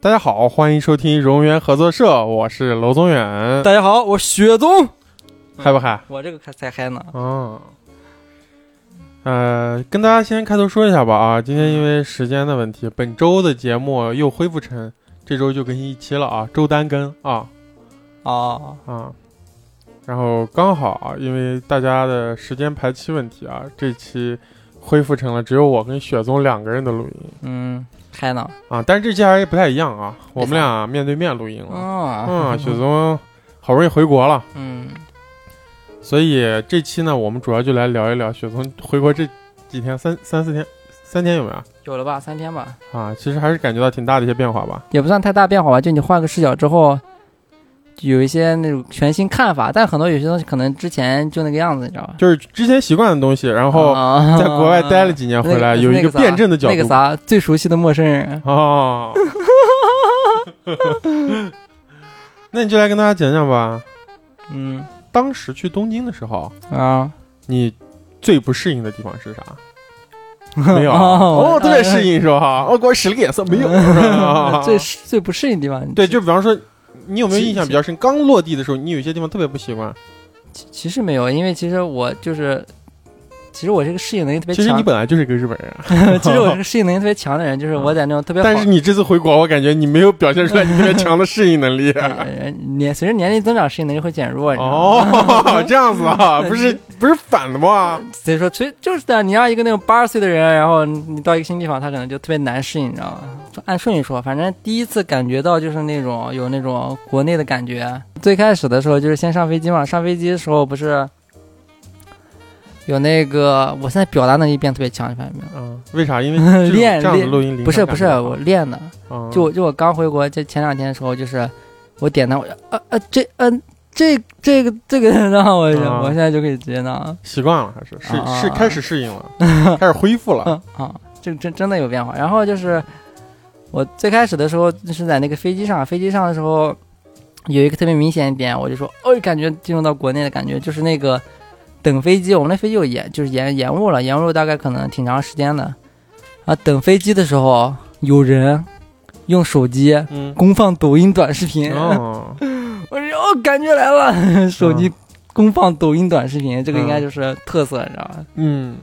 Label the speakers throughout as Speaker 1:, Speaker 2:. Speaker 1: 大家好，欢迎收听荣源合作社，我是娄宗远，
Speaker 2: 大家好，我是雪宗，
Speaker 1: 嗨不嗨？
Speaker 2: 我这个才嗨呢。
Speaker 1: 嗯，呃，跟大家先开头说一下吧啊，今天因为时间的问题，本周的节目又恢复成这周就更新一期了啊，周单更啊
Speaker 2: 哦，
Speaker 1: 啊。然后刚好啊，因为大家的时间排期问题啊，这期恢复成了只有我跟雪宗两个人的录音
Speaker 2: 嗯，嗨呢。
Speaker 1: 啊，但是这期还是不太一样啊，我们
Speaker 2: 为啥
Speaker 1: 俩面对面录音了。
Speaker 2: 哦，
Speaker 1: 嗯，雪宗好不容易回国了，
Speaker 2: 嗯，
Speaker 1: 所以这期呢，我们主要就来聊一聊雪松回国这几天，三三四天，三天有没有啊
Speaker 2: 有了吧，三天吧，
Speaker 1: 啊？其实还是感觉到挺大的一些变化吧。
Speaker 2: 也不算太大变化吧。就你换个视角之后，就有一些那种全新看法，但很多有些东西可能之前就那个样子，你知道吧？
Speaker 1: 就是之前习惯的东西，然后
Speaker 2: 啊
Speaker 1: 在国外待了几年回来，
Speaker 2: 那个
Speaker 1: 有一
Speaker 2: 那个啥
Speaker 1: 辩证的角度。
Speaker 2: 那个啥，最熟悉的陌 生人。
Speaker 1: 哦，那你就来跟大家讲讲吧。
Speaker 2: 嗯
Speaker 1: 当时去东京的时候，
Speaker 2: 啊，
Speaker 1: 你最不适应的地方 是啥？没有啊
Speaker 2: 哦
Speaker 1: 哦，特别适应是吧？哦，给我使了个眼色，没 有。哦是吧
Speaker 2: 最最不适应的地方，
Speaker 1: 对，就比方说，你有没有
Speaker 2: 其
Speaker 1: 印象比较深？刚落地的时候，你有些地方特别不习惯。
Speaker 2: 其其实没有，因为其实我就是，其实我是个适应能力特别
Speaker 1: 其
Speaker 2: 强。
Speaker 1: 实你本来就是个日本人，啊
Speaker 2: 其 实我是个适应能力特别强的人，就是我在那种特别好，
Speaker 1: 但是你这次回国，我感觉你没有表现出来你特别强的适应 能力。
Speaker 2: 呃年随着年龄增长，适应能力会减弱。你知道吗，
Speaker 1: 啊哦， 这样子 啊，不是不是反的吗？
Speaker 2: 所以说，所以就是的，你让一个那种八十岁的人，然后你到一个新地方，他可能就特别难适应，你知道吗？就按顺序说，反正第一次感觉到就是那种有那种国内的感觉。最开始的时候就是先上飞机嘛，上飞机的时候不是有那个，我现在表达能力变特别强，你发现没有？
Speaker 1: 嗯，为啥？ 因为这种
Speaker 2: 练
Speaker 1: 这样的
Speaker 2: 练
Speaker 1: 录音灵
Speaker 2: 不是
Speaker 1: 感
Speaker 2: 不是，
Speaker 1: 感觉
Speaker 2: 我练的。
Speaker 1: 嗯
Speaker 2: 就我就我刚回国，就前两天的时候，就是我点的，我呃呃这嗯、这这个这个，然后我就、
Speaker 1: 啊
Speaker 2: 我现在就可以直接弄，
Speaker 1: 习惯了，还是是
Speaker 2: 啊
Speaker 1: 是开始适应 了，开始恢复了。
Speaker 2: 嗯啊，这真真的有变化。然后就是我最开始的时候是在那个飞机上，飞机上的时候有一个特别明显一点，我就说，哦，感觉进入到国内的感觉，就是那个等飞机，我们那飞机有延，就是延延误了，延误大概可能挺长时间的。啊，等飞机的时候有人用手机
Speaker 1: 嗯，
Speaker 2: 公放抖音短视频。
Speaker 1: 哦，
Speaker 2: 我说哦，感觉来了， 手
Speaker 1: 嗯
Speaker 2: 机公放抖音短视频，这个应该就是特色，你知道吧？
Speaker 1: 嗯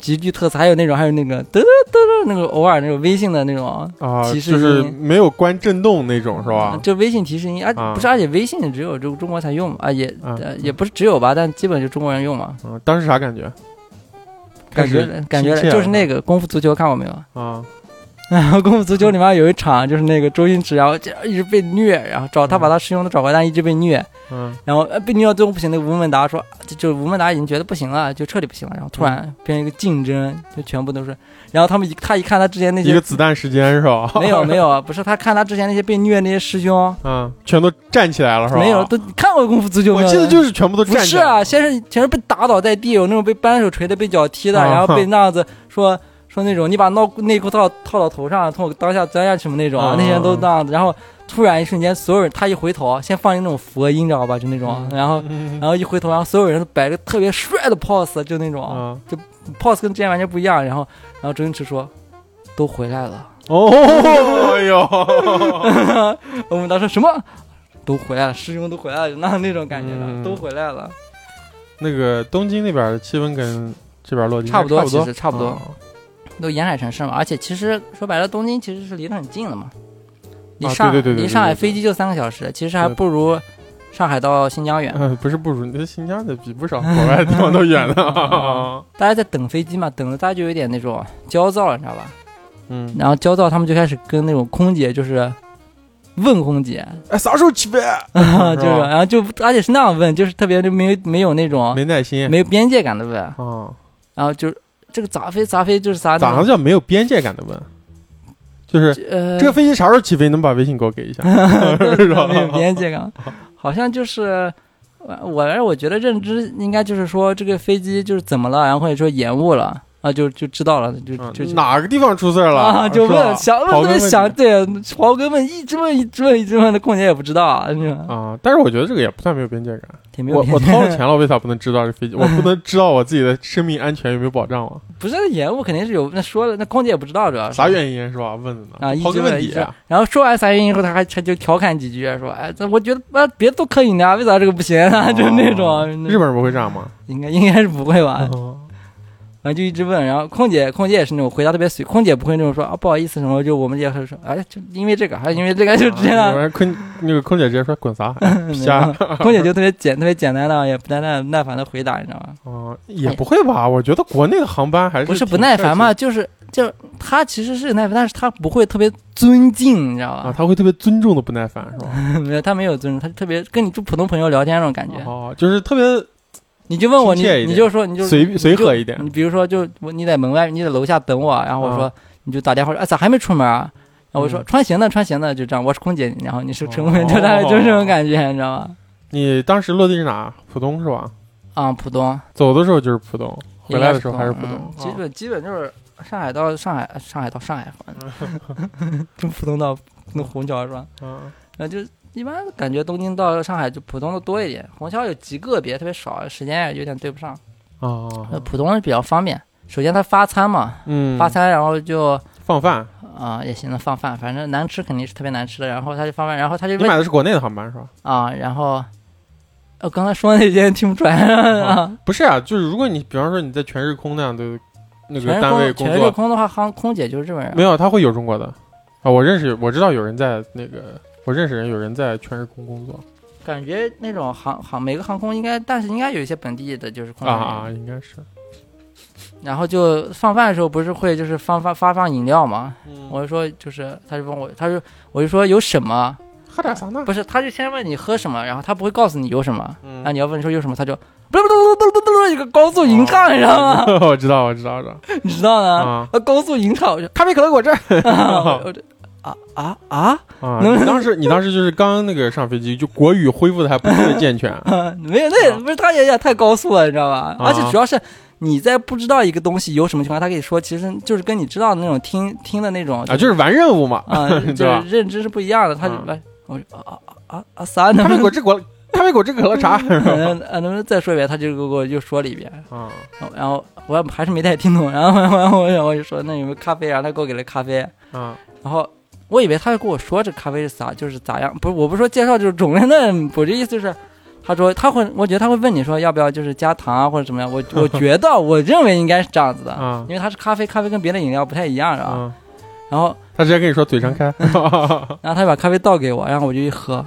Speaker 2: 极具特色。还有那种，还有那个嘚嘚嘚嘚，那个偶尔那种微信的那种，
Speaker 1: 啊，
Speaker 2: 提示
Speaker 1: 就是
Speaker 2: 音
Speaker 1: 没有关震动那种是吧？
Speaker 2: 就微信提示音，而、
Speaker 1: 啊
Speaker 2: 不是，而且微信只有中中国才用嘛，啊也、
Speaker 1: 啊
Speaker 2: 呃也不是只有吧，但基本就中国人用嘛。
Speaker 1: 嗯，当时啥感觉？
Speaker 2: 感觉
Speaker 1: 开始
Speaker 2: 感觉
Speaker 1: 亲切了
Speaker 2: 就是那个功夫足球看过没 有？
Speaker 1: 啊，
Speaker 2: 然后功夫足球里面有一场就是那个周星驰，然后就一直被虐，然后找他
Speaker 1: 嗯
Speaker 2: 把他师兄都找过来，但一直被虐，
Speaker 1: 嗯
Speaker 2: 然后呃被虐到最后不行，那个吴孟达说，就就吴孟达已经觉得不行了，就彻底不行了，然后突
Speaker 1: 嗯
Speaker 2: 然变成一个竞争，就全部都是，然后他们一他一看他之前那
Speaker 1: 一个
Speaker 2: 些
Speaker 1: 子弹时间是吧？
Speaker 2: 没有没有，不是他看他之前那些被虐那些师兄，
Speaker 1: 嗯，全都站起来了是吧？
Speaker 2: 没有，都你看过功夫足球没
Speaker 1: 我
Speaker 2: 有？
Speaker 1: 记得就是全部都
Speaker 2: 不
Speaker 1: 站起
Speaker 2: 是
Speaker 1: 来。
Speaker 2: 啊，先是全是被打倒在地，有那种被扳手锤的，被脚踢的，
Speaker 1: 啊
Speaker 2: 然后被那样子说说那种你把闹内裤套套到头上，从我当下钻下去嘛那种，
Speaker 1: 啊
Speaker 2: 那些人都那样子，然后突然一瞬间，所有人他一回头，啊先放一那种佛音，你知道吧？就那种，啊
Speaker 1: 嗯
Speaker 2: 然后
Speaker 1: 嗯
Speaker 2: 然后一回头，然后所有人都摆个特别帅的 pose，就那种、
Speaker 1: 啊
Speaker 2: pose 跟之前完全不一样。然后，然后周星驰说：“都回来 了。
Speaker 1: 哦，哎 呦，”
Speaker 2: 我们当时什么都回来了，师兄都回来了，那那种感觉的，
Speaker 1: 嗯
Speaker 2: 都回来了，
Speaker 1: 那个东京那边的气温跟这边落地
Speaker 2: 差不
Speaker 1: 应
Speaker 2: 多
Speaker 1: 该差
Speaker 2: 其实差不多
Speaker 1: 啊
Speaker 2: 都沿海城市嘛。而且其实说白了，东京其实是离得很近的嘛，离
Speaker 1: 啊
Speaker 2: 上、
Speaker 1: 对对对对
Speaker 2: 离上海
Speaker 1: 对对
Speaker 2: 飞机就三个小时，其实还
Speaker 1: 对
Speaker 2: 不如上海到新疆远。
Speaker 1: 嗯，不是不如，那新疆的比不 少，国外的地方都远嗯呢。
Speaker 2: 大家在等飞机嘛，等的大家就有点那种焦躁了，你知道吧？
Speaker 1: 嗯，
Speaker 2: 然后焦躁，他们就开始跟那种空姐就是问空姐，
Speaker 1: 哎，啥时候起飞？
Speaker 2: 啊， 就是，
Speaker 1: 吧
Speaker 2: 然后就而且是那样问，就是特别就没有没有那种
Speaker 1: 没耐心。
Speaker 2: 没有边界感的问，
Speaker 1: 啊，
Speaker 2: 然后就是这个咋飞咋飞就是啥
Speaker 1: 咋
Speaker 2: 那
Speaker 1: 能
Speaker 2: 种
Speaker 1: 叫没有边界感的问？就是
Speaker 2: 呃
Speaker 1: 这个飞机啥时候起飞？能把微信给我给 一下？是吧
Speaker 2: 没有边界感，好像就是。呃我我觉得认知应该就是说这个飞机就是怎么了，然后或者说延误了啊、啊，就就知道了，就
Speaker 1: 嗯
Speaker 2: 就
Speaker 1: 哪个地方出事儿了？
Speaker 2: 啊，就是
Speaker 1: 吧
Speaker 2: 问想
Speaker 1: 刨
Speaker 2: 问
Speaker 1: 根
Speaker 2: 问
Speaker 1: 底
Speaker 2: 想对，刨根问一直问一直问一直问的，空姐也不知道啊，你知道吗
Speaker 1: 啊，但是我觉得这个也不算没有边界感。
Speaker 2: 挺没有
Speaker 1: 我
Speaker 2: 边
Speaker 1: 我
Speaker 2: 界
Speaker 1: 掏了钱了，我为啥不能知道这飞机？我不能知道我自己的生命安全有没有保障 吗？
Speaker 2: 不是延误肯定是有，那说了那空姐也不知道主啊要是
Speaker 1: 啥原因是吧？问的呢？
Speaker 2: 啊，一
Speaker 1: 刨
Speaker 2: 直
Speaker 1: 根问
Speaker 2: 问一
Speaker 1: 底
Speaker 2: 直，然后说完啥原因以后，他还他就调侃几句，说哎，这我觉得啊，别做客饮料，为啥这个不行啊？ 就是那种
Speaker 1: 日本人不会这样吗？
Speaker 2: 应该应该是不会吧？
Speaker 1: 哦
Speaker 2: 反正就一直问，然后空姐空姐也是那种回答特别随，空姐不会那种说啊不好意思什么，就我们也会说哎就因为这个，还因为这个 就直接
Speaker 1: 啊
Speaker 2: 让
Speaker 1: 我说空那个空姐直接说滚啥？
Speaker 2: 嗯
Speaker 1: 瞎
Speaker 2: 空姐就特别简特别简单的，也不太耐耐烦的回答，你 知道吗？
Speaker 1: 哦，也不会吧？我觉得国内的航班还是
Speaker 2: 哎不是
Speaker 1: 挺
Speaker 2: 不耐烦嘛，
Speaker 1: 客
Speaker 2: 就是就是他其实是耐烦，但是他不会特别尊敬，你知道
Speaker 1: 气的啊，
Speaker 2: 吧？
Speaker 1: 他会特别尊重的不耐烦是 吧？
Speaker 2: 没有，他没有尊重，他特别跟你就普通朋友聊天那种感觉。
Speaker 1: 哦，就是特别
Speaker 2: 你就问我，你
Speaker 1: 亲切一点
Speaker 2: 你就说你就
Speaker 1: 随随和一点啊
Speaker 2: 你比如说就我你在门外，你在楼下等我，然后我说、你就打电话说，哎，咋还没出门啊？然后我说、
Speaker 1: 嗯
Speaker 2: 穿行呢，穿行呢，就这样。我是空姐，然后你是乘务员，
Speaker 1: 哦
Speaker 2: 就大概就是这种感觉，你知道吗？
Speaker 1: 你当时落地是哪？浦东是吧？
Speaker 2: 啊、浦东，
Speaker 1: 走的时候就是浦东，回来的时候还是
Speaker 2: 应
Speaker 1: 浦
Speaker 2: 该
Speaker 1: 东
Speaker 2: 嗯。基
Speaker 1: 啊
Speaker 2: 本基本就是上海到上海，上海到上海，反正 从浦东到那虹桥是吧？
Speaker 1: 啊
Speaker 2: 然后就一般感觉东京到上海就浦东的多一点，虹桥有极个别，特别少，时间也有点对不上。
Speaker 1: 啊，
Speaker 2: 呃，浦东是比较方便，首先它发餐嘛，
Speaker 1: 嗯，
Speaker 2: 发餐，然后就
Speaker 1: 放饭，
Speaker 2: 啊、也行了，放饭，反正难吃肯定是特别难吃的。然后他就放饭，然后他就
Speaker 1: 你买
Speaker 2: 问
Speaker 1: 的是国内的航班是吧？
Speaker 2: 啊、然后呃，刚才说那些听不出来啊。
Speaker 1: 不是啊，就是如果你比方说你在全日空那样的那
Speaker 2: 全
Speaker 1: 个
Speaker 2: 是
Speaker 1: 单位
Speaker 2: 空，
Speaker 1: 工
Speaker 2: 全是
Speaker 1: 作，
Speaker 2: 空的话，航空姐就是日本人
Speaker 1: 没有，他会有中国的啊。我认识，我知道有人在那个，我认识人有人在全日空工作
Speaker 2: 感觉那种航航每个航空应该，但是应该有一些本地的，就是空
Speaker 1: 啊啊，
Speaker 2: 姐。
Speaker 1: 应该是。
Speaker 2: 然后就放饭的时候不是会就是放发发放饮料吗？
Speaker 1: 嗯
Speaker 2: 我就说就是，他就问我，他说我就说有什么？
Speaker 1: 喝点啥呢？
Speaker 2: 不是，他就先问你喝什么，然后他不会告诉你有什么，
Speaker 1: 嗯
Speaker 2: 然后你要问说有什么，他就不不不不不不一个高速吟唱，你知道吗？
Speaker 1: 我知道，我知道，我知道。
Speaker 2: 你知道呢？
Speaker 1: 啊
Speaker 2: 呃，高速吟唱，我就
Speaker 1: 咖啡、可乐、果汁儿
Speaker 2: 啊我就啊啊啊
Speaker 1: 啊！
Speaker 2: 能
Speaker 1: 你当时，你当时就是刚那个上飞机，就国语恢复的还不是特别健全
Speaker 2: 啊！没有，那也
Speaker 1: 啊
Speaker 2: 不是他也也太高速了，你知道吧？
Speaker 1: 啊
Speaker 2: 而且主要是你在不知道一个东西有什么情况，他跟你说，其实就是跟你知道的那种听听的那种
Speaker 1: 啊，就是完任务嘛。
Speaker 2: 啊，就
Speaker 1: 对吧
Speaker 2: 是认知是不一样的。他就
Speaker 1: 啊
Speaker 2: 来，我就啊啊啊啊啥呢
Speaker 1: 咖？啡、果汁、果咖啡、果汁、可乐、 茶。是吧
Speaker 2: 嗯啊，能不能再说一遍？他就给我又说了一遍，
Speaker 1: 啊，
Speaker 2: 然后我也还是没太听懂，然后然后我就我就说那有没有咖啡？然后他给我给了咖啡，
Speaker 1: 啊，
Speaker 2: 然后我以为他会跟我说这咖啡是咋，就是咋样，不是我不是说介绍就是种类，那我这意思就是，他说他会，我觉得他会问你说要不要就是加糖啊或者怎么样，
Speaker 1: 嗯
Speaker 2: 我我觉得我认为应该是这样子的，
Speaker 1: 啊
Speaker 2: 因为它是咖啡，咖啡跟别的饮料不太一样是吧？
Speaker 1: 啊！
Speaker 2: 然后
Speaker 1: 他直接跟你说嘴张 开。
Speaker 2: 然后他把咖啡倒给我，然后我就一喝。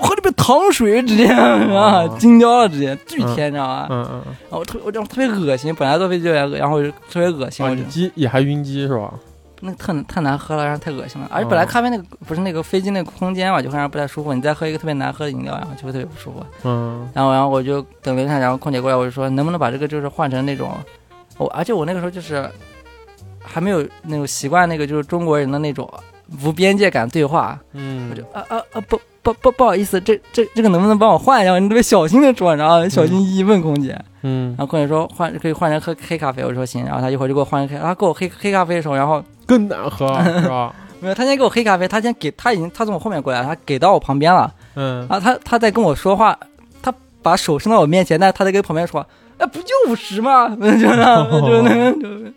Speaker 2: 我喝了杯糖水，直接啊，惊掉了，直接巨甜，你知道吗？
Speaker 1: 哦嗯嗯嗯，
Speaker 2: 然后我特别，我这样特别恶心，本来坐飞机有点恶，然后我就特别恶心，
Speaker 1: 啊
Speaker 2: 我就
Speaker 1: 你鸡也还晕机是吧？
Speaker 2: 那个特太难喝了，然后太恶心了。而且本来
Speaker 1: 哦
Speaker 2: 咖啡那个不是那个飞机那个空间嘛，就会让人不太舒服。你再喝一个特别难喝的饮料，然后就会特别不舒服。
Speaker 1: 嗯
Speaker 2: 然后，然后我就等了一下，然后空姐过来，我就说能不能把这个就是换成那种，我、而且我那个时候就是还没有那种习惯那个就是中国人的那种无边界感对话，
Speaker 1: 嗯，
Speaker 2: 我就啊啊啊不不不不好意思，这这这个能不能帮我换一下？你特别小心的说，然后小心翼翼问空姐。
Speaker 1: 嗯
Speaker 2: 然后空姐说换可以换成喝黑咖啡，我说行。然后她一会儿就给我换黑，她给我黑黑咖啡的时候，然后
Speaker 1: 更难 喝是吧？
Speaker 2: 没有，他先给我黑咖啡，他先给他已经他从我后面过来了，他给到我旁边了，
Speaker 1: 嗯
Speaker 2: 然后他他在跟我说话，他把手伸到我面前，但是他在跟旁边说，哎，不就五十吗？ 就是那，就是那，就是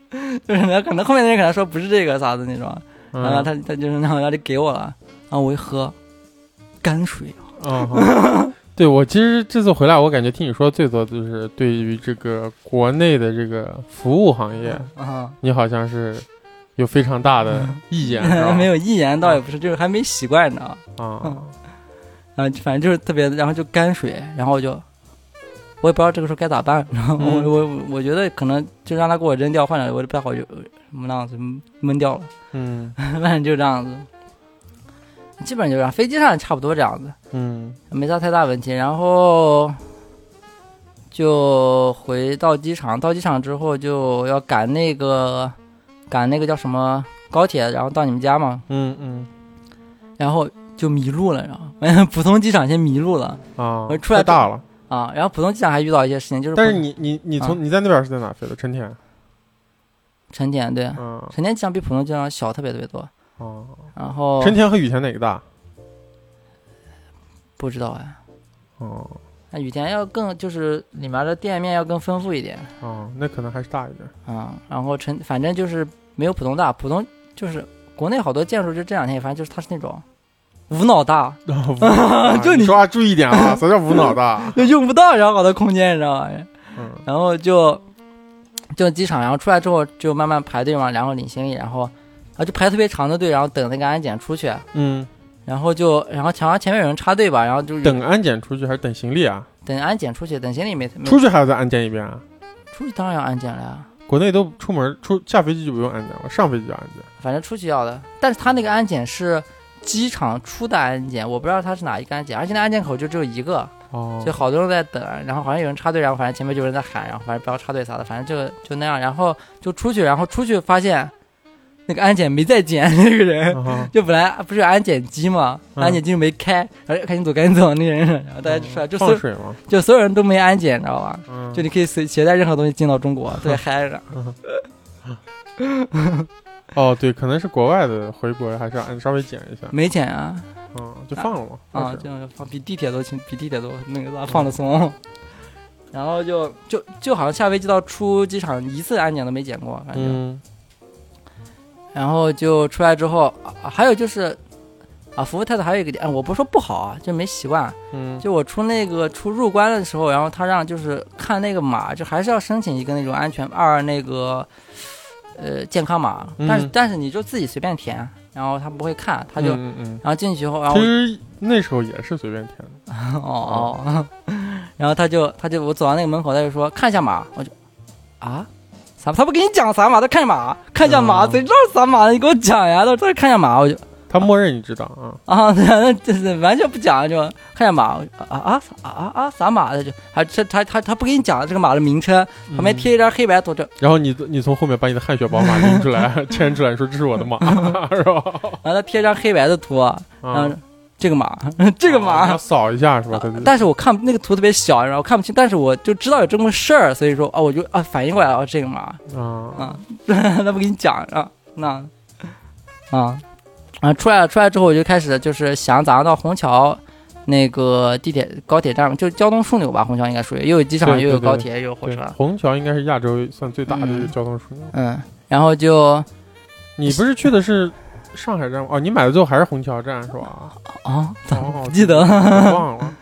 Speaker 2: 就是那，可能后面的人可能说不是这个啥的那种，然后
Speaker 1: 嗯
Speaker 2: 啊他他就是那样，他就给我了，然后我一喝，泔水，
Speaker 1: 嗯，好对我其实这次回来，我感觉听你说的最多的就是对于这个国内的这个服务行业，
Speaker 2: 啊，
Speaker 1: 你好像是有非常大的意见，是吧
Speaker 2: 嗯没有一言倒也不是，就是还没习惯呢，
Speaker 1: 啊
Speaker 2: 嗯然后反正就是特别，然后就泔水，然后我就我也不知道这个时候该咋办， 然后我、
Speaker 1: 嗯
Speaker 2: 我我觉得可能就让他给我扔掉，换了我就不太好就那样子闷掉了，
Speaker 1: 嗯
Speaker 2: 反正就这样子，基本上就这样，飞机上也差不多这样子，
Speaker 1: 嗯
Speaker 2: 没啥太大问题，然后。就回到机场，到机场之后就要赶那个，赶那个叫什么高铁，然后到你们家嘛，
Speaker 1: 嗯嗯
Speaker 2: 然后就迷路了，然 后浦东机场先迷路了，
Speaker 1: 啊
Speaker 2: 我，出来
Speaker 1: 太大了。
Speaker 2: 啊，然后浦东机场还遇到一些事情，就是
Speaker 1: 但是
Speaker 2: 浦
Speaker 1: 你你你
Speaker 2: 啊
Speaker 1: 从你在那边是在哪飞的？成田啊
Speaker 2: 成田对，
Speaker 1: 嗯，
Speaker 2: 成田机场比浦东机场小特别特别多。
Speaker 1: 哦，
Speaker 2: 然后
Speaker 1: 成田和羽田哪个大？
Speaker 2: 不知道哎，
Speaker 1: 哦
Speaker 2: 那羽田要更就是里面的店面要更丰富一点
Speaker 1: 哦，那可能还是大一点。
Speaker 2: 啊、嗯然后成反正就是没有浦东大，浦东就是国内好多建筑，就这两天也发现就是它是那种无脑大，
Speaker 1: 然 后无脑大
Speaker 2: 就你
Speaker 1: 你说话注意点 啊！啥叫无脑大？
Speaker 2: 就用不到然后好多空间，你知道吗？
Speaker 1: 嗯
Speaker 2: 然后就就机场，然后出来之后就慢慢排队嘛，然后领行李，然后啊就排特别长的队，然后等那个安检出去，
Speaker 1: 嗯，
Speaker 2: 然后就然后好像前面有人插队吧，然后就
Speaker 1: 等啊安检出去还是等行李啊？
Speaker 2: 等安检出去，等行李没没
Speaker 1: 出去还要再安检一遍啊？
Speaker 2: 出去当然要安检了呀，
Speaker 1: 国内都出门出下飞机就不用安检了，上飞机就安检。
Speaker 2: 反正出去要的。但是他那个安检是机场出的安检，我不知道他是哪一个安检，而且那安检口就只有一个，
Speaker 1: 哦
Speaker 2: 就好多人在等，然后好像有人插队，然后反正前面就有人在喊，然后反正不要插队啥的，反正就就那样，然后就出去，然后出去发现那个安检没在检那个人。
Speaker 1: 啊
Speaker 2: 就本来不是有安检机嘛，
Speaker 1: 嗯
Speaker 2: 安检机没开，然后赶紧走，赶紧走，那人，然后大家就出来，就所
Speaker 1: 放
Speaker 2: 有
Speaker 1: 水吗？
Speaker 2: 就所有人都没安检，你知道吧？
Speaker 1: 嗯
Speaker 2: 就你可以随携带任何东西进到中国，特别嗨着。
Speaker 1: 哦，对，可能是国外的回国还是要按稍微检一下，
Speaker 2: 没检啊，
Speaker 1: 嗯，就放了嘛。
Speaker 2: 啊，
Speaker 1: 就
Speaker 2: 这种放比地铁都轻，比地铁都那个啥
Speaker 1: 嗯
Speaker 2: 放的松。 然后就就就好像下飞机到出机场一次安检都没检过，反正。
Speaker 1: 嗯
Speaker 2: 然后就出来之后，啊、还有就是啊，服务态度还有一个点，啊我不是说不好啊，就没习惯。
Speaker 1: 嗯，
Speaker 2: 就我出那个出入关的时候，然后他让就是看那个码，就还是要申请一个那种安全二那个呃健康码，
Speaker 1: 嗯
Speaker 2: 但是但是你就自己随便填，然后他不会看，他就、
Speaker 1: 嗯嗯
Speaker 2: 然后进去以后，然
Speaker 1: 嗯，
Speaker 2: 后
Speaker 1: 其
Speaker 2: 啊我
Speaker 1: 实那时候也是随便填的。
Speaker 2: 哦哦，然后他就他就我走到那个门口，他就说看一下码，我就啊。啥？他不跟你讲啥码，他看码，看一下码，
Speaker 1: 嗯
Speaker 2: 谁知道是啥码？你给我讲呀！他说看一下码，我就
Speaker 1: 他默认你知道啊？
Speaker 2: 啊， 对啊，那就是完全不讲，就看见马我就啊啊啊啊啊啥马的就，还他他他他不给你讲这个马的名称，旁
Speaker 1: 嗯
Speaker 2: 边贴一张黑白图，这
Speaker 1: 然后你你从后面把你的汗血宝马拎出来， 牵出来说这是我的 马，是吧？
Speaker 2: 然后他贴一张黑白的图，然后
Speaker 1: 啊，
Speaker 2: 这个马嗯 这个
Speaker 1: 啊你
Speaker 2: 马
Speaker 1: 要，扫一下是吧？他就
Speaker 2: 但是我看那个图特别小，然后我看不清，但是我就知道有这么个事儿，所以说啊我就啊反应过来了，哦这个马
Speaker 1: 啊，
Speaker 2: 啊， 他不给你讲啊那啊啊出来了出来之后我就开始就是想咋样到虹桥。那个地铁高铁站就是交通枢纽吧，虹桥应该属于又有机场
Speaker 1: 对
Speaker 2: 又有
Speaker 1: 对对
Speaker 2: 高铁又有火
Speaker 1: 对
Speaker 2: 车，，
Speaker 1: 虹桥应该是亚洲算最大的
Speaker 2: 嗯
Speaker 1: 交通枢纽。
Speaker 2: 嗯，然后就
Speaker 1: 你不是去的是上海站吗？哦，你买的最后还是虹桥站是 吧？
Speaker 2: 啊，
Speaker 1: 哦，
Speaker 2: 不记得了
Speaker 1: 我忘 了。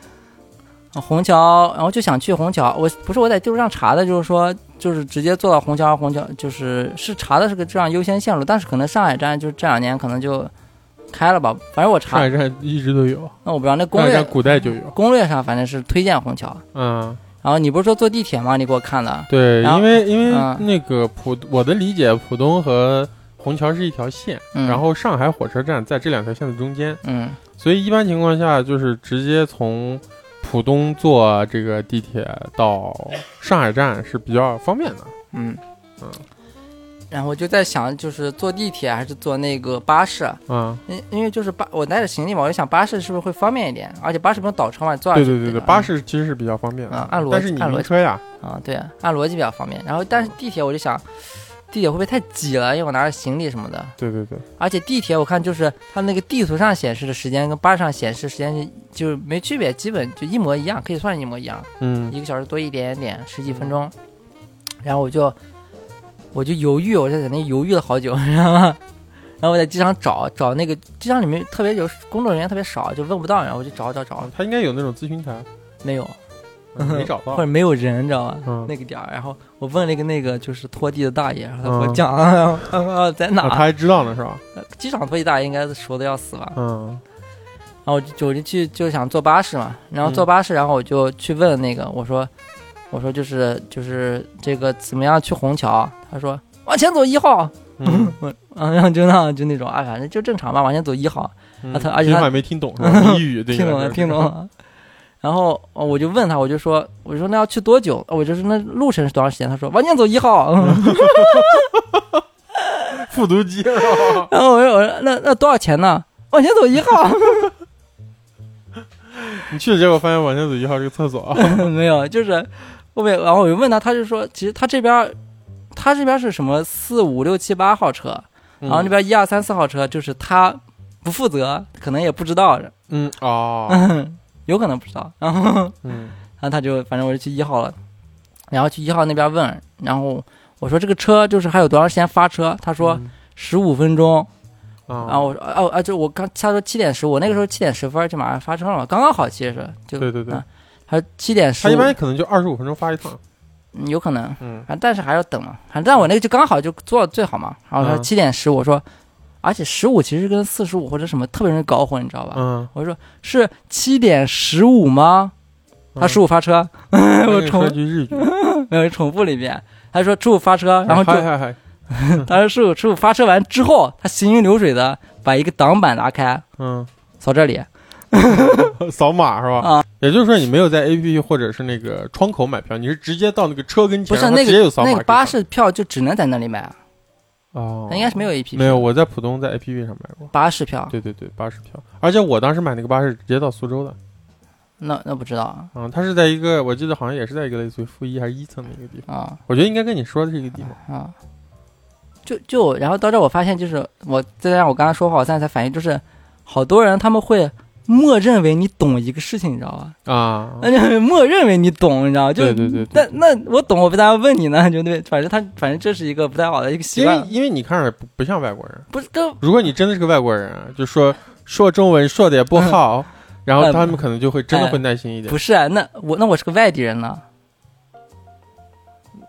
Speaker 2: 虹桥，然后就想去虹桥。我不是我在地图上查的，就是说，就是直接坐到虹桥，虹桥就是是查的是个这样优先线路，但是可能上海站就是这两年可能就开了吧。反正我
Speaker 1: 上
Speaker 2: 查
Speaker 1: 海，站一直都有，
Speaker 2: 那我不知道啊那攻
Speaker 1: 上海站
Speaker 2: 略
Speaker 1: 古代就有。
Speaker 2: 攻略上反正是推荐虹桥。
Speaker 1: 嗯，
Speaker 2: 然后你不是说坐地铁吗？你给我看的，
Speaker 1: 对，
Speaker 2: 然后
Speaker 1: 因为因为
Speaker 2: 嗯
Speaker 1: 那个浦，我的理解，浦东和虹桥是一条线，
Speaker 2: 嗯
Speaker 1: 然后上海火车站在这两条线的中间，
Speaker 2: 嗯
Speaker 1: 所以一般情况下就是直接从浦东坐这个地铁到上海站是比较方便的。
Speaker 2: 嗯
Speaker 1: 嗯
Speaker 2: 然后我就在想，就是坐地铁还是坐那个巴士？啊
Speaker 1: 嗯，
Speaker 2: 因因为就是巴，我带着行李嘛，我就想巴士是不是会方便一点？而且巴士不用倒车嘛，你坐
Speaker 1: 对
Speaker 2: 上去
Speaker 1: 对对
Speaker 2: 就
Speaker 1: 对，
Speaker 2: 嗯
Speaker 1: 巴士其实是比较方便的
Speaker 2: 啊按逻辑
Speaker 1: 但是你
Speaker 2: 按逻
Speaker 1: 晕
Speaker 2: 辑
Speaker 1: 车呀，
Speaker 2: 啊，对，按逻辑比较方便。然后，但是地铁我就想，地铁会不会太挤了？因为我拿着行李什么的，
Speaker 1: 对对对，
Speaker 2: 而且地铁我看就是它那个地图上显示的时间跟巴士上显示时间是就是没区别，基本就一模一样，可以算一模一样，
Speaker 1: 嗯
Speaker 2: 一个小时多一点点，十几分钟。然后我就我就犹豫，我在在那犹豫了好久， 然后然后我在机场找找那个机场里面特别有工作人员特别少，就问不到，然后我就找找找
Speaker 1: 啊，，他应该有那种咨询 台，
Speaker 2: 没有，
Speaker 1: 嗯没找
Speaker 2: 或
Speaker 1: 到
Speaker 2: 者。没有人，你知道吧？
Speaker 1: 嗯，
Speaker 2: 那个点儿，然后我问了一个那个就是拖地的大爷，然后他给我
Speaker 1: 嗯
Speaker 2: 讲、 啊啊啊在哪
Speaker 1: 啊，他
Speaker 2: 儿，
Speaker 1: 还知道呢是吧？
Speaker 2: 机场拖地大爷应该是熟的要死吧，
Speaker 1: 嗯
Speaker 2: 然后我就我就去就想坐巴士嘛，然后
Speaker 1: 嗯
Speaker 2: 坐巴士，然后我就去问那个我说我说就是就是这个怎么样去虹桥，他说往前走一号，
Speaker 1: 嗯，
Speaker 2: 我嗯然后就那就那种啊反正就正常吧，往前走一号，啊他而且
Speaker 1: 听
Speaker 2: 他
Speaker 1: 嗯还没听懂是 吧？俚语这个
Speaker 2: 听懂了，
Speaker 1: 是
Speaker 2: 听懂。 了。然后呃我就问他，我就说，我就说那要去多久？呃我就说那路程是多长时间？他说往前走一号。
Speaker 1: 复读机是 吧？
Speaker 2: 然后我说我说那那多少钱呢？往前走一号。
Speaker 1: 你去了结果发现往前走一号这个厕所啊，
Speaker 2: 没有，就是后面，然后我就问他，他就说，其实他这边儿，他他这边是什么四五六七八号车，
Speaker 1: 嗯
Speaker 2: 然后那边一二三四号车就是他不负责，可能也不知道，
Speaker 1: 嗯 哦，
Speaker 2: 有可能不知道。然后，然
Speaker 1: 嗯
Speaker 2: 后他就反正我就去一号了，然后去一号那边问，然后我说这个车就是还有多长时间发车？他说
Speaker 1: 嗯
Speaker 2: 十五分钟。
Speaker 1: 啊
Speaker 2: 然后我说哦啊，就我刚他说七点十，我那个时候七点十分就马上发车了嘛，刚刚好其实是就
Speaker 1: 对对对
Speaker 2: 啊，他说七点十
Speaker 1: 他一般可能就二十五分钟发一趟，
Speaker 2: 有可能。
Speaker 1: 嗯
Speaker 2: 反正但是还要等嘛，反正但我那个就刚好就做最好嘛。然后
Speaker 1: 嗯
Speaker 2: 他说七点十，我说，而且十五其实跟四十五或者什么特别容易搞混，你知道吧？
Speaker 1: 嗯，
Speaker 2: 我说是七点十五吗？他十
Speaker 1: 五，
Speaker 2: 五发车，我
Speaker 1: 那你
Speaker 2: 重
Speaker 1: 说句日语，
Speaker 2: 呃，重复了一遍。他说十五发车，然后
Speaker 1: 嗨
Speaker 2: 就
Speaker 1: 嗨嗨，
Speaker 2: 他说十五十五发车完之后，他行云流水的把一个挡板拉开，
Speaker 1: 嗯，
Speaker 2: 扫这里。
Speaker 1: 扫码是吧？
Speaker 2: 啊
Speaker 1: 也就是说你没有在 APP 或者是那个窗口买票，你是直接到那个车跟前，
Speaker 2: 不是
Speaker 1: 然后
Speaker 2: 那
Speaker 1: 直接
Speaker 2: 个
Speaker 1: 有扫码
Speaker 2: 那
Speaker 1: 可
Speaker 2: 个
Speaker 1: 以
Speaker 2: 巴
Speaker 1: 扫
Speaker 2: 士票就只能在那里买，啊
Speaker 1: 哦，
Speaker 2: 应该是没有啊 A P P
Speaker 1: 没有，我在浦东在 APP 上买过，
Speaker 2: 巴士票，
Speaker 1: 对对对，巴士票，而且我当时买那个巴士直接到苏州的，
Speaker 2: 那那不知道啊
Speaker 1: 嗯，它是在一个我记得好像也是在一个类似于负一还是一层的一个地方，
Speaker 2: 啊。
Speaker 1: 我觉得应该跟你说的是一个地方，
Speaker 2: 啊，就就然后到这儿我发现就是我再让我刚刚说话，我现在才反应就是，好多人他们会默认为你懂一个事情，你知道吧？
Speaker 1: 啊，
Speaker 2: 那就 默认为你懂，你知道吗就
Speaker 1: 对对对对
Speaker 2: 那那我懂，我为啥要问你呢？ 就对，反正他反正这是一个不太好的一个习
Speaker 1: 因为
Speaker 2: 惯，
Speaker 1: 因为你看着不不像外国人，
Speaker 2: 不是跟
Speaker 1: 如果你真的是个外国人啊，就说说中文说的也不好，然后他们可能就会真的会耐心一点，
Speaker 2: 不是啊那我那我是个外地人呢，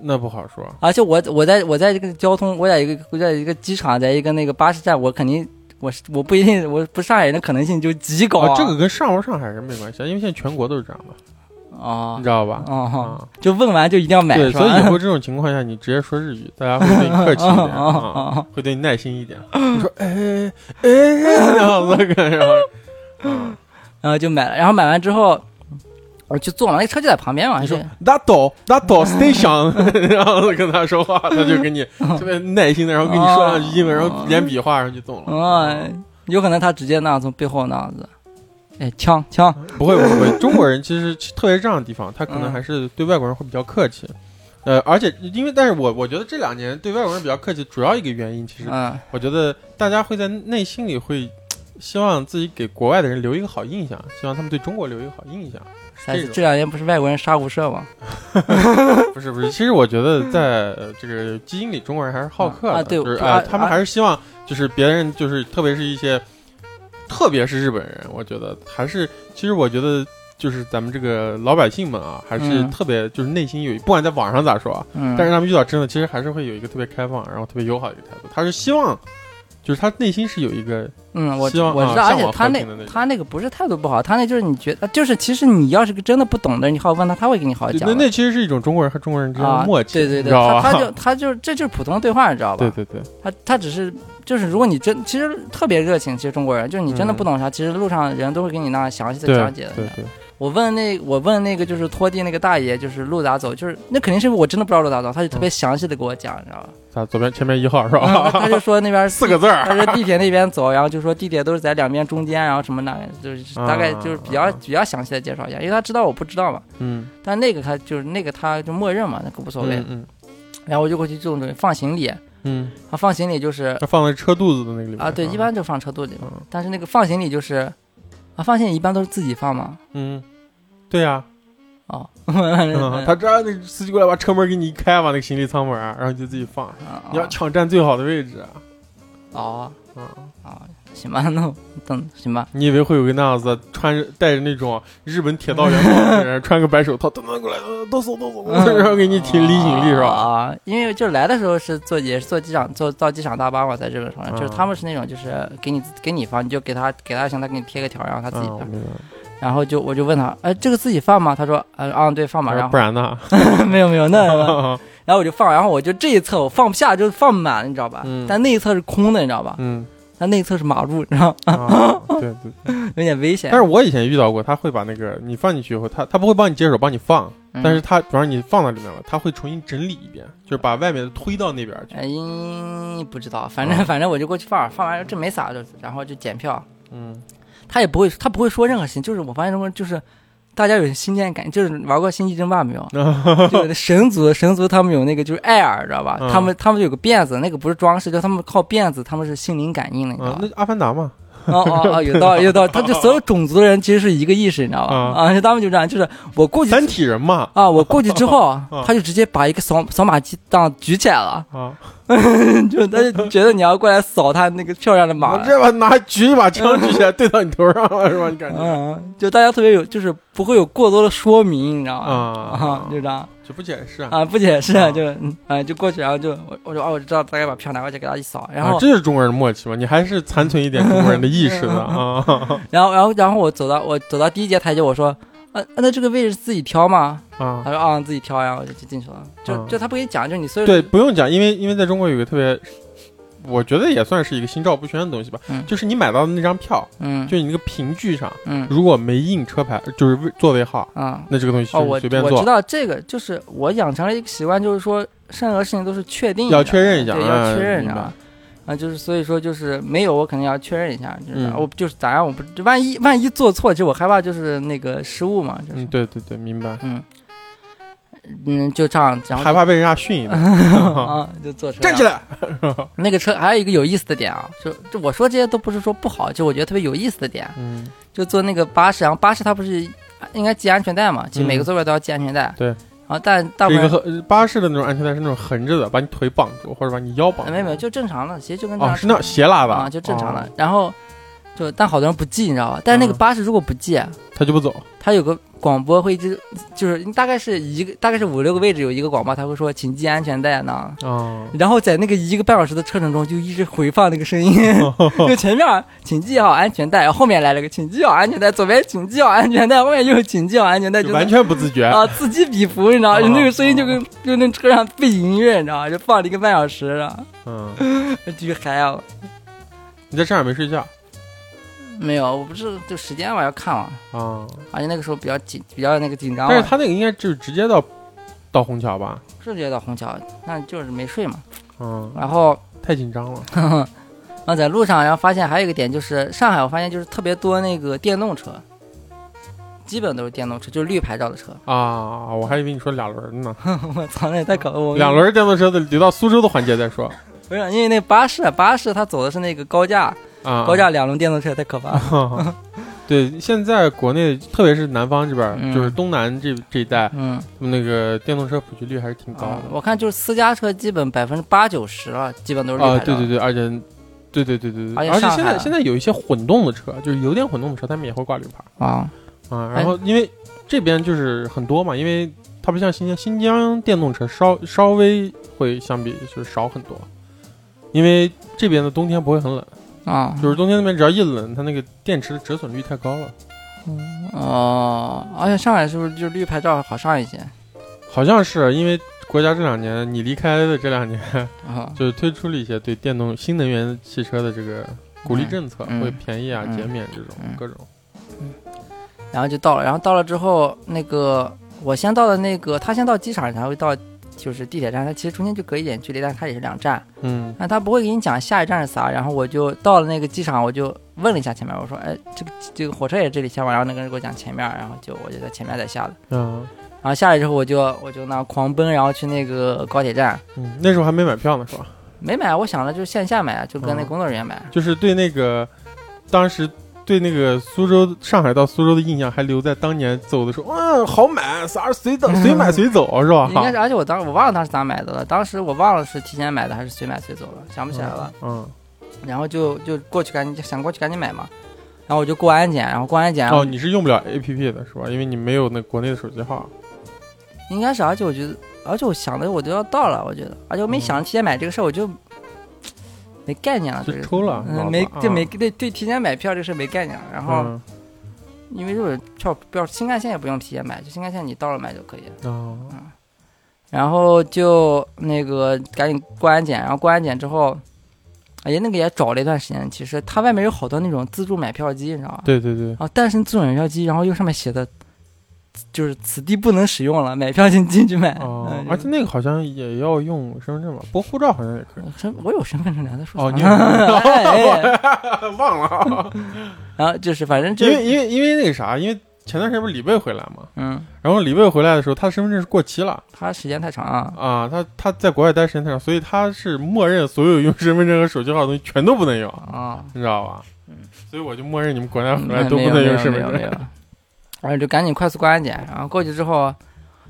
Speaker 1: 那不好说。
Speaker 2: 而且我我在我在这个交通，我在一个我在一个机场，在一个那个巴士站，我肯定我是我不一定我不上海人的可能性就极高、啊
Speaker 1: 哦，这个跟上不上海人没关系，因为现在全国都是这样的，
Speaker 2: 哦
Speaker 1: 你知道吧？
Speaker 2: 哦，
Speaker 1: 啊，
Speaker 2: 就问完就一定要买，
Speaker 1: 对，
Speaker 2: 是
Speaker 1: 所以
Speaker 2: 吧
Speaker 1: 以后这种情况下，你直接说日语，大家会对你客气一点
Speaker 2: 哦哦
Speaker 1: 啊
Speaker 2: 哦，
Speaker 1: 会对你耐心一点。你说，哎哎，然后那个，然后，嗯，
Speaker 2: 然后就买了，然后买完之后，我就坐嘛，那个车就在旁边嘛，
Speaker 1: 你说
Speaker 2: 就
Speaker 1: Dato Dato Station，然后跟他说话，他就跟你特别耐心的，然后跟你说两句英文，然后连笔画上就懂了。
Speaker 2: 哦，有可能他直接那样从背后那样子，哎，枪枪，
Speaker 1: 不会不会，中国人其实特别是这样的地方，他可能
Speaker 2: 嗯
Speaker 1: 还是对外国人会比较客气。呃，而且因为，但是我我觉得这两年对外国人比较客气，主要一个原因其实，
Speaker 2: 嗯
Speaker 1: 我觉得大家会在内心里会希望自己给国外的人留一个好印象，希望他们对中国留一个好印象。
Speaker 2: 但是
Speaker 1: 这种
Speaker 2: 这两年不是外国人杀无赦吗？
Speaker 1: 不是不是，其实我觉得在呃这个基因里，中国人还是好客的，
Speaker 2: 嗯啊对
Speaker 1: 就是
Speaker 2: 啊
Speaker 1: 哎，他们还是希望就是别人就是特别是一些，特别是日本人，我觉得还是其实我觉得就是咱们这个老百姓们啊，还是
Speaker 2: 嗯
Speaker 1: 特别就是内心有一，不管在网上咋说啊，
Speaker 2: 嗯，
Speaker 1: 但是他们遇到真的，其实还是会有一个特别开放，然后特别友好的一个态度，他是希望。就是他内心是有一个，
Speaker 2: 嗯，我
Speaker 1: 希望
Speaker 2: 我知道，
Speaker 1: 啊
Speaker 2: 而
Speaker 1: 向
Speaker 2: 且他
Speaker 1: 往和
Speaker 2: 那
Speaker 1: 平的那种
Speaker 2: 他那个不是态度不好，他那就是你觉得就是其实你要是个真的不懂的，你好好问他，他会给你好好
Speaker 1: 对
Speaker 2: 讲
Speaker 1: 那
Speaker 2: 的。
Speaker 1: 那其实是一种中国人和中国人之间的
Speaker 2: 啊，
Speaker 1: 默契，
Speaker 2: 对对
Speaker 1: 你知
Speaker 2: 对，
Speaker 1: 道
Speaker 2: 他
Speaker 1: 吧？
Speaker 2: 他就他就这就是普通对话，你知道吧？
Speaker 1: 对对对，
Speaker 2: 他他只是就是，如果你真其实特别热情，其实中国人就是你真的
Speaker 1: 嗯
Speaker 2: 不懂啥，其实路上人都会给你那样详细的
Speaker 1: 对
Speaker 2: 讲解的。
Speaker 1: 对 对，
Speaker 2: 我问那我问那个就是拖地那个大爷，就是路咋走，就是那肯定是我真的不知道路咋走，他就
Speaker 1: 嗯
Speaker 2: 特别详细的给我讲，你知道吧？
Speaker 1: 他左边前面一号是
Speaker 2: 然后
Speaker 1: 吧？
Speaker 2: 他他就说那边
Speaker 1: 四个，字儿，
Speaker 2: 他说地铁那边走，然后就说地铁都是在两边中间，然后什么那个就是
Speaker 1: 啊
Speaker 2: 大概就是比较比较详细的介绍一下，因为他知道我不知道嘛。
Speaker 1: 嗯，
Speaker 2: 但那个他就是那个他就默认嘛，那个无所谓。
Speaker 1: 嗯
Speaker 2: 然后我就过去就放行李，
Speaker 1: 嗯，
Speaker 2: 他放行李就是
Speaker 1: 呃他放在车肚子的那个里面
Speaker 2: 啊，对，一般就放车肚里嘛。
Speaker 1: 嗯
Speaker 2: 但是那个放行李就是，啊，放行李一般都是自己放嘛。
Speaker 1: 嗯，对呀、
Speaker 2: 哦，
Speaker 1: 嗯他这儿那司机过来把车门给你一开嘛，那个行李舱门儿，然后就自己放。
Speaker 2: 啊
Speaker 1: 你要抢占最好的位置，啊
Speaker 2: 哦
Speaker 1: 嗯，
Speaker 2: 哦，行吧，那我等行吧。
Speaker 1: 你以为会有个那样子穿着戴着那种日本铁道员帽子，穿个白手套，噔噔过来，呃都走都走，
Speaker 2: 嗯
Speaker 1: 然后给你提离行李是吧？
Speaker 2: 啊，因为就来的时候是坐也是坐机场坐到机场大巴嘛，在日本上来，就是
Speaker 1: 嗯
Speaker 2: 他们是那种就是给你给你放，你就给他给他行，他给你贴个条，然后他啊自己
Speaker 1: 嗯，我
Speaker 2: 放。
Speaker 1: 明白
Speaker 2: 然后就我就问他，哎，这个自己放吗？他说，啊啊，对，放吧。然
Speaker 1: 不
Speaker 2: 后
Speaker 1: 然呢？
Speaker 2: 没有没 有，那然后我就放，然后我就这一侧我放不下，就放满了，你知道吧？
Speaker 1: 嗯
Speaker 2: 但那一侧是空的，你知道吧？
Speaker 1: 嗯，
Speaker 2: 但那一侧是马路，你知道吗，
Speaker 1: 啊对对。
Speaker 2: 有点危险。
Speaker 1: 但是我以前遇到过，他会把那个你放进去以后，他他不会帮你接手，帮你放，
Speaker 2: 嗯
Speaker 1: 但是它，比方说你放到里面了，它会重新整理一遍，就是把外面的推到那边去。
Speaker 2: 哎，不知道，
Speaker 1: 哦
Speaker 2: 反正反正我就过去放，放完这没啥，就然后就检票，
Speaker 1: 嗯，
Speaker 2: 他也不会，他不会说任何事情，就是我发现什么，就是大家有新鲜感，就是玩过《星际争霸》没有？ 就有的神族，神族他们有那个就是艾尔，知道吧？
Speaker 1: 嗯
Speaker 2: 他们他们有个辫子，那个不是装饰，就他们靠辫子，他们是心灵感应的，你知道
Speaker 1: 啊
Speaker 2: 吧？，
Speaker 1: 那阿凡达嘛，
Speaker 2: 哦哦哦，有道理，有道理。他就所有种族的人其实是一个意识，你知道吧？
Speaker 1: 嗯
Speaker 2: 啊，就他们就这样，就是我过去
Speaker 1: 三体人嘛，
Speaker 2: 啊，我过去之后
Speaker 1: 嗯，
Speaker 2: 他就直接把一个扫扫码机当举起来了，
Speaker 1: 啊，
Speaker 2: 就他就觉得你要过来扫他那个漂亮的码
Speaker 1: 我，这把拿举一把枪举起来对到你头上了是吧？ 你感觉
Speaker 2: 嗯，就大家特别有，就是不会有过多的说明，你知道吗？啊
Speaker 1: 啊，，
Speaker 2: 就这样
Speaker 1: 就不解释啊，
Speaker 2: 啊，不解释，
Speaker 1: 嗯
Speaker 2: 就是嗯啊，就过去，然后就我我就啊，我知道大概把票拿过去给他一扫，然
Speaker 1: 啊
Speaker 2: 后
Speaker 1: 这就是中国人的默契嘛，你还是残存一点中国人的意识的 啊
Speaker 2: 然后然后然后我走到我走到第一节台阶，我说，啊，那这个位置自己挑吗？
Speaker 1: 啊
Speaker 2: 他。说啊，自己挑呀，我就就进去了。就
Speaker 1: 嗯
Speaker 2: 就他不给你讲，就是你所有
Speaker 1: 对，不用讲，因为因为在中国有个特别，我觉得也算是一个心照不宣的东西吧，
Speaker 2: 嗯
Speaker 1: 就是你买到的那张票，
Speaker 2: 嗯
Speaker 1: 就是你那个凭据上
Speaker 2: 嗯
Speaker 1: 如果没印车牌，就是位座位号，
Speaker 2: 啊
Speaker 1: 那这个东西
Speaker 2: 哦，
Speaker 1: 就是
Speaker 2: 我
Speaker 1: 随便
Speaker 2: 我知
Speaker 1: 坐，
Speaker 2: 道这个，就是我养成了一个习惯，就是说任何事情都是确定的
Speaker 1: 要确认一下，嗯
Speaker 2: 对，要确认
Speaker 1: 一
Speaker 2: 一
Speaker 1: 下
Speaker 2: 下。啊，就是所以说就是没有，我肯定要确认一下，就是、
Speaker 1: 嗯
Speaker 2: 我就是当然我不万一万一做错，其实我害怕就是那个失误嘛，就是
Speaker 1: 嗯，对对对，明白，
Speaker 2: 嗯嗯就这样，然后
Speaker 1: 害怕被人家训 一顿，
Speaker 2: 啊就坐车
Speaker 1: 站起
Speaker 2: 来。
Speaker 1: 来，
Speaker 2: 那个车还有一个有意思的点啊，就就我说这些都不是说不好，就我觉得特别有意思的点，
Speaker 1: 嗯
Speaker 2: 就坐那个巴士，然后巴士它不是应该系安全带嘛？其实每个座位都要系安全带。
Speaker 1: 嗯对。
Speaker 2: 然后但大
Speaker 1: 是
Speaker 2: 部
Speaker 1: 一
Speaker 2: 分
Speaker 1: 个
Speaker 2: 人
Speaker 1: 横呃巴士的那种安全带是那种横着的，把你腿绑住或者把你腰绑
Speaker 2: 呃
Speaker 1: 住，
Speaker 2: 没有没有就正常的，其实就跟正
Speaker 1: 哦，
Speaker 2: 常
Speaker 1: 是那种斜拉的
Speaker 2: 啊就正常的
Speaker 1: 哦。
Speaker 2: 然后就但好多人不系，你知道吧？但是那
Speaker 1: 嗯
Speaker 2: 个巴士如果不系，
Speaker 1: 他就不 走，
Speaker 2: 它有个广播会一直就是大概是一个大概是五六个位置有一个广播，他会说请系安全带呢。
Speaker 1: 哦，
Speaker 2: 然后在那个一个半小时的车程中，就一直回放那个 声音，就前面啊请系好安全带，后面来了个请系好安全带，左边请系好安全带，后面又请系好安全带，
Speaker 1: 就
Speaker 2: 就
Speaker 1: 完全不自觉，
Speaker 2: 啊，此起彼伏，你知道吗，
Speaker 1: 啊
Speaker 2: 就那个声音就跟就跟车上背景音乐，你知道吗，就放了一个半小时了，
Speaker 1: 嗯，
Speaker 2: 巨嗨啊！
Speaker 1: 你在车上也没睡觉
Speaker 2: 没有，我不是就时间嘛要看嘛，
Speaker 1: 啊？
Speaker 2: 而且那个时候比较紧，比较那个紧张
Speaker 1: 但是
Speaker 2: 嘛，
Speaker 1: 他那个应该就是直接到到虹桥吧？
Speaker 2: 是觉得虹桥，那就是没睡嘛。
Speaker 1: 嗯，
Speaker 2: 然后，
Speaker 1: 太紧张了。
Speaker 2: 然后在路上，然后发现还有一个点就是上海，我发现就是特别多那个电动车，基本都是电动车，就是绿牌照的车。
Speaker 1: 啊，我还以为你说两轮呢，
Speaker 2: 我操，那也太搞了！ 我
Speaker 1: 两轮电动车的留到苏州的环节再说
Speaker 2: 不是因为那巴士，啊巴士它走的是那个高架，
Speaker 1: 啊。
Speaker 2: 高架两轮电动车也太 可怕了。
Speaker 1: 对，现在国内特别是南方这边儿，
Speaker 2: 嗯
Speaker 1: 就是东南这这一带，
Speaker 2: 嗯。
Speaker 1: 那个电动车普及率还是挺高
Speaker 2: 啊
Speaker 1: 的。
Speaker 2: 我看就是私家车基本百分之八九十了，基本都是绿
Speaker 1: 啊，
Speaker 2: 牌
Speaker 1: 对
Speaker 2: 照。
Speaker 1: 对对，而且，对对对对对，
Speaker 2: 而且
Speaker 1: 而且
Speaker 2: 上海
Speaker 1: 现在
Speaker 2: 啊
Speaker 1: 现在有一些混动的车，就是油电混动的车，他们也会挂绿牌
Speaker 2: 啊，
Speaker 1: 啊。
Speaker 2: 哎
Speaker 1: 然后因为这边就是很多嘛，因为它不像新疆，新疆电动车稍稍微会相比就是少很多，因为这边的冬天不会很冷。
Speaker 2: 啊
Speaker 1: 就是冬天那边只要一冷，它那个电池的折损率太高了，
Speaker 2: 哦，而且上海是不是就是绿牌照好上一些
Speaker 1: 好像是因为国家这两年你离开的这两年，
Speaker 2: 啊？
Speaker 1: 就是推出了一些对电动新能源汽车的这个鼓励政策，
Speaker 2: 嗯嗯
Speaker 1: 会便宜啊、
Speaker 2: 嗯
Speaker 1: 减免这种
Speaker 2: 嗯
Speaker 1: 各种。
Speaker 2: 然后就到了，然后到了之后，那个我先到的那个，他先到机场，然后到就是地铁站，他其实中间就隔一点距离，但他也是两站，
Speaker 1: 嗯
Speaker 2: 但他不会给你讲下一站是啥。然后我就到了那个机场，我就问了一下前面，我说，哎，这个这个火车也这里下吗？然后那个人给我讲前面，然后就我就在前面再下的。
Speaker 1: 嗯
Speaker 2: 然后下来之后，我就我就那狂奔，然后去那个高铁站，
Speaker 1: 嗯，那时候还没买票呢，是吧？
Speaker 2: 没买，我想着就是线下买啊，就跟那
Speaker 1: 嗯
Speaker 2: 工作人员买。
Speaker 1: 就是对那个当时。对那个苏州、上海到苏州的印象还留在当年走的时候，嗯，好买，啥随到随买随走是吧？
Speaker 2: 应该是，而且我当我忘了当时咋买的了，当时我忘了是提前买的还是随买随走了，想不起来了。
Speaker 1: 嗯。
Speaker 2: 然后就就过去赶紧想过去赶紧买嘛，然后我就过安检，然后过安检，
Speaker 1: 嗯，哦，你是用不了 A P P 的是吧？因为你没有那国内的手机号。
Speaker 2: 应该是，而且我觉得，而且我想的我都要到了，我觉得，而且我没
Speaker 1: 嗯
Speaker 2: 想着提前买这个事儿，我就没概念了，
Speaker 1: 就
Speaker 2: 对
Speaker 1: 抽了脑
Speaker 2: 嗯，
Speaker 1: 子
Speaker 2: 没
Speaker 1: 啊
Speaker 2: 对没对对提前买票这事儿没概念了，然后
Speaker 1: 嗯
Speaker 2: 因为就是票票新干线也不用提前买，就新干线你到了买就可以了。
Speaker 1: 哦，
Speaker 2: 然后就那个赶紧过安检，然后过安检之后，哎呀，那个也找了一段时间。其实它外面有好多那种自助买票机，你知道吧？
Speaker 1: 对对对，
Speaker 2: 啊，但是自助买票机，然后又上面写的，就是此地不能使用了，买票请进去买。
Speaker 1: 哦
Speaker 2: 嗯，
Speaker 1: 而且那个好像也要用身份证吧，不过护照好像也可以。
Speaker 2: 身我有身份证来的说
Speaker 1: 哦
Speaker 2: 啥
Speaker 1: 你有
Speaker 2: 哎哎哎
Speaker 1: 忘了，
Speaker 2: 然后就是反正就
Speaker 1: 因为因为因为那个啥，因为前段时间不是李贝回来嘛，
Speaker 2: 嗯，
Speaker 1: 然后李贝回来的时候，他身份证是过期了
Speaker 2: 他时间太长啊，
Speaker 1: 啊，他他在国外待时间太长，所以他是默认所有用身份证和手机号的东西全都不能用，
Speaker 2: 啊，
Speaker 1: 你知道吧？
Speaker 2: 嗯，
Speaker 1: 所以我就默认你们国内回
Speaker 2: 嗯
Speaker 1: 来
Speaker 2: 没
Speaker 1: 都不
Speaker 2: 有
Speaker 1: 能
Speaker 2: 没
Speaker 1: 用
Speaker 2: 有
Speaker 1: 身
Speaker 2: 没
Speaker 1: 份
Speaker 2: 有
Speaker 1: 证
Speaker 2: 没有，然后就赶紧快速过安检，然后过去之后，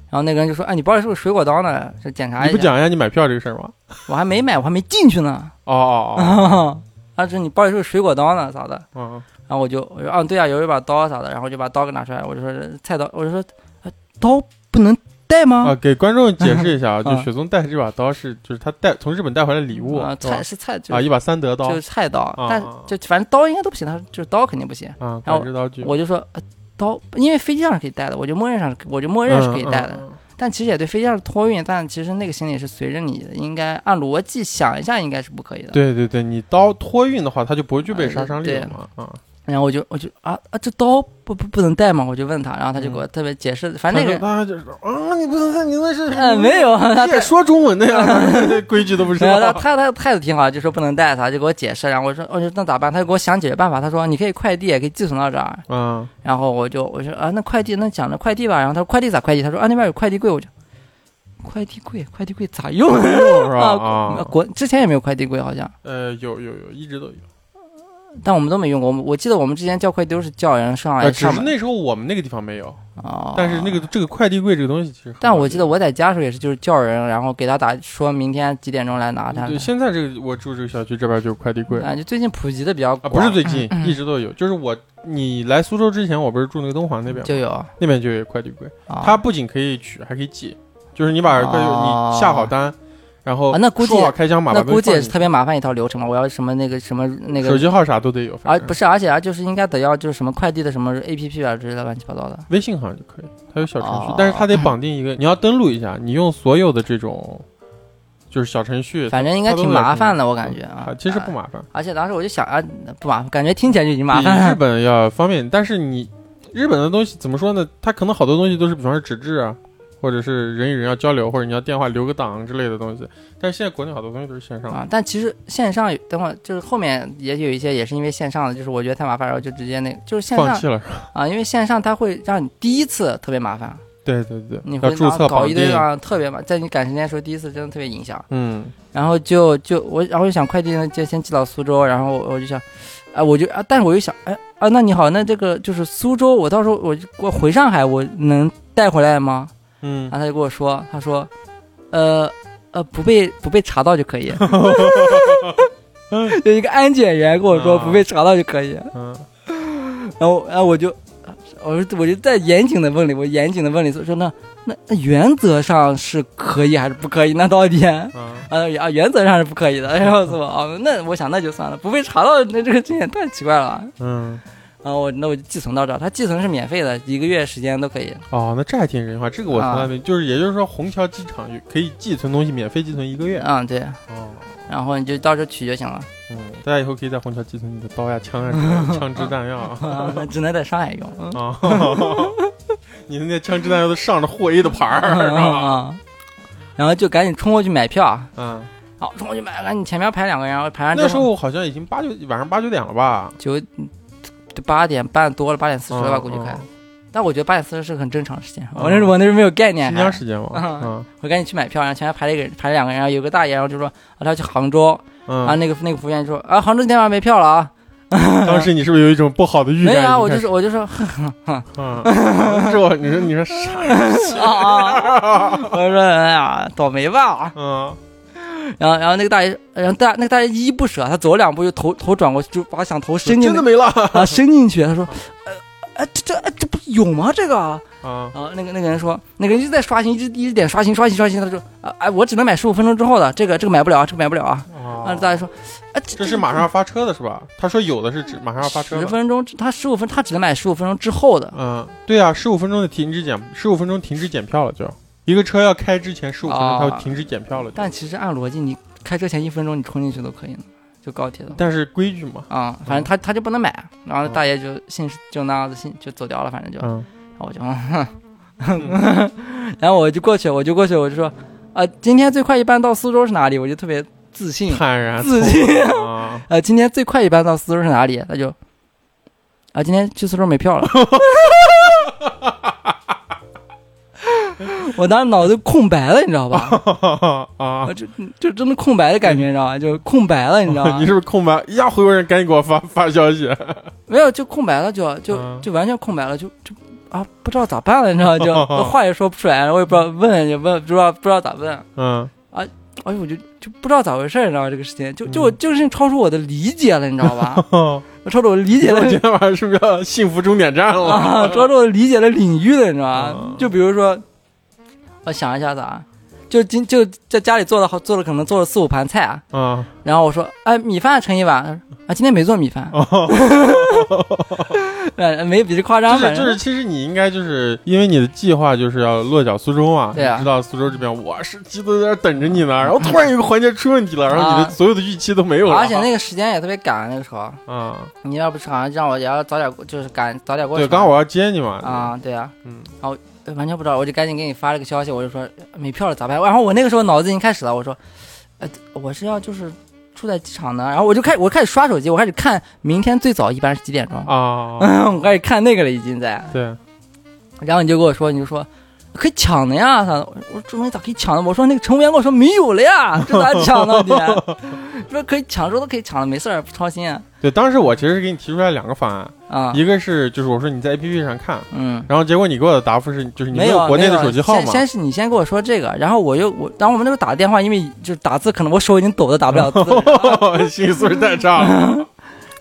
Speaker 2: 然后那个人就说：“哎，你包里是不是水果刀呢？就检查
Speaker 1: 你不
Speaker 2: 一下。
Speaker 1: 讲一下你买票这个事儿吗？”
Speaker 2: 我还没买，我还没进去呢。
Speaker 1: 哦哦
Speaker 2: 啊，他说：“你包里是不是水果刀呢？咋的？”
Speaker 1: 哦，啊
Speaker 2: 然后我就我说啊，对啊，有一把刀啥的，然后我就把刀给拿出来，我就说菜刀，我就说、啊刀不能带
Speaker 1: 啊！
Speaker 2: 吗？
Speaker 1: 给观众解释一 下啊，就
Speaker 2: 啊
Speaker 1: 雪松带这把刀是，就是他带从日本带回来的礼物
Speaker 2: 啊，
Speaker 1: 是吧
Speaker 2: 菜是菜，就
Speaker 1: 啊，一把三德刀
Speaker 2: 就是菜刀，
Speaker 1: 啊
Speaker 2: 但
Speaker 1: 啊
Speaker 2: 就反正刀应该都不行，他说就是刀肯定不行，
Speaker 1: 啊，
Speaker 2: 然后
Speaker 1: 管制刀具，
Speaker 2: 我就说、啊刀，因为飞机上是可以带的，我就默认上是我就默认是可以带的，
Speaker 1: 嗯。嗯嗯
Speaker 2: 但其实也对飞机上是托运，但其实那个行李是随着你的，应该按逻辑想一下应该是不可以的。
Speaker 1: 对对对，你刀托运的话，它就不会具备杀伤力
Speaker 2: 对
Speaker 1: 了嘛啊。
Speaker 2: 然后我就我就啊啊，这刀不不不能带吗？我就问他，然后他就给我特别解释，反正那个人。
Speaker 1: 嗯他就是啊，你不能看，你那是
Speaker 2: 嗯、没 有，他
Speaker 1: 啊你也说中文的呀， 规矩都不知
Speaker 2: 然后他
Speaker 1: 道。
Speaker 2: 他他态度挺好，就说不能带他，就给我解释。然后我说，我说那咋办？他就给我想解决办法。他说你可以快递也可以寄存到这儿。
Speaker 1: 啊，
Speaker 2: 然后我就我说啊，那快递那讲着快递吧。然后他说快递咋快递？他说啊那边有快递柜，我就快递柜快递柜咋用？
Speaker 1: 是吧？
Speaker 2: 啊
Speaker 1: 啊，
Speaker 2: 国之前也没有快递柜好像，
Speaker 1: 呃，有有有，一直都有。
Speaker 2: 但我们都没用过。我们我记得我们之前叫快递都是叫人哎上
Speaker 1: 呃，
Speaker 2: 来
Speaker 1: 只
Speaker 2: 上
Speaker 1: 是
Speaker 2: 门。
Speaker 1: 那时候我们那个地方没有，
Speaker 2: 哦，
Speaker 1: 但是那个这个快递柜这个东西其实很好用，
Speaker 2: 但我记得我在家的时候也是，就是叫人，然后给他打说明天几点钟来拿他。
Speaker 1: 对，现在这个我住这个小区这边就是快递柜啊，
Speaker 2: 啊，就最近普及的比较广，
Speaker 1: 不是最近
Speaker 2: 嗯
Speaker 1: 一直都有，就是我你来苏州之前，我不是住那个敦煌那边
Speaker 2: 就
Speaker 1: 吗，
Speaker 2: 有。
Speaker 1: 那边就有快递柜，
Speaker 2: 啊
Speaker 1: 它不仅可以取，还可以寄，就是你把快递
Speaker 2: 哦
Speaker 1: 你下好单，然后
Speaker 2: 啊那估计
Speaker 1: 说好开箱码，
Speaker 2: 那
Speaker 1: 把东西
Speaker 2: 估计
Speaker 1: 放
Speaker 2: 也是
Speaker 1: 进
Speaker 2: 特别麻烦一套流程嘛。我要什么那个什么那
Speaker 1: 手
Speaker 2: 个，
Speaker 1: 机号啥都得有，反
Speaker 2: 而
Speaker 1: 正
Speaker 2: 不是，而且啊，就是应该得要就是什么快递的什么 A P P 啊之类的乱七八糟的。
Speaker 1: 微信好像就可以，它有小程序
Speaker 2: 哦，
Speaker 1: 但是它得绑定一 个，你要登录一下，你用所有的这种就是小程序，
Speaker 2: 反正应该挺麻烦的，我感觉啊
Speaker 1: 啊，。其实不麻烦，
Speaker 2: 而且当时我就想啊，不麻烦，感觉听起来就已经麻
Speaker 1: 比
Speaker 2: 烦
Speaker 1: 日
Speaker 2: 了。
Speaker 1: 本要方便，但是你日本的东西怎么说呢？它可能好多东西都是，比方说纸质啊，或者是人与人要交流，或者你要电话留个档之类的东西。但是现在国内好多东西都是线上的，
Speaker 2: 啊，但其实线上有等会儿就是后面也有一些也是因为线上的，就是我觉得太麻烦，然后就直接那个就是线
Speaker 1: 放
Speaker 2: 上
Speaker 1: 弃了。
Speaker 2: 啊，因为线上它会让你第一次特别麻烦，
Speaker 1: 对对对，
Speaker 2: 你
Speaker 1: 要
Speaker 2: 会
Speaker 1: 注册
Speaker 2: 搞
Speaker 1: 绑
Speaker 2: 一堆
Speaker 1: 定。
Speaker 2: 啊，特别麻，在你赶时间的时候，第一次真的特别影响。
Speaker 1: 嗯，
Speaker 2: 然后就就我，然后就想快递呢就先寄到苏州，然后我就想，啊，我就啊，但是我又想，哎啊，那你好，那这个就是苏州，我到时候我就我回上海，我能带回来吗？
Speaker 1: 嗯
Speaker 2: 然，后他就跟我说，他说，呃呃，不被不被查到就可以。有一个安检员跟我说
Speaker 1: 啊
Speaker 2: 不被查到就可以，
Speaker 1: 嗯，
Speaker 2: 然后然后我就，我说我就在严谨的问你，我严谨的问你说说那那那原则上是可以还是不可以？那到底？
Speaker 1: 啊，
Speaker 2: 啊啊，原则上是不可以的。然后说哦，那我想那就算了，不被查到，那这个这也太奇怪了。
Speaker 1: 嗯，
Speaker 2: 然后我那我就寄存到这儿，它寄存是免费的，一个月时间都可以。
Speaker 1: 哦，那这还挺人性化，这个我从
Speaker 2: 啊
Speaker 1: 来没，就是也就是说，虹桥机场有可以寄存东西，免费寄存一个月。
Speaker 2: 嗯，对，
Speaker 1: 哦，
Speaker 2: 然后你就到这取就行了。
Speaker 1: 嗯，大家以后可以在虹桥寄存你的刀呀、枪呀之 类的、枪支弹药啊。
Speaker 2: 啊，那只能在上海 用。嗯
Speaker 1: 啊，你的那枪支弹药都上着货 A 的牌儿，是吧？
Speaker 2: 啊，嗯然后就赶紧冲过去买票啊，
Speaker 1: 嗯，
Speaker 2: 好冲过去买，赶紧前面排两个人，然后排完之
Speaker 1: 那
Speaker 2: 后
Speaker 1: 时候好像已经八九晚上八九点了吧？
Speaker 2: 九八点半多了，八点四十了吧，
Speaker 1: 嗯
Speaker 2: 估计
Speaker 1: 嗯
Speaker 2: 快。但我觉得八点四十是个很正常的时间，
Speaker 1: 嗯
Speaker 2: 我那时候我那时候没有概念
Speaker 1: 新
Speaker 2: 还，
Speaker 1: 疆时间嘛。
Speaker 2: 啊
Speaker 1: 嗯
Speaker 2: 我赶紧去买票，然后前面排了一个人，排了两个人，然后有个大爷，然后就说啊他要去杭州，啊，
Speaker 1: 嗯，
Speaker 2: 那个那个服务员就说啊，杭州今天晚上没票了啊，
Speaker 1: 当时你是不是有一种不好的预
Speaker 2: 没
Speaker 1: 感？
Speaker 2: 有啊，我就
Speaker 1: 已
Speaker 2: 是我就说啊
Speaker 1: 经开始嗯，这我你说你说啥？
Speaker 2: 啊， 我说哎呀，倒霉吧。
Speaker 1: 嗯
Speaker 2: 然后然后那个大爷，然后大那个大爷依依不舍，他走两步就头头转过去，就把想头伸进
Speaker 1: 真
Speaker 2: 那
Speaker 1: 的没 了
Speaker 2: 啊伸进去，他说，呃，哎这这哎这不有吗这个？
Speaker 1: 啊
Speaker 2: 然后那个那个人说，那个人一直在刷新，一直一直点刷新刷新刷新，他说啊哎我只能买十五分钟之后的，这个这个买不了啊，这个买不了啊。然后大
Speaker 1: 啊！
Speaker 2: 爷说，啊这
Speaker 1: 这是马上要发车的是吧？他说有的是指马上要发车
Speaker 2: 十
Speaker 1: 了。
Speaker 2: 分钟，他十五分他只能买十五分钟之后的。
Speaker 1: 嗯，对啊，十五分钟的停止检，十五分钟停止检票了就。一个车要开之前十五分钟，
Speaker 2: 哦
Speaker 1: 它会停止检票了就。
Speaker 2: 但其实按逻辑，你开车前一分钟你冲进去都可以呢，就高铁的话。
Speaker 1: 但是规矩嘛，
Speaker 2: 啊、反正他他就不能买，啊然后大爷就信誓就那样子信就走掉了，反正就，然
Speaker 1: 嗯，
Speaker 2: 后我就， 然后我就过去，我就过去，我就说，啊、今天最快一班到苏州是哪里？我就特别自信，
Speaker 1: 坦然
Speaker 2: 嗯自信，
Speaker 1: 啊，
Speaker 2: 呃，今天 最快一班到苏州是哪里？他就，啊、今天去苏州没票了，我当时脑子空白了，你知 道吧？
Speaker 1: 啊
Speaker 2: 我！就就真的空白的感觉，你知道吧？就空白了，你知道 吧
Speaker 1: 你？是不是空白？呀，回国人赶紧给我发发消息。
Speaker 2: 没有，就空白了，就就
Speaker 1: 嗯
Speaker 2: 就完全空白了，就就啊，不知道咋办了，你知道 吧？就话也说不出来，我也不知道问，也问不知道不知道咋问。
Speaker 1: 嗯
Speaker 2: 哎呦，我就就不知道咋回事儿，你知道吧？这个事情就
Speaker 1: 嗯
Speaker 2: 就我这个事情超出我的理解了，你知道吧？
Speaker 1: 哦，
Speaker 2: 超出我理解
Speaker 1: 我
Speaker 2: 的
Speaker 1: 今天晚上是不是要幸福终点站了？
Speaker 2: 啊，抓住我理解的领域了，你知道吧
Speaker 1: 嗯？
Speaker 2: 就比如说，我想一下子啊，就今就在家里做了好做了可能做了四五盘菜啊，
Speaker 1: 啊
Speaker 2: 然后我说，哎，米饭盛一碗，他说啊，今天没做米饭，
Speaker 1: 哦，
Speaker 2: 呃没比这夸
Speaker 1: 就
Speaker 2: 张，
Speaker 1: 是
Speaker 2: 反
Speaker 1: 就是，
Speaker 2: 正
Speaker 1: 其实你应该就是因为你的计划就是要落脚苏州嘛，
Speaker 2: 对啊
Speaker 1: 你知道苏州这边我是鸡都在那儿等着你呢，然后突然有个环节出问题了，然后你
Speaker 2: 啊
Speaker 1: 的所有的预期都没有了，
Speaker 2: 而且那个时间也特别赶，那个时候
Speaker 1: 啊，
Speaker 2: 你要不是好像让我也要早点过，就是赶早点过去
Speaker 1: 对，
Speaker 2: 嘛，
Speaker 1: 刚好我要接你嘛，
Speaker 2: 啊，对啊，
Speaker 1: 嗯
Speaker 2: 然后呃完全不知道，我就赶紧给你发了个消息，我就说没票了咋办？然后我那个时候脑子已经开始了，我说，呃，我是要就是住在机场呢，然后我就开我开始刷手机，我开始看明天最早一般是几点钟，
Speaker 1: 啊，
Speaker 2: 我开始看那个了已经在，
Speaker 1: 对，
Speaker 2: 然后你就跟我说，你就说。可以抢的呀！他我说这东西咋可以抢呢？我说那个乘务员跟我说没有了呀，这咋抢呢？你 说可以抢，说都可以抢了，没事儿，不操心啊。
Speaker 1: 对，当时我其实是给你提出来两个方案，
Speaker 2: 啊
Speaker 1: 一个是就是我说你在 APP 上看，
Speaker 2: 嗯，
Speaker 1: 然后结果你给我的答复是就是你
Speaker 2: 没
Speaker 1: 有国内
Speaker 2: 没
Speaker 1: 的手机号
Speaker 2: 先
Speaker 1: 码，
Speaker 2: 先是你先跟我说这个，然后我又我，然后我们那时候打电话，因为就是打字，可能我手已经抖的打不了 字，
Speaker 1: 心理素质太差
Speaker 2: 嗯
Speaker 1: 了，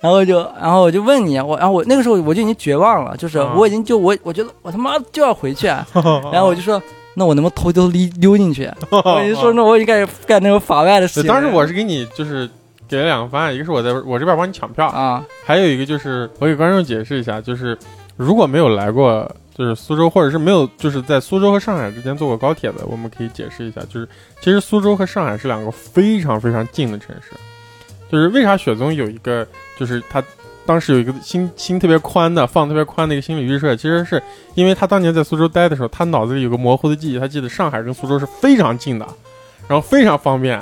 Speaker 2: 然后就然后我就问你，我然后我那个时候我就已经绝望了，就是
Speaker 1: 啊
Speaker 2: 我已经就我我觉得我他妈就要回去，啊 然后我就说。那我能不能偷偷溜溜进去？我就说，那我就开始干那种法外的
Speaker 1: 对，
Speaker 2: 事情。
Speaker 1: 当时我是给你就是给了两个方案，一个是我在我这边帮你抢票，
Speaker 2: 啊，
Speaker 1: 还有一个就是我给观众解释一下，就是如果没有来过就是苏州，或者是没有就是在苏州和上海之间坐过高铁的，我们可以解释一下，就是其实苏州和上海是两个非常非常近的城市，就是为啥雪宗有一个就是他。当时有一个心心特别宽的放特别宽的一个心理预设，其实是因为他当年在苏州待的时候，他脑子里有个模糊的记忆，他记得上海跟苏州是非常近的，然后非常方便。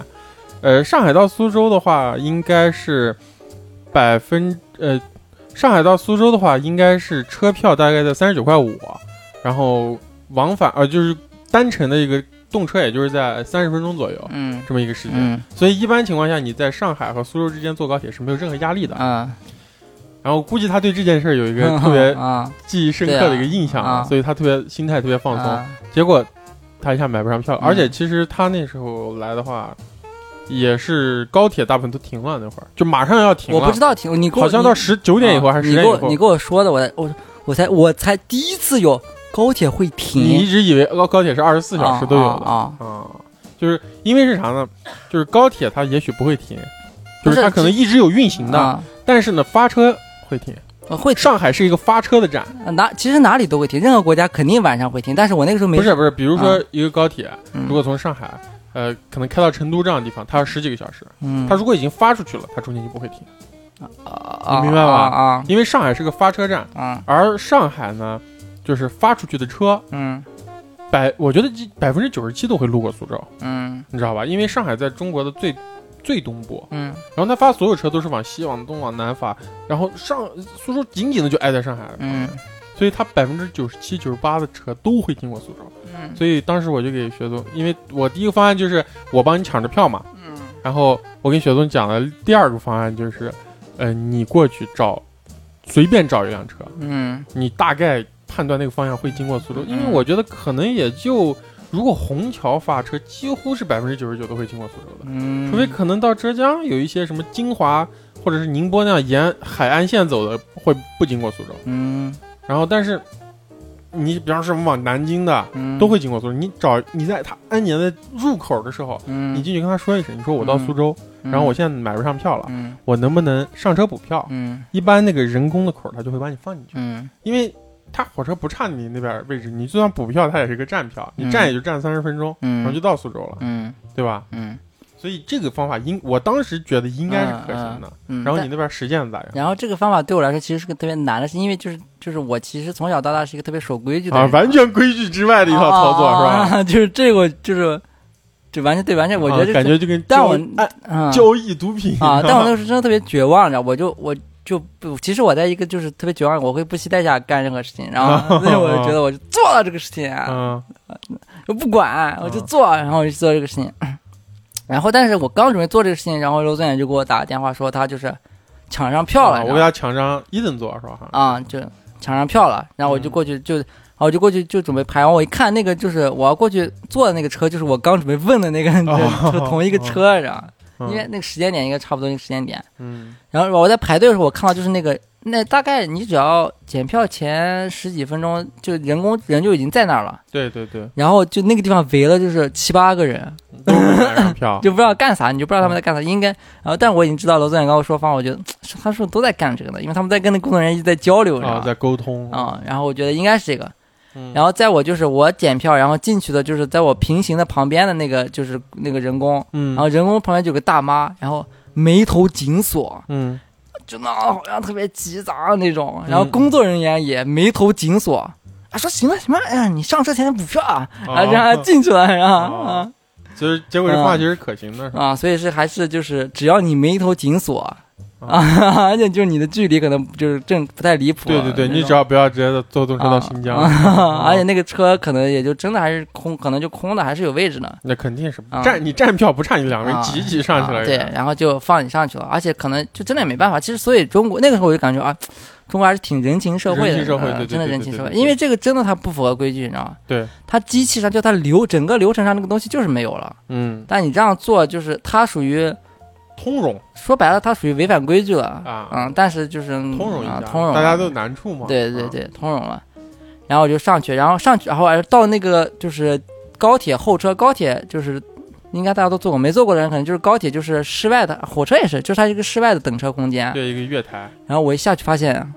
Speaker 1: 呃，上海到苏州的话，应该是百分呃，上海到苏州的话，应该是车票大概在三十九块五，然后往返呃就是单程的一个动车，也就是在三十分钟左右
Speaker 2: 嗯
Speaker 1: 这么一个时间。
Speaker 2: 嗯
Speaker 1: 所以一般情况下，你在上海和苏州之间坐高铁是没有任何压力的。
Speaker 2: 啊，
Speaker 1: 然后估计他对这件事儿有一个
Speaker 2: 嗯
Speaker 1: 特别
Speaker 2: 啊
Speaker 1: 记忆深刻的一个印象，
Speaker 2: 啊啊
Speaker 1: 所以他特别心态特别放松。
Speaker 2: 啊
Speaker 1: 结果他一下买不上票，
Speaker 2: 嗯
Speaker 1: 而且其实他那时候来的话，也是高铁大部分都停了，那会儿就马上要停
Speaker 2: 我
Speaker 1: 了，
Speaker 2: 不知道停，你给我
Speaker 1: 好像到十九点以后还是
Speaker 2: 啊你
Speaker 1: 十
Speaker 2: 给
Speaker 1: 点以
Speaker 2: 我
Speaker 1: 后
Speaker 2: 你，跟我说的，我才我我才我才第一次有高铁会停，
Speaker 1: 你一直以为高高铁是二十四小时都有的
Speaker 2: 啊
Speaker 1: 啊，就是因为是啥呢？就是高铁它也许不会停，就
Speaker 2: 不是
Speaker 1: 它可能一直有运行
Speaker 2: 啊
Speaker 1: 的，但是呢发车会停。
Speaker 2: 啊会停
Speaker 1: 上海是一个发车的站，
Speaker 2: 哪其实哪里都会停，任何国家肯定晚上会停，但是我那个时候没啊
Speaker 1: 不是不是，比如说一个高铁
Speaker 2: 嗯
Speaker 1: 如果从上海呃可能开到成都这样的地方，它要十几个小时，
Speaker 2: 嗯
Speaker 1: 它如果已经发出去了，它中间就不会停。
Speaker 2: 啊
Speaker 1: 你明白吧
Speaker 2: 啊
Speaker 1: 因为上海是个发车站，
Speaker 2: 啊啊
Speaker 1: 而上海呢，就是发出去的车
Speaker 2: 嗯
Speaker 1: 百，我觉得百分之九十七都会路过苏州，
Speaker 2: 嗯
Speaker 1: 你知道吧？因为上海在中国的最最东部，
Speaker 2: 嗯
Speaker 1: 然后它发所有车都是往西、往东、往南发，然后上苏州紧紧的就挨在上海，
Speaker 2: 嗯
Speaker 1: 所以它百分之九十七、九十八的车都会经过苏州。
Speaker 2: 嗯
Speaker 1: 所以当时我就给雪总，因为我第一个方案就是我帮你抢着票嘛，
Speaker 2: 嗯
Speaker 1: 然后我跟雪总讲的第二个方案就是，呃，你过去找，随便找一辆车，
Speaker 2: 嗯
Speaker 1: 你大概判断那个方向会经过苏州，因为我觉得可能也就如果虹桥发车，几乎是百分之九十九都会经过苏州的，
Speaker 2: 嗯，
Speaker 1: 除非可能到浙江有一些什么金华或者是宁波那样沿海岸线走的会不经过苏州，
Speaker 2: 嗯
Speaker 1: 然后但是你比方说我们往南京的
Speaker 2: 嗯
Speaker 1: 都会经过苏州，你找你在它安检的入口的时候，
Speaker 2: 嗯
Speaker 1: 你进去跟他说一声，你说我到苏州，
Speaker 2: 嗯
Speaker 1: 然后我现在买不上票了，
Speaker 2: 嗯
Speaker 1: 我能不能上车补票？
Speaker 2: 嗯
Speaker 1: 一般那个人工的口儿他就会把你放进去。
Speaker 2: 嗯
Speaker 1: 因为他火车不占你那边位置，你就算补票，它也是个站票，
Speaker 2: 嗯
Speaker 1: 你站也就站三十分钟，然后就
Speaker 2: 嗯
Speaker 1: 到苏州了，
Speaker 2: 嗯
Speaker 1: 对吧？
Speaker 2: 嗯
Speaker 1: 所以这个方法应，我当时觉得应该是可行的。
Speaker 2: 嗯，
Speaker 1: 然后
Speaker 2: 但
Speaker 1: 你那边实践的咋样？
Speaker 2: 然后这个方法对我来说其实是个特别难的事，因为就是就是我其实从小到大是一个特别守规矩的
Speaker 1: 啊，
Speaker 2: 人
Speaker 1: 完全规矩之外的一套操作、是吧？
Speaker 2: 吧？ 就是这个就是就完全对，完全哦我觉得
Speaker 1: 啊
Speaker 2: 这
Speaker 1: 感觉就跟
Speaker 2: 但
Speaker 1: 交
Speaker 2: 我
Speaker 1: 哎
Speaker 2: 嗯啊
Speaker 1: 交易毒品
Speaker 2: 啊，但我那个时候真的特别绝望，你知道，我就我就不，其实我在一个就是特别绝望，我会不惜代价干任何事情，然 后所以我就觉得我就做了这个事情啊，
Speaker 1: 嗯
Speaker 2: 我不
Speaker 1: 啊
Speaker 2: 管，我就做，然后我就做这个事情。然后，但是我刚准备做这个事情，然后楼总远就给我打个电话说他就是抢上票了，
Speaker 1: 啊
Speaker 2: 然
Speaker 1: 我
Speaker 2: 后
Speaker 1: 给他抢张伊顿座是吧？
Speaker 2: 啊、就抢上票了。然后我就
Speaker 1: 嗯
Speaker 2: 过去就，然后我就过去就准备排。然后我一看那个就是我要过去坐的那个车，就是我刚准备问的那个
Speaker 1: 哦
Speaker 2: 车同一个车，然后
Speaker 1: 嗯
Speaker 2: 因为那个时间点应该差不多那个时间点。
Speaker 1: 嗯
Speaker 2: 然后我在排队的时候，我看到就是那个那大概你只要检票前十几分钟，就人工人就已经在那儿了。
Speaker 1: 对对对，嗯
Speaker 2: 然后就那个地方围了就是七八个人，，
Speaker 1: 都没买上票
Speaker 2: 就不知道干啥，你就不知道他们在干啥。应该，然后但是我已经知道楼总远跟我说方，我觉得是他是不是都在干这个呢？因为他们在跟那工作人员一直在交流，
Speaker 1: 啊，
Speaker 2: 是吧
Speaker 1: 在沟通，
Speaker 2: 啊、然后我觉得应该是这个。
Speaker 1: 嗯
Speaker 2: 然后在我就是我检票，然后进去的就是在我平行的旁边的那个就是那个人工，
Speaker 1: 嗯
Speaker 2: 然后人工旁边就有个大妈，然后眉头紧锁，
Speaker 1: 嗯
Speaker 2: 就那好像特别急杂那种，然后
Speaker 1: 嗯
Speaker 2: 工作人员也眉头紧锁，啊说行了行了，哎呀你上车前补票啊，
Speaker 1: 哦
Speaker 2: 啊让他进去了，然后
Speaker 1: 哦
Speaker 2: 啊。
Speaker 1: 其实结果这
Speaker 2: 嗯
Speaker 1: 话其实可行的， 是吧
Speaker 2: 啊，所以是还是就是只要你眉头紧锁
Speaker 1: 哦
Speaker 2: 啊， 而且就是你的距离可能就是正不太离谱啊
Speaker 1: 对
Speaker 2: 那
Speaker 1: 对对，
Speaker 2: 种。
Speaker 1: 你只要不要直接坐动车到新疆，
Speaker 2: 啊， 而且
Speaker 1: 啊
Speaker 2: 那个车可能也就真的还是空，可能就空的，还是有位置呢。
Speaker 1: 那肯定是不
Speaker 2: 啊
Speaker 1: 站你站票不差你两个人
Speaker 2: 啊
Speaker 1: 挤挤上去
Speaker 2: 啊
Speaker 1: 了，
Speaker 2: 对，然后就放你上去了，而且可能就真的也没办法。其实，所以中国那个时候我就感觉啊，中国还是挺人情社会
Speaker 1: 人
Speaker 2: 的，
Speaker 1: 情社会
Speaker 2: 嗯
Speaker 1: 对对
Speaker 2: 真的
Speaker 1: 对
Speaker 2: 人
Speaker 1: 对
Speaker 2: 情
Speaker 1: 对
Speaker 2: 社会。
Speaker 1: 对对
Speaker 2: 因为这个真的它不符合规矩，你知道吗？
Speaker 1: 对，
Speaker 2: 它机器上就它流整个流程上那个东西就是没有了，
Speaker 1: 嗯，
Speaker 2: 但你这样做就是它属于
Speaker 1: 通融
Speaker 2: 说白了，它属于违反规矩了
Speaker 1: 啊
Speaker 2: 嗯，但是就是
Speaker 1: 通融一
Speaker 2: 啊
Speaker 1: 下，，
Speaker 2: 通融
Speaker 1: 大
Speaker 2: 了
Speaker 1: 家都有难处嘛，
Speaker 2: 对对
Speaker 1: 啊，
Speaker 2: 对，通融了。然后我就上去，然后上去，然后哎到那个就是高铁候车，高铁就是应该大家都坐过，没坐过的人可能就是高铁就是室外的，火车也是，就是它一个室外的等车空间。
Speaker 1: 对一个月 台，
Speaker 2: 然后我一下去发现，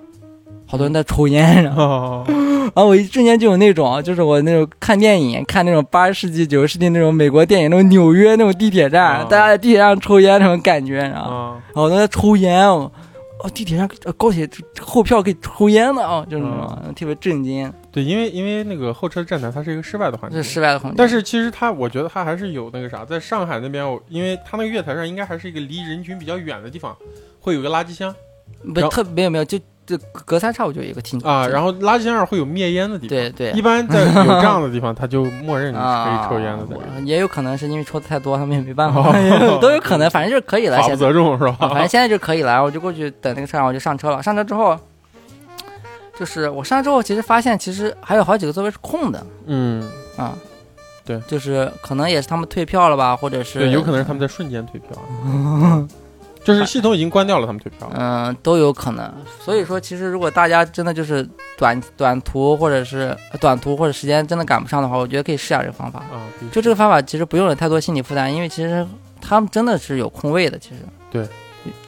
Speaker 2: 好多人在抽烟，然后
Speaker 1: 哦，
Speaker 2: 然后我一瞬间就有那种，就是我那种看电影，看那种八十世纪、九十世纪那种美国电影，那种纽约那种地铁站，
Speaker 1: 啊
Speaker 2: 大家在地铁上抽烟那种感觉，然后。
Speaker 1: 啊
Speaker 2: 然后我在抽烟哦，哦，地铁上呃高铁后票可以抽烟的哦，就是那
Speaker 1: 啊
Speaker 2: 种、特别震惊，
Speaker 1: 对，因为因为那个候车站台它是一个室外的环
Speaker 2: 这
Speaker 1: 境
Speaker 2: 是。室外的环境。
Speaker 1: 但是其实它，我觉得它还是有那个啥，在上海那边，我因为它那个月台上应该还是一个离人群比较远的地方，会有个垃圾箱然
Speaker 2: 不
Speaker 1: 后
Speaker 2: 特没有没有，就就隔三差五就有一个停
Speaker 1: 啊，然
Speaker 2: 后
Speaker 1: 后垃圾箱上会有灭烟的地方。
Speaker 2: 对对
Speaker 1: 一般在有这样的地方，它就默认你是可以
Speaker 2: 啊，
Speaker 1: 抽 烟的，在这
Speaker 2: 我也有可能是因为抽的太多，他们也没办法，
Speaker 1: 哦
Speaker 2: 也有 都有可能，反正就是可以了。
Speaker 1: 法不
Speaker 2: 现在、
Speaker 1: 责众是
Speaker 2: 啊反
Speaker 1: 吧
Speaker 2: 正？现在就可以了，我就过去等那个车，然后我就上车了。上车之后。就是我上车之后，其实发现其实还有好几个座位是空的
Speaker 1: 嗯，
Speaker 2: 啊。
Speaker 1: 对
Speaker 2: 就是可能也是他们退票了吧，或者是
Speaker 1: 对，有可能是他们在瞬间退票，就是系统已经关掉了，他们退票。
Speaker 2: 嗯，都有可能。所以说，其实如果大家真的就是短短途或者是呃短途或者时间真的赶不上的话，我觉得可以试下这个方法。
Speaker 1: 啊，必须
Speaker 2: 就这个方法，其实不用有太多心理负担，因为其实他们真的是有空位的。其实
Speaker 1: 对，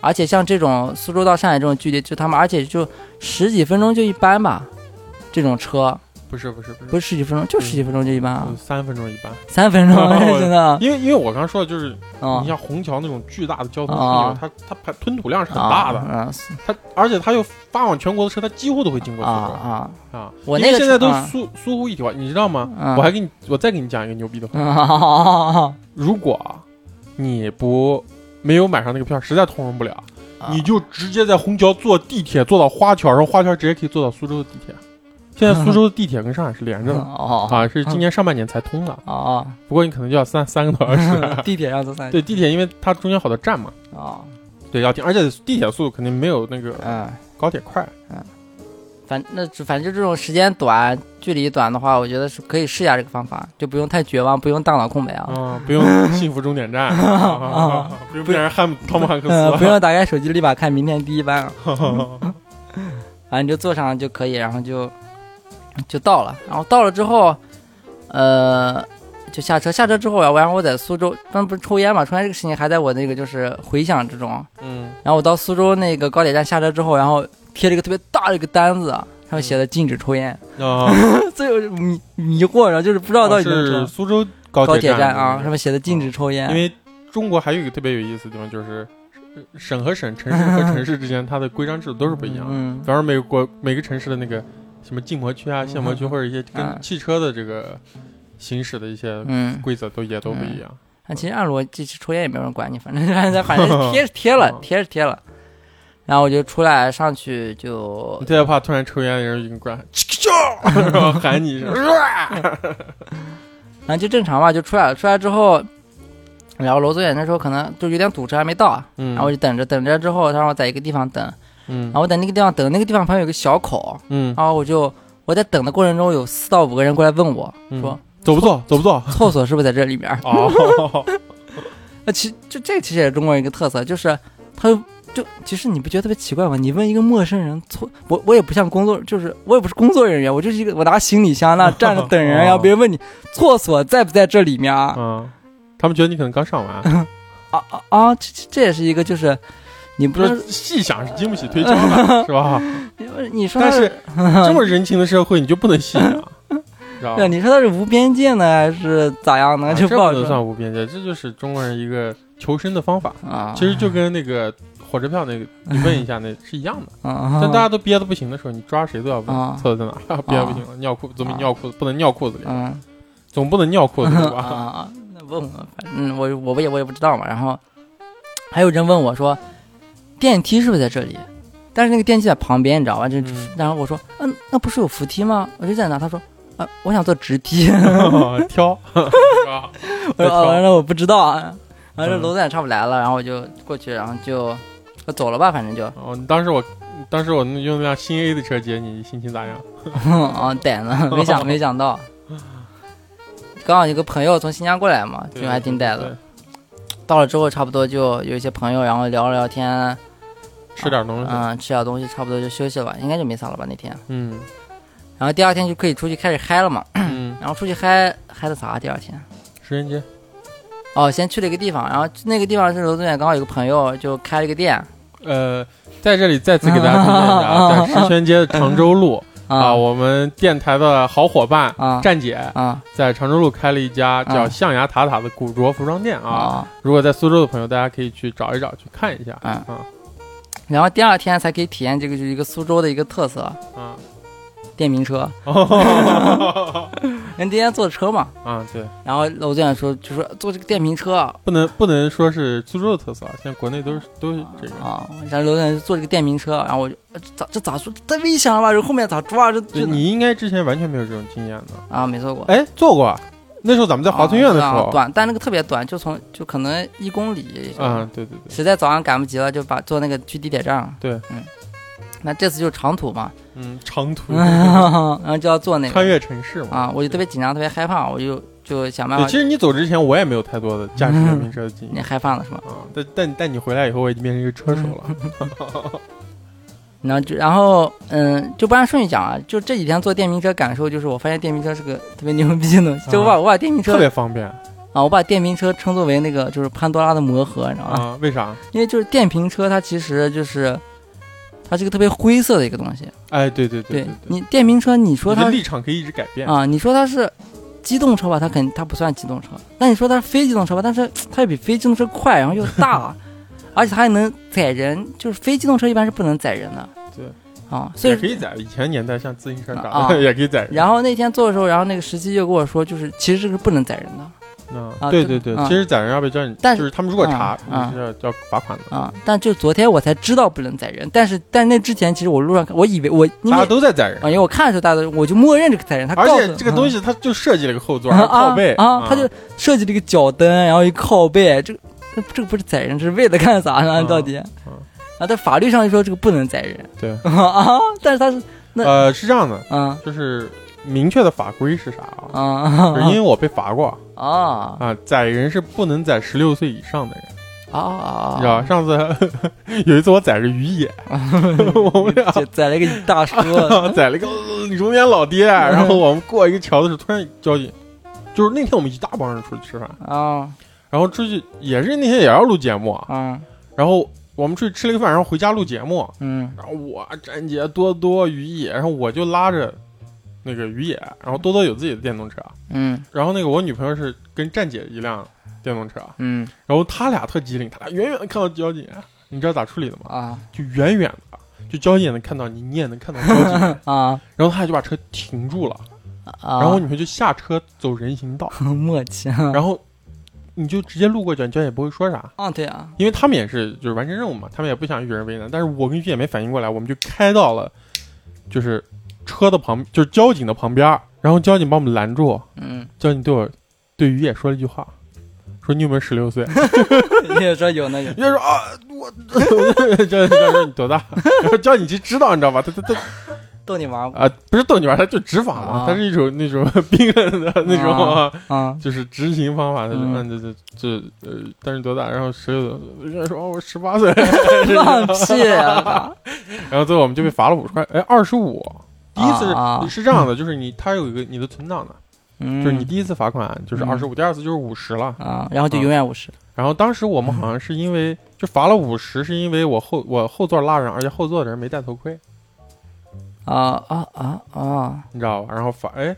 Speaker 2: 而且像这种苏州到上海这种距离，就他们而且就十几分钟就一班吧，这种车
Speaker 1: 不是不是不是，
Speaker 2: 不是十几分钟，就十
Speaker 1: 嗯
Speaker 2: 几分钟就一班啊
Speaker 1: 就，三分钟一班，
Speaker 2: 三分钟
Speaker 1: 我
Speaker 2: 真的，
Speaker 1: 因为因为我刚说的就是，
Speaker 2: 嗯
Speaker 1: 哦你像虹桥那种巨大的交通枢
Speaker 2: 啊
Speaker 1: 纽，它它排吞吐量是很大的，
Speaker 2: 啊
Speaker 1: 它而且它又发往全国的车，它几乎都会经
Speaker 2: 啊
Speaker 1: 过苏州
Speaker 2: 啊！
Speaker 1: 啊。
Speaker 2: 我
Speaker 1: 因为
Speaker 2: 那个
Speaker 1: 现在都
Speaker 2: 车
Speaker 1: 苏苏沪一体化，你知道吗？
Speaker 2: 嗯
Speaker 1: 我还给你，我再给你讲一个牛逼的话，
Speaker 2: 啊，
Speaker 1: 如果你不没有买上那个票，实在通融不了。
Speaker 2: 啊
Speaker 1: 你就直接在虹桥坐地铁坐到花桥，然后花桥直接可以坐到苏州的地铁。现在苏州的地铁跟上海是连着的
Speaker 2: 哦
Speaker 1: 啊，是今年上半年才通的，
Speaker 2: 哦，。
Speaker 1: 不过你可能就要三三个多小时
Speaker 2: 地铁上坐三
Speaker 1: 对地铁，因为它中间好多站嘛，
Speaker 2: 哦，
Speaker 1: 对要停，而且地铁速度肯定没有那个
Speaker 2: 嗯，
Speaker 1: 高铁快。
Speaker 2: 反那只反正就这种时间短、距离短的话，我觉得是可以试一下这个方法，就不用太绝望，不用大脑空白啊，
Speaker 1: 啊，不用幸福终点 站，啊不用变成汉姆汤姆汉克
Speaker 2: 嗯，不
Speaker 1: 斯
Speaker 2: 用打开手机立马看明天第一班啊，
Speaker 1: 了。
Speaker 2: 反正就坐上就可以，然后就就到了，然后到了之后，呃。就下车，下车之后，啊然后然后我在苏州，刚不是抽烟嘛，抽烟这个事情还在我那个就是回想之中。
Speaker 1: 嗯，
Speaker 2: 然后我到苏州那个高铁站下车之后，然后贴了一个特别大的一个单子，啊上面写的禁止抽烟。
Speaker 1: 啊，
Speaker 2: 所以我就迷迷惑，然后就是不知道到
Speaker 1: 哦
Speaker 2: 底能不能
Speaker 1: 是
Speaker 2: 抽
Speaker 1: 苏州
Speaker 2: 高
Speaker 1: 高
Speaker 2: 铁
Speaker 1: 站哦
Speaker 2: 站啊，上面写的禁止抽烟，
Speaker 1: 因为中国还有一个特别有意思的地方，就是省和省、城市和城市之间，它的规章制度都是不一样的。
Speaker 2: 嗯
Speaker 1: 比方说，每个国每个城市的那个什么禁摩区啊、限摩区，
Speaker 2: 嗯
Speaker 1: 或者一些
Speaker 2: 嗯
Speaker 1: 跟汽车的这个行驶的一些
Speaker 2: 嗯，
Speaker 1: 规则，都也都不一样。哦
Speaker 2: 但其实按逻辑抽烟也没有人管你，反正反正反正贴是贴了，贴是贴了。然后我就出来上去就
Speaker 1: 你特别怕突然抽烟，人一个过来， 然后喊你一 声，
Speaker 2: 然后就正常吧，就出来了。出来之后，然后罗宗远那时候可能就有点堵车，还没到，啊
Speaker 1: 嗯，
Speaker 2: 然后我就等着，等着之后，他让我在一个地方等，
Speaker 1: 嗯
Speaker 2: 然后我在那个地方等，那个地方旁边有个小口，
Speaker 1: 嗯
Speaker 2: 然后我就我在等的过程中，有四到五个人过来问我
Speaker 1: 嗯
Speaker 2: 说，
Speaker 1: 走不错，走不错，
Speaker 2: 厕所是不是在这里面儿？
Speaker 1: 哦，
Speaker 2: 那其就这其实也是中国人一个特色，就是他会就其实你不觉得特别奇怪吗？你问一个陌生人错，我我也不像工作，就是我也不是工作人员，我就是一个我拿行李箱那站着等 人，然
Speaker 1: 哦
Speaker 2: 后别人问你厕所在不在这里面啊
Speaker 1: 嗯，他们觉得你可能刚上 完，
Speaker 2: 啊啊啊！这这这也是一个就是你不
Speaker 1: 不
Speaker 2: 是
Speaker 1: 是细想是经不起推敲 的，是吧？
Speaker 2: 你说他
Speaker 1: 但 是这么人情的社会，你就不能细想，知道吧
Speaker 2: 对，？你说他是无边界呢还是咋样呢？
Speaker 1: 啊
Speaker 2: 就
Speaker 1: 这
Speaker 2: 不好
Speaker 1: 不能
Speaker 2: 说
Speaker 1: 算无边界，这就是中国人一个求生的方法。
Speaker 2: 啊。
Speaker 1: 其实就跟那个火车票那个，你问一下那是一样的。
Speaker 2: 啊，
Speaker 1: 但大家都憋得不行的时候，你抓谁都要
Speaker 2: 啊
Speaker 1: 问厕所在哪儿，憋得不行了，尿裤怎么
Speaker 2: 啊
Speaker 1: 尿裤子不能尿裤子里，
Speaker 2: 嗯。
Speaker 1: 总不能尿裤子 里
Speaker 2: 啊
Speaker 1: 吧？
Speaker 2: 啊，那问我，反正嗯我我不也我也不知道嘛。然后还有人问我说，电梯是不是在这里？但是那个电梯在旁边，你知道吧？这、
Speaker 1: 嗯
Speaker 2: 然后我说，嗯、那不是有扶梯吗？我就在那，他说，啊、我想坐直梯。
Speaker 1: 嗯 挑，是吧
Speaker 2: 我
Speaker 1: 在
Speaker 2: 说，
Speaker 1: 挑
Speaker 2: 哦，那我不知道啊。然后这
Speaker 1: 嗯
Speaker 2: 楼总差不来了，然后我就过去，然后就我走了吧，反 正就，
Speaker 1: 哦，你当时我，当时我用那辆新 A 的车接你，你心情咋样？
Speaker 2: 啊，逮 呢，没想没想到。刚好有个朋友从新疆过来嘛，就还挺
Speaker 1: 对
Speaker 2: 逮的。，到了之后，差不多就有一些朋友，然后聊了聊天，
Speaker 1: 对吃点东西，
Speaker 2: 嗯，吃点东西，差不多就休息了吧，应该就没啥了吧那天。
Speaker 1: 嗯
Speaker 2: 然后第二天就可以出去开始嗨了嘛，
Speaker 1: 嗯，
Speaker 2: 然后出去嗨嗨的啥？第二天
Speaker 1: 食人街，
Speaker 2: 哦，先去了一个地方，然后那个地方是罗宗远刚好有个朋友就开了一个店
Speaker 1: 呃，在这里再次给大家推荐一下 啊，在石泉街的常州路 啊，
Speaker 2: 啊
Speaker 1: 我们电台的好伙伴
Speaker 2: 啊
Speaker 1: 站姐
Speaker 2: 啊
Speaker 1: 在常州路开了一家叫
Speaker 2: 啊
Speaker 1: 象牙塔塔的古着服装店啊，
Speaker 2: 啊！
Speaker 1: 如果在苏州的朋友，大家可以去找一找，去看一下
Speaker 2: 嗯
Speaker 1: 啊
Speaker 2: 然后第二天才可以体验这个就是一个苏州的一个特色
Speaker 1: 啊
Speaker 2: 电瓶车，
Speaker 1: 哦
Speaker 2: 人今天坐车嘛，
Speaker 1: 啊！对，
Speaker 2: 然后罗宗远说就说坐这个电瓶车啊，
Speaker 1: 不能不能说是苏州的特色，啊，现在国内都是都是这个。
Speaker 2: 然后罗宗远就坐这个电瓶车，然后我就呃这咋这咋说太危险了吧？这后面咋抓？这
Speaker 1: 对
Speaker 2: 这
Speaker 1: 你应该之前完全没有这种经验的。
Speaker 2: 啊没坐过。
Speaker 1: 哎，做过啊，那时候咱们在华村院的时
Speaker 2: 啊啊
Speaker 1: 候，
Speaker 2: 短，但那个特别短，就从就可能一公里也就。
Speaker 1: 嗯，对对对，
Speaker 2: 实在早上赶不及了，就把坐那个去地铁站。
Speaker 1: 对，
Speaker 2: 嗯，那这次就长途嘛，
Speaker 1: 嗯，长 途
Speaker 2: 然后就要坐那
Speaker 1: 穿
Speaker 2: 个
Speaker 1: 越城市嘛。
Speaker 2: 啊，我啊就特别紧张，特别害怕，我就就想办
Speaker 1: 对，
Speaker 2: 法
Speaker 1: 其。实你走之前我也没有太多的驾驶电瓶车的经
Speaker 2: 你
Speaker 1: 验
Speaker 2: 害怕了是吗？
Speaker 1: 啊，但但但你回来以后，我已经变成一个车手
Speaker 2: 嗯
Speaker 1: 了。
Speaker 2: 然后就然后嗯，就不按顺序讲啊，就这几天坐电瓶车感受就是，我发现电瓶车是个特别牛逼的东西，就我把
Speaker 1: 啊
Speaker 2: 我把电瓶
Speaker 1: 特
Speaker 2: 车
Speaker 1: 别方便
Speaker 2: 啊，我把电瓶车称作为那个就是潘多拉的魔盒，你知道吗？
Speaker 1: 啊！为啥？
Speaker 2: 因为就是电瓶车它其实就是它是个特别灰色的一个东西，
Speaker 1: 哎，对对对
Speaker 2: 对
Speaker 1: 对对，
Speaker 2: 你电瓶车，你说
Speaker 1: 你
Speaker 2: 它
Speaker 1: 的
Speaker 2: 是
Speaker 1: 立场可以一直改变。
Speaker 2: 啊，你说它是机动车吧，它肯它不算机动车。那你说它是非机动车吧，但是它又比非机动车快，然后又 大，而且它还能载人，就是非机动车一般是不能载人的。
Speaker 1: 对。
Speaker 2: 啊，所以
Speaker 1: 也可以载。以前年代像自行车啥的、
Speaker 2: 啊
Speaker 1: 也可以载人。
Speaker 2: 然后那天坐的时候，然后那个司机就跟我说，就是其实这个是不能载人的
Speaker 1: 嗯
Speaker 2: 啊
Speaker 1: 对
Speaker 2: 对
Speaker 1: 对对，
Speaker 2: 啊
Speaker 1: 其实载人要被叫你，
Speaker 2: 但是
Speaker 1: 就是他们如果查，
Speaker 2: 啊啊
Speaker 1: 你是要要罚款的。
Speaker 2: 啊。但就昨天我才知道不能载人，但是但那之前其实我路上看我以为我因
Speaker 1: 大
Speaker 2: 为
Speaker 1: 家
Speaker 2: 啊，
Speaker 1: 都在载人，
Speaker 2: 因为我看的时候大家都我就默认这个载人，他
Speaker 1: 而
Speaker 2: 告
Speaker 1: 且
Speaker 2: 诉
Speaker 1: 这个
Speaker 2: 嗯
Speaker 1: 东西它就设计了一个后座，还
Speaker 2: 啊
Speaker 1: 有靠背嗯
Speaker 2: 啊，他就设计了一个脚蹬，然后一靠背，这个这这个不是载人，这是为了干啥呢？
Speaker 1: 嗯
Speaker 2: 到底？啊，在法律上就说这个不能载人
Speaker 1: 对，
Speaker 2: 啊，但是他是那
Speaker 1: 呃，是这样的，
Speaker 2: 啊
Speaker 1: 就是明确的法规是啥啊？就是因
Speaker 2: 啊
Speaker 1: 为我被罚过
Speaker 2: 啊
Speaker 1: 啊，载人是不能载十六岁以上的人，
Speaker 2: 啊！
Speaker 1: 你知道吧？上次 有一次我载着于 野，我们俩
Speaker 2: 就载了一个大叔，
Speaker 1: 宰了一个呃中年老爹，然 后我们过一个桥的时候，突然交警，就是那天我们一大帮人出去吃饭，
Speaker 2: 啊
Speaker 1: 然后出去也是那天也要录节目，
Speaker 2: 啊
Speaker 1: 然后我们出去吃了个饭，然后回家录节目，
Speaker 2: 嗯
Speaker 1: 然后我展姐多多于野，然后我就拉着那个于野，然后多多有自己的电动车，
Speaker 2: 嗯
Speaker 1: 然后那个我女朋友是跟站姐一辆电动车，
Speaker 2: 嗯
Speaker 1: 然后他俩特机灵，他俩远远地看到交警，你知道咋处理的吗？
Speaker 2: 啊
Speaker 1: 就远远的，就交警也能看到你，你也能看到交警，
Speaker 2: 啊
Speaker 1: 然后他俩就把车停住了。
Speaker 2: 啊！
Speaker 1: 然后我女朋友就下车走人行道，
Speaker 2: 默契啊
Speaker 1: 然后你就直接路过卷卷也不会说啥，
Speaker 2: 啊，对啊，
Speaker 1: 因为他们也是就是完成任务嘛，他们也不想与人为难。但是我跟玉姐没反应过来，我们就开到了就是车的旁，就是交警的旁边儿，然后交警把我们拦住，
Speaker 2: 嗯，
Speaker 1: 交警对我对于野说了一句话，说你有没有十六 岁？
Speaker 2: 你也说有那个，
Speaker 1: 人家说啊，我 交警说你多大？ 然后交警就知道你知道吧？他他他
Speaker 2: 逗你玩儿
Speaker 1: 啊，不是逗你玩儿，他就执法嘛
Speaker 2: 啊，
Speaker 1: 他是一种那种冰冷的那种啊。
Speaker 2: 啊，
Speaker 1: 就是执行方法，他就
Speaker 2: 嗯
Speaker 1: 按这这这呃，但是多大？然后十六岁，人家说哦我十八岁，
Speaker 2: 放屁啊！
Speaker 1: 然后最后我们就被罚了五十块，哎，二十五。第一次是、
Speaker 2: 啊
Speaker 1: 是这样的，就是你他有一个你的存档的，
Speaker 2: 嗯，
Speaker 1: 就是你第一次罚款就是
Speaker 2: 嗯
Speaker 1: 二十五，第二次就是五十了。
Speaker 2: 啊，然后就永远五十
Speaker 1: 然后当时我们好像是因为就罚了五十，是因为我后我后座拉人，而且后座的人没戴头盔，
Speaker 2: 啊啊啊啊！
Speaker 1: 你知道吧？然后罚哎。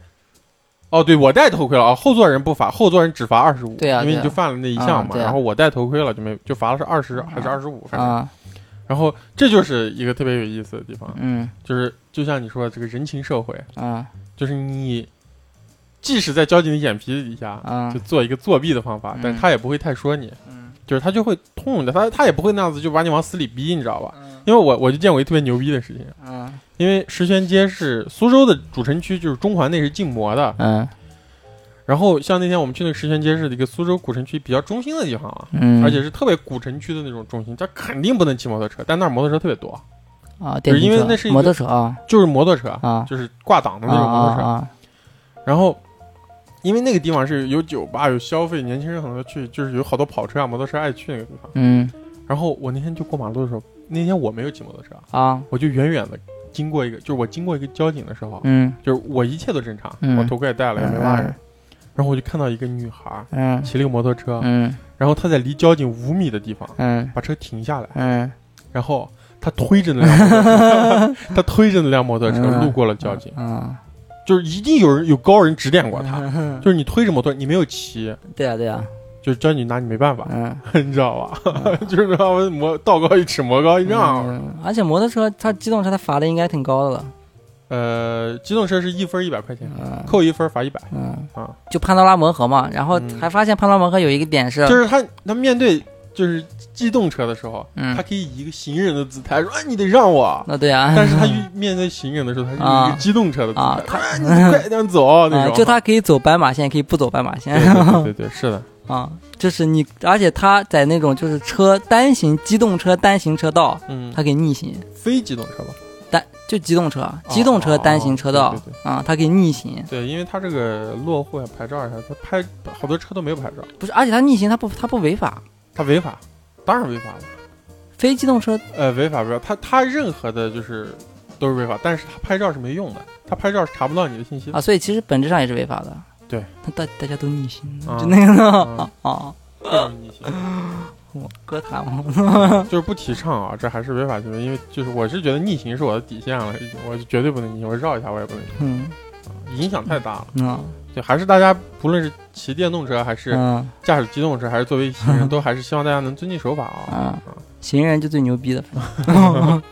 Speaker 1: 哦，对，我戴头盔了啊，后座人不罚，后座人只罚二十五，
Speaker 2: 对啊
Speaker 1: 因为
Speaker 2: 对啊
Speaker 1: 你就犯了那一项
Speaker 2: 啊
Speaker 1: 嘛。
Speaker 2: 对啊嗯
Speaker 1: 然后我戴头盔了，就没就罚了是二十还是二十五，反正
Speaker 2: 啊，
Speaker 1: 然后这就是一个特别有意思的地方，
Speaker 2: 嗯
Speaker 1: 就是就像你说的这个人情社会，
Speaker 2: 啊
Speaker 1: 就是你即使在交警的眼皮子底下，
Speaker 2: 啊
Speaker 1: 就做一个作弊的方法
Speaker 2: 嗯，
Speaker 1: 但是他也不会太说你，
Speaker 2: 嗯
Speaker 1: 就是他就会通融的，他他也不会那样子就把你往死里逼，你知道吧？
Speaker 2: 嗯
Speaker 1: 因为我我就见过一个特别牛逼的事情，
Speaker 2: 嗯
Speaker 1: 因为石泉街是苏州的主城区，就是中环内是禁摩的，
Speaker 2: 嗯
Speaker 1: 然后像那天我们去那个石泉街是一个苏州古城区比较中心的地方啊。
Speaker 2: 嗯，
Speaker 1: 而且是特别古城区的那种中心，它肯定不能骑摩托车，但那儿摩托车特别多，
Speaker 2: 啊，电
Speaker 1: 是因
Speaker 2: 瓶
Speaker 1: 为
Speaker 2: 车
Speaker 1: 那是一
Speaker 2: 摩
Speaker 1: 个
Speaker 2: 托车啊
Speaker 1: 就是摩托车
Speaker 2: 啊
Speaker 1: 就是挂档的
Speaker 2: 啊
Speaker 1: 那种摩托车。
Speaker 2: 啊
Speaker 1: 然后，因为那个地方是有酒吧、有消费，年轻人很多去，就是有好多跑车啊、摩托车爱去那个地方。
Speaker 2: 嗯
Speaker 1: 然后我那天就过马路的时候，那天我没有骑摩托车啊，
Speaker 2: 啊
Speaker 1: 我就远远的经过一个，就是我经过一个交警的时候，
Speaker 2: 嗯
Speaker 1: 就是我一切都正常，
Speaker 2: 嗯
Speaker 1: 我头盔也戴了，也没骂人。
Speaker 2: 嗯
Speaker 1: 然后我就看到一个女孩
Speaker 2: 嗯
Speaker 1: 骑了一个摩托车，
Speaker 2: 嗯
Speaker 1: 然后她在离交警五米的地方
Speaker 2: 嗯
Speaker 1: 把车停下来，
Speaker 2: 嗯
Speaker 1: 然后她推着那辆摩 托车，她推着那辆摩托车
Speaker 2: 嗯
Speaker 1: 路过了交警，
Speaker 2: 嗯，
Speaker 1: 就是一定有人有高人指点过她。就是你推着摩托，你没有骑，
Speaker 2: 对啊对啊，
Speaker 1: 就是交警拿你没办法，
Speaker 2: 嗯。
Speaker 1: 你知道吧？就是说魔道高一尺，魔高一丈。
Speaker 2: 嗯而且摩托车，它机动车它罚的应该挺高的了，
Speaker 1: 呃，机动车是一分一百块钱，
Speaker 2: 嗯
Speaker 1: 扣一分罚一百，
Speaker 2: 嗯
Speaker 1: 啊，嗯
Speaker 2: 就潘多拉魔盒嘛，然后还发现潘多拉魔盒有一个点是，
Speaker 1: 就是他他面对就是机动车的时候，
Speaker 2: 嗯
Speaker 1: 他可以以一个行人的姿态说：“哎，你得让我。
Speaker 2: 那对”啊，
Speaker 1: 但是他遇面对行人的时候，他是一
Speaker 2: 啊
Speaker 1: 个机动车的姿
Speaker 2: 啊
Speaker 1: 态，说哎你得快点走那
Speaker 2: 啊，
Speaker 1: 种。
Speaker 2: 就他可以走斑马线，可以不走斑马线
Speaker 1: 对，对对对，是的，
Speaker 2: 啊，就是你，而且他在那种就是车单行机动车单行车道，
Speaker 1: 嗯，
Speaker 2: 它可以逆行，
Speaker 1: 非机动车吧，
Speaker 2: 单就机动车，机动车单行车
Speaker 1: 哦
Speaker 2: 道
Speaker 1: 哦对对
Speaker 2: 啊，它可以逆行，
Speaker 1: 对，因为他这个落户呀、牌照呀，他拍好多车都没有牌照，
Speaker 2: 不是，而且它逆行它不它不违法，
Speaker 1: 他违法，当然违法了。
Speaker 2: 非机动车
Speaker 1: 呃，违法违法，他他任何的就是都是违法，但是他拍照是没用的，他拍照是查不到你的信息的。
Speaker 2: 啊，所以其实本质上也是违法的。
Speaker 1: 对，
Speaker 2: 那大大家都逆行，
Speaker 1: 啊
Speaker 2: 就那个
Speaker 1: 啊
Speaker 2: 啊啊，
Speaker 1: 各种逆行
Speaker 2: 我哥他嘛，
Speaker 1: 就是不提倡啊，这还是违法行为，因为就是我是觉得逆行是我的底线了，已经，我就绝对不能逆行，我绕一下我也不能逆
Speaker 2: 嗯
Speaker 1: 行，影响太大了。
Speaker 2: 嗯
Speaker 1: 就还是大家不论是骑电动车还是
Speaker 2: 嗯
Speaker 1: 驾驶机动车，还是作为行人，都还是希望大家能遵纪守法啊。
Speaker 2: 啊，行人就最牛逼的， 反正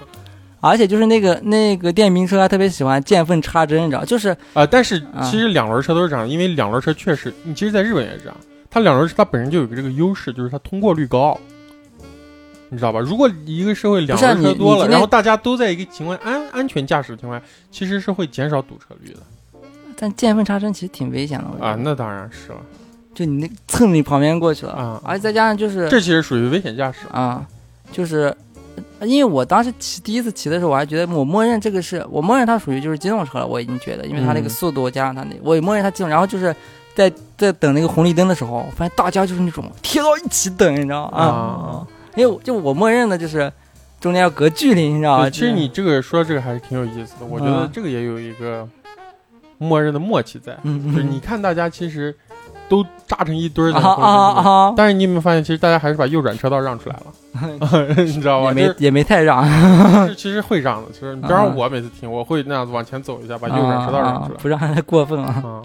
Speaker 2: 而且就是那个那个电瓶车，他特别喜欢见缝插针，你知道，就是
Speaker 1: 啊，但是
Speaker 2: 啊
Speaker 1: 其实两轮车都是这样，因为两轮车确实，你其实在日本也是这样，它两轮车它本身就有这个优势，就是它通过率高，你知道吧？如果一个社会两
Speaker 2: 不是啊
Speaker 1: 轮车多
Speaker 2: 你你
Speaker 1: 了，
Speaker 2: 今天
Speaker 1: 然后大家都在一个情况安安全驾驶的情况下，其实是会减少堵车率的
Speaker 2: 但见缝插针其实挺危险的，我觉得
Speaker 1: 啊。那当然是了，
Speaker 2: 就你那蹭你旁边过去了，
Speaker 1: 啊
Speaker 2: 而且再加上就是
Speaker 1: 这其实属于危险驾驶。
Speaker 2: 啊，就是呃因为我当时骑第一次骑的时候，我还觉得我默认这个是我默认它属于就是机动车了，我已经觉得，因为它那个
Speaker 1: 嗯
Speaker 2: 速度加上它那，我也默认它机动，然后就是在在等那个红绿灯的时候，我发现大家就是那种贴到一起等，你知道吗？
Speaker 1: 啊，
Speaker 2: 因为我就我默认的就是中间要隔距离，你知道吗？
Speaker 1: 对其实你这个说这个还是挺有意思的，我觉得
Speaker 2: 啊嗯
Speaker 1: 这个也有一个默认的默契在，
Speaker 2: 嗯，
Speaker 1: 就是你看大家其实都扎成一堆儿在
Speaker 2: 啊
Speaker 1: 那后面。
Speaker 2: 啊啊，
Speaker 1: 但是你有没有发现，其实大家还是把右转车道让出来 了，你知道
Speaker 2: 也
Speaker 1: 吗？
Speaker 2: 没也没太让，
Speaker 1: 就是其实会让的，就是你比方
Speaker 2: 啊
Speaker 1: 说我每次停，我会那样子往前走一下，把右转车道让出
Speaker 2: 啊
Speaker 1: 来。
Speaker 2: 不让它过分啊。
Speaker 1: 啊，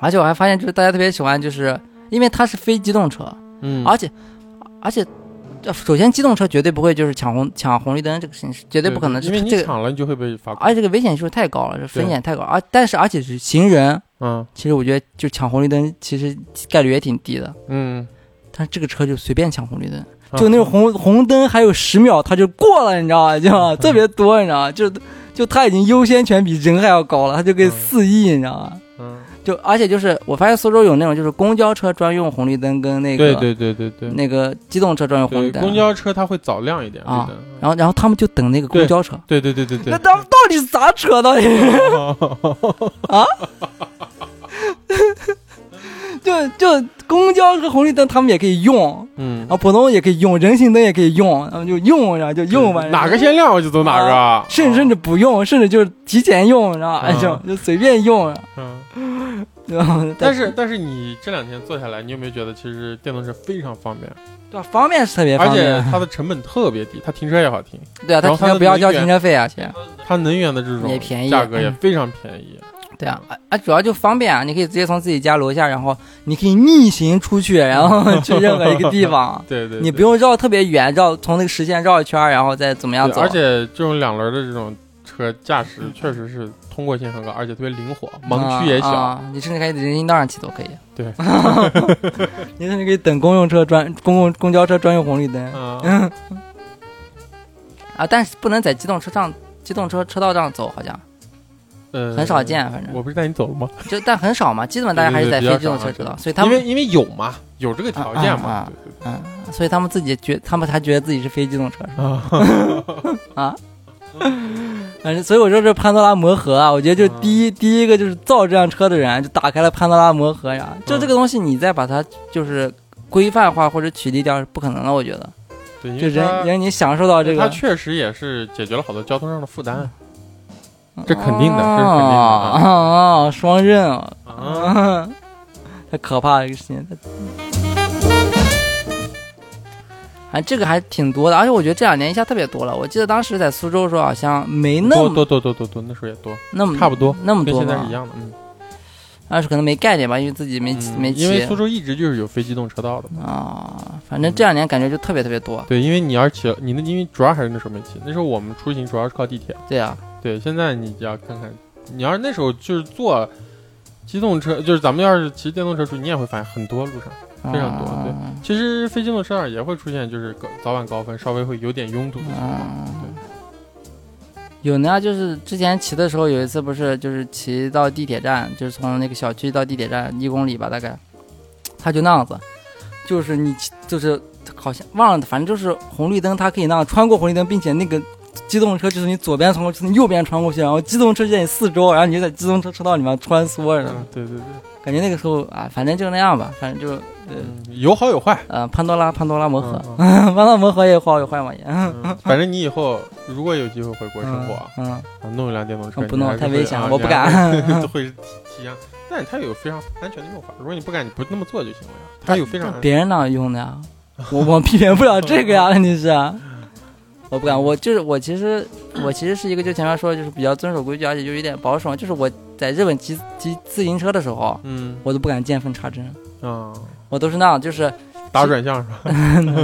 Speaker 2: 而且我还发现，就是大家特别喜欢，就是因为它是非机动车，
Speaker 1: 嗯，
Speaker 2: 而且而且，呃首先机动车绝对不会就是抢红抢红绿灯这个事情是绝
Speaker 1: 对
Speaker 2: 对不可能，
Speaker 1: 因为
Speaker 2: 是
Speaker 1: 你
Speaker 2: 这个，
Speaker 1: 抢了你就会被罚款。
Speaker 2: 而且这个危险系数太高了，这风
Speaker 1: 对
Speaker 2: 险太高，而但是而且是行人
Speaker 1: 嗯
Speaker 2: 其实我觉得就抢红绿灯，其实概率也挺低的。
Speaker 1: 嗯，
Speaker 2: 但这个车就随便抢红绿灯，
Speaker 1: 啊
Speaker 2: 就那种红红灯还有十秒，它就过了，你知道吧？
Speaker 1: 嗯
Speaker 2: 就特别多，你知道吧？就就它已经优先权比人还要高了，它就可以
Speaker 1: 嗯
Speaker 2: 肆意，你知道吧？
Speaker 1: 嗯，
Speaker 2: 就而且就是我发现苏州有那种就是公交车专用红绿灯跟那
Speaker 1: 对
Speaker 2: 个
Speaker 1: 对对对对
Speaker 2: 那个机动车专用红绿
Speaker 1: 对，
Speaker 2: 灯，
Speaker 1: 公交车它会早亮一点，
Speaker 2: 啊
Speaker 1: 绿灯
Speaker 2: 然后然后他们就等那个公
Speaker 1: 对
Speaker 2: 交车，
Speaker 1: 对对对对对
Speaker 2: 那，他们到底是咋扯到底？ 就就公交车红绿灯他们也可以用，
Speaker 1: 嗯，
Speaker 2: 啊，普通也可以用，人行灯也可以用，他们就用，然后就用吧，
Speaker 1: 哪个先亮我就走哪个，啊
Speaker 2: 甚甚至不用，甚至就是提前用，你知道吧？
Speaker 1: 嗯
Speaker 2: 就就随便用，
Speaker 1: 嗯。
Speaker 2: 对吧？
Speaker 1: 但是但是你这两天坐下来，你有没有觉得其实电动车非常方便，
Speaker 2: 对吧？方便是特别
Speaker 1: 而
Speaker 2: 方
Speaker 1: 且
Speaker 2: 便，
Speaker 1: 它的成本特别低，它停车也好停，
Speaker 2: 对啊，
Speaker 1: 然
Speaker 2: 他
Speaker 1: 后
Speaker 2: 停
Speaker 1: 它
Speaker 2: 车
Speaker 1: 的
Speaker 2: 不要
Speaker 1: 能
Speaker 2: 交
Speaker 1: 源
Speaker 2: 停车费啊，其实
Speaker 1: 它能源的这种
Speaker 2: 也便宜
Speaker 1: 价格也
Speaker 2: 嗯
Speaker 1: 非常便宜。
Speaker 2: 对啊，啊啊，主要就方便啊，你可以直接从自己家楼下，然后你可以逆行出去，然后去任何一个地方，
Speaker 1: 对对，
Speaker 2: 你
Speaker 1: 对
Speaker 2: 不用绕特别远，绕从那个实线绕一圈儿，然后再怎么样
Speaker 1: 对
Speaker 2: 走，嗯
Speaker 1: 而且这种两轮的这种车驾驶确实是通过性很高，而且特别灵活，盲区也小。
Speaker 2: 啊啊你甚至可以人行道上骑都可以。
Speaker 1: 对，
Speaker 2: 你甚至可以等公用车专公共公交车专用红绿灯
Speaker 1: 嗯，
Speaker 2: 啊，但是不能在机动车上机动车车道上走，好像
Speaker 1: 呃
Speaker 2: 很少。见，反正
Speaker 1: 我不是带你走了吗？
Speaker 2: 就但很少嘛，基本上大家还是在非机动车车道，所以他
Speaker 1: 因为
Speaker 2: 们
Speaker 1: 因为有嘛，有这个条件嘛。
Speaker 2: 啊啊啊
Speaker 1: 对对对
Speaker 2: 嗯，所以他们自己觉他们还觉得自己是非机动车
Speaker 1: 啊，
Speaker 2: 啊。反正，所以我说这潘多拉魔盒啊，我觉得就
Speaker 1: 嗯
Speaker 2: 第一、第一个就是造这辆车的人就打开了潘多拉魔盒
Speaker 1: 嗯
Speaker 2: 呀。就这个东西，你再把它就是规范化或者取缔掉是不可能的，我觉得。
Speaker 1: 对，因
Speaker 2: 就
Speaker 1: 为它
Speaker 2: 人人你享受到这
Speaker 1: 它
Speaker 2: 个，
Speaker 1: 确实也是解决了好多交通上的负担，啊这肯定的，这是肯定的
Speaker 2: 哦
Speaker 1: 啊。
Speaker 2: 哦，双刃啊，
Speaker 1: 啊，
Speaker 2: 太可怕了这个事情。反哎正这个还挺多的，而且我觉得这两年一下特别多了。我记得当时在苏州的时候，好像没那
Speaker 1: 多
Speaker 2: 么
Speaker 1: 多多多多多，那时候也多，
Speaker 2: 那么
Speaker 1: 差不多，
Speaker 2: 那么
Speaker 1: 跟
Speaker 2: 多
Speaker 1: 现在是
Speaker 2: 吧
Speaker 1: 一，样的。嗯，
Speaker 2: 但是可能没概念吧，因为自己没
Speaker 1: 嗯
Speaker 2: 没
Speaker 1: 因为
Speaker 2: 骑
Speaker 1: 苏州一直就是有非机动车道的嘛。
Speaker 2: 啊。反正这两年感觉就特别特别多。
Speaker 1: 对，因为你要骑，你那因为主要还是那时候没骑，那时候我们出行主要是靠地铁。
Speaker 2: 对啊，
Speaker 1: 对，现在你要看看，你要是那时候就是坐机动车，就是咱们要是骑电动车出去，你也会发现很多路上，非常多对
Speaker 2: 啊
Speaker 1: 其实非机动车上也会出现，就是高早晚高峰稍微会有点拥堵的情
Speaker 2: 嗯
Speaker 1: 况。
Speaker 2: 有呢，就是之前骑的时候，有一次不是就是骑到地铁站，就是从那个小区到地铁站一公里吧，大概，他就那样子，就是你骑就是好像忘了，反正就是红绿灯，它可以那样穿过红绿灯，并且那个机动车就是你左边穿过去，从右边穿过去，然后机动车就在你四周，然后你就在机动车车道里面穿梭
Speaker 1: 对
Speaker 2: 着，
Speaker 1: 嗯，对对对，
Speaker 2: 感觉那个时候啊，反正就那样吧，反正就
Speaker 1: 嗯，有好有坏。
Speaker 2: 呃潘多拉潘多拉魔盒，
Speaker 1: 嗯嗯
Speaker 2: 潘多拉魔盒也好有坏嘛也，嗯
Speaker 1: 嗯反正你以后如果有机会回国生活，
Speaker 2: 嗯，
Speaker 1: 啊弄一辆电动车，
Speaker 2: 嗯不
Speaker 1: 你
Speaker 2: 弄
Speaker 1: 还是
Speaker 2: 太
Speaker 1: 会
Speaker 2: 危险了
Speaker 1: 啊
Speaker 2: 我不
Speaker 1: 你还是
Speaker 2: 敢
Speaker 1: 会 会体验。但是它有非常安全的用法，如果你不敢，你不那么做就行了呀。它
Speaker 2: 但
Speaker 1: 有非常安全
Speaker 2: 哎别人那用 的呀，我我避免不了这个呀，问题是，啊
Speaker 1: 嗯
Speaker 2: 我不敢，我就是我其实我其实是一个就前面说的就是比较遵守规矩，而且就有点保守嘛，就是我在日本骑骑自行车的时候，
Speaker 1: 嗯
Speaker 2: 我都不敢见缝插针，
Speaker 1: 啊，
Speaker 2: 我都是那样，就是
Speaker 1: 打转向是吧？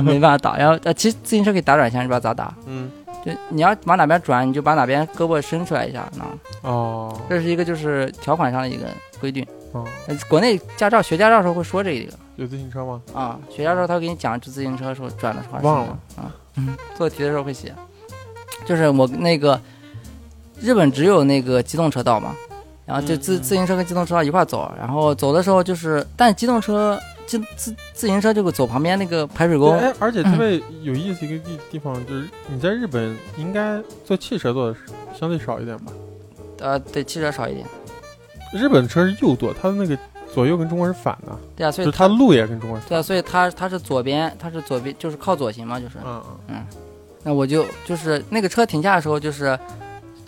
Speaker 2: 没办法打，然后呃，其实自行车可以打转向，你不知道咋打，
Speaker 1: 嗯
Speaker 2: 就你要往哪边转，你就把哪边胳膊伸出来一下，那样
Speaker 1: 哦
Speaker 2: 这是一个就是条款上的一个规定，
Speaker 1: 哦，
Speaker 2: 呃国内驾照学驾照的时候会说这个。
Speaker 1: 有自行车吗？
Speaker 2: 啊，学校时候他会给你讲自行车的时候转的话是
Speaker 1: 忘
Speaker 2: 什么
Speaker 1: 了
Speaker 2: 啊，嗯，做题的时候会写，就是我那个日本只有那个机动车道嘛，然后就
Speaker 1: 嗯
Speaker 2: 自
Speaker 1: 嗯
Speaker 2: 自行车跟机动车道一块儿走，然后走的时候就是，但机动车机自自行车就会走旁边那个排水沟
Speaker 1: 对，哎，而且
Speaker 2: 嗯
Speaker 1: 特别有意思一个地地方就是你在日本应该坐汽车坐的相对少一点吧？
Speaker 2: 呃，对，汽车少一点，
Speaker 1: 日本车是右舵，它的那个左右跟中国是反的，
Speaker 2: 对啊，所
Speaker 1: 就
Speaker 2: 以
Speaker 1: 是它路也跟中国是
Speaker 2: 对啊，所以他他是左边，他是左边就是靠左行嘛，就是，
Speaker 1: 反的。啊
Speaker 2: 那我就就是那个车停下的时候，就是